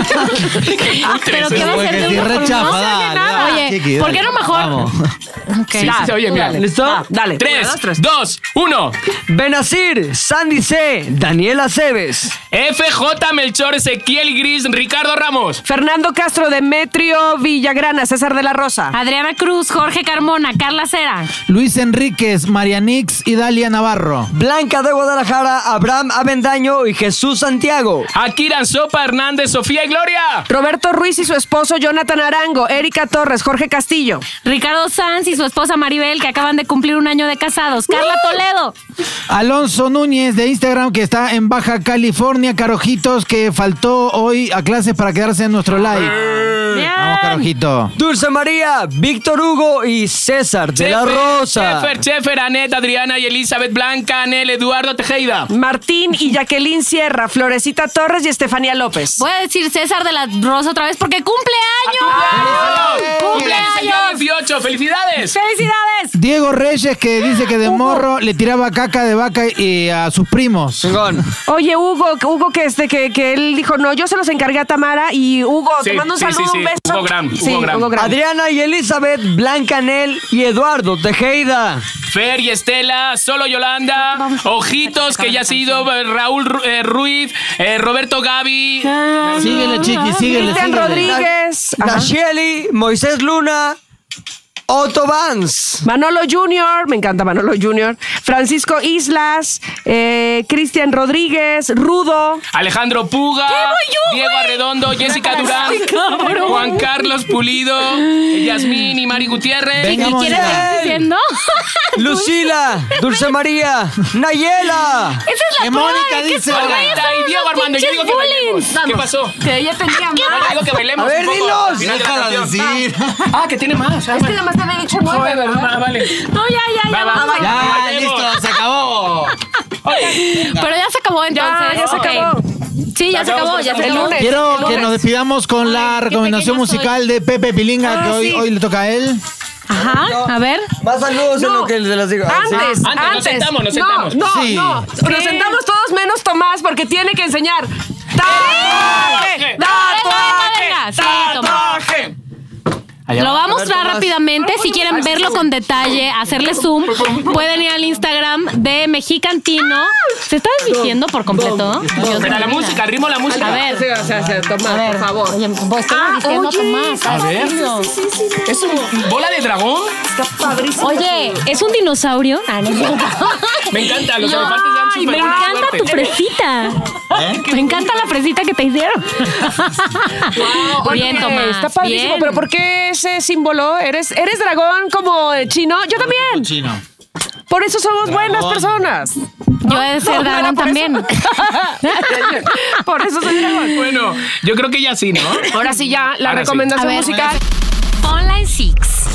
A: Pero
D: cutres,
A: ¿qué
D: ¿eh?
A: va a
B: Güey,
A: ser
B: que
A: de
B: sí,
A: uno por
B: re
A: uno?
B: chafa,
A: No se oye
B: dale,
A: nada.
B: dale,
A: Oye,
B: chiqui,
A: ¿por qué
B: dale.
A: no mejor?
B: Vamos.
A: Ok.
D: Sí, sí, se oye, mira.
C: ¿Listo?
E: Va, dale. Una, dos,
D: Tres, dos, uno.
C: Benazir, Sandy C, Daniela Cebes.
D: FJ Melchor, Ezequiel Gris, Ricardo Ramos.
E: Fernando Castro, Demetrio Villagrana, César de la Rosa.
A: Adriana Cruz, Jorge Carmona, Carla Cera.
B: Luis Enríquez, Marianix y Dalia Navarro.
C: Blanca de Guadalajara, Abraham Avendaño y Jesús Santiago.
D: Akira Sopa, Hernández, Sofía y Gloria.
E: Roberto Ruiz y su esposo Jonathan Arango, Erika Torres, Jorge Castillo.
A: Ricardo Sanz y su esposa Maribel, que acaban de cumplir un año de casados. Carla Toledo.
B: Alonso Núñez de Instagram, que está en Baja California. Carojitos, que faltó hoy a clases para quedarse en nuestro live. Vamos,
A: Bien.
B: Carojito.
C: Dulce María, Víctor Hugo y César de la
D: Chefer,
C: Rosa.
D: Chefer, Chefer, Anet, Adriana y Elizabeth Blanca, Anel, Eduardo Tejeda.
E: Martín y Jacqueline Sierra, Florecita Torres y Estefanía López.
A: Voy a decir César de la Rosa otra vez porque cumple
D: Ah,
A: años.
D: ¡Cumpleaños!
A: ¡Cumpleaños!
D: ¡Cumpleaños! 18, ¡Felicidades!
A: ¡Felicidades!
B: Diego Reyes, que dice que de morro le tiraba caca de vaca eh, a sus primos.
C: Chingón.
E: Oye, Hugo, Hugo que este, que, que él dijo, no, yo se los encargué a Tamara y Hugo, te
D: Sí,
E: mando un
D: sí, sí,
E: saludo,
D: sí,
E: beso.
D: Hugo Graham,
E: Sí,
D: Hugo Graham.
E: Hugo Graham.
C: Adriana y Elizabeth, Blancanel y Eduardo Tejeda.
D: Fer y Estela, solo Yolanda, Ojitos, que ya ha sido eh, Raúl Ru- eh, Ruiz, eh, Roberto Gaby.
B: Síguele, chiqui, síguele.
E: Cristian
B: síguele.
E: Rodríguez. ajá.
C: Nacheli, Moisés Luna, Otto Vance.
E: Manolo Junior, me encanta Manolo Junior. Francisco Islas, eh, Cristian Rodríguez, Rudo.
D: Alejandro Puga, Diego Arredondo, Jessica Durán, Juan Carlos Pulido, Yasmín y Mari Gutiérrez.
B: Venga,
A: ¿Quieres
B: Mónica.
A: seguir diciendo?
C: Lucila, Dulce María, Nayela.
A: Esa es la
B: Que
A: prueba
B: Mónica
A: de que
B: dice,
A: son-
D: Margarita
A: ellos son
D: y
A: unos
D: Diego Armando, yo
A: pinches
D: digo que
A: bullies.
D: bailemos. ¿Qué
A: Vamos.
D: pasó?
A: Que yo tenía
D: No, yo
A: más.
D: digo que bailemos
C: A ver,
D: un poco
C: dilos.
D: al final de la
B: Déjala
D: canción.
B: decir.
D: Ah, que tiene más. Ah,
A: Es que
E: Este
A: nada más te habían hecho nueve,
D: Joder,
A: ¿verdad?
D: ah, vale.
A: No, ya, ya, ya.
D: Va, va,
A: vamos
D: va,
A: a-
D: va.
B: Ya,
D: Bailemos.
B: listo, se acabó.
A: Pero ya se acabó entonces.
E: ya se
A: Ok.
E: acabó.
A: Sí, ya se acabó, ya se
E: El
A: acabó.
E: lunes.
B: Quiero que
E: lunes.
B: nos despidamos con la
A: Ay, qué
B: recomendación
A: pequeña soy.
B: musical de Pepe Pilinga,
E: Ah,
B: que hoy,
E: sí.
B: hoy le toca a él.
A: Ajá, a ver.
C: Más saludos en
E: No,
C: lo que se las digo.
E: Antes,
D: Ah, antes, nos
E: antes.
D: sentamos, nos
E: no,
D: sentamos.
E: No,
B: Sí.
E: no. Nos sentamos todos menos Tomás porque tiene que enseñar. ¡Tatuaje!
D: ¡Tatuaje!
E: ¡Tatuaje!
A: Sí, toma.
D: Allá
A: Lo
D: va.
A: va a mostrar rápidamente. Si quieren verlo con detalle, hacerle zoom, pueden ir al Instagram de Mexicantino. ¿Se está desvistiendo por completo? Dios
D: Pero a la
A: mío.
D: música, al ritmo de la música.
A: A ver.
E: Sí, o sea, o sea, Tomás,
A: A ver,
E: por favor.
A: Oye, vos estás
E: Ah,
A: diciendo
E: oye,
A: Tomás.
D: A ver. ¿Es un bola de dragón?
A: Oye, ¿es un dinosaurio? Ah, no.
D: Me encanta, los
A: No,
D: elefantes dan
A: ay,
D: súper
A: Me
D: buena
A: encanta
D: suerte.
A: tu fresita.
E: ¿Eh?
A: Me encanta la fresita que te hicieron. bien,
E: Oye,
A: Tomás.
E: Está padrísimo,
A: bien.
E: pero ¿por qué ese símbolo? ¿Eres, eres dragón como el chino? Yo también.
B: Chino.
E: Por eso somos buenas
B: Dragón.
E: personas.
A: Yo he de ser
E: No, no era
A: dragón
E: por eso.
A: también.
E: Por eso soy dragón.
D: Bueno, yo creo que ya sí, ¿no?
E: Ahora sí, ya, la
D: Ahora sí.
E: recomendación
A: A ver.
E: musical.
A: Online Six.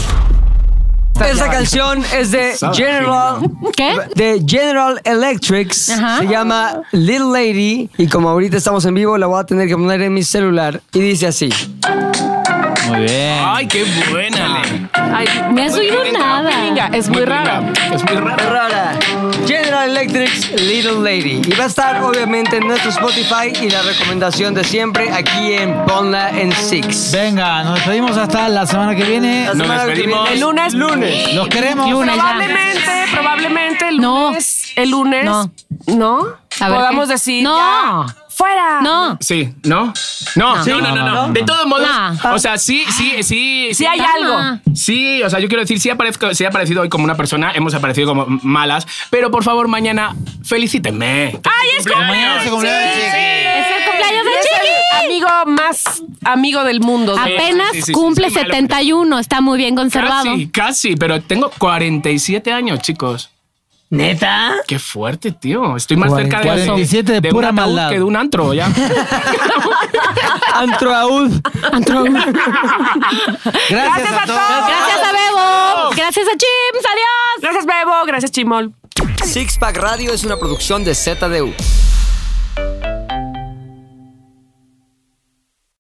C: Esta canción es de General.
A: ¿Qué?
C: De General Electrics
A: Ajá.
C: se llama Little Lady y como ahorita estamos en vivo la voy a tener que poner en mi celular y dice así.
B: Muy bien.
D: Ay, qué buena, Ale.
E: Ay,
A: Me has oído
E: venga,
A: nada.
E: es muy raro.
D: Es muy raro.
C: Rara. General Electrics Little Lady y va a estar obviamente en nuestro Spotify y la recomendación de siempre aquí en Ponla en Six.
B: Venga, nos despedimos hasta la semana que viene.
C: La
D: Nos
C: semana que
D: despedimos.
C: viene-
E: El lunes. Lunes.
B: Los queremos.
A: Lunes ya.
E: Probablemente, probablemente el
A: No.
E: lunes. El lunes.
A: No.
E: No.
A: A ver,
E: Podamos
A: ¿qué?
E: decir.
A: No.
E: ya, ¡Fuera!
A: No.
D: Sí, ¿no? No, no, no, no, no. De todos modos,
A: No.
D: o sea, sí, sí, sí,
E: Si
D: sí.
E: hay algo.
A: Toma.
D: Sí, o sea, yo quiero decir, sí, aparezco, sí he aparecido hoy como una persona, hemos aparecido como malas, pero por favor, mañana, felicítenme.
E: ¡Ay, es
B: Mañana
E: cumpleaños!
B: se cumpleaños,
E: Sí.
B: chiqui.
A: Es el cumpleaños de
E: Y es el
A: Chiqui. Ah,
E: amigo más amigo del mundo.
D: sí,
A: Apenas
D: sí, sí, sí,
A: cumple
D: sí, sí, sí,
A: 71. Está muy bien conservado.
D: Casi, casi, pero tengo 47 años, chicos. ¿Neta? Qué fuerte, tío. Estoy más cerca de,
B: 47 de
D: un
B: pura
D: ataúd
B: maldad.
D: que de un antro, ya.
C: Antroaud.
B: Gracias a todos.
A: Gracias a Bebo. Gracias a Chims. Adiós.
E: Gracias, Bebo. Gracias, Chimol.
C: Six Pack Radio es una producción de ZDU.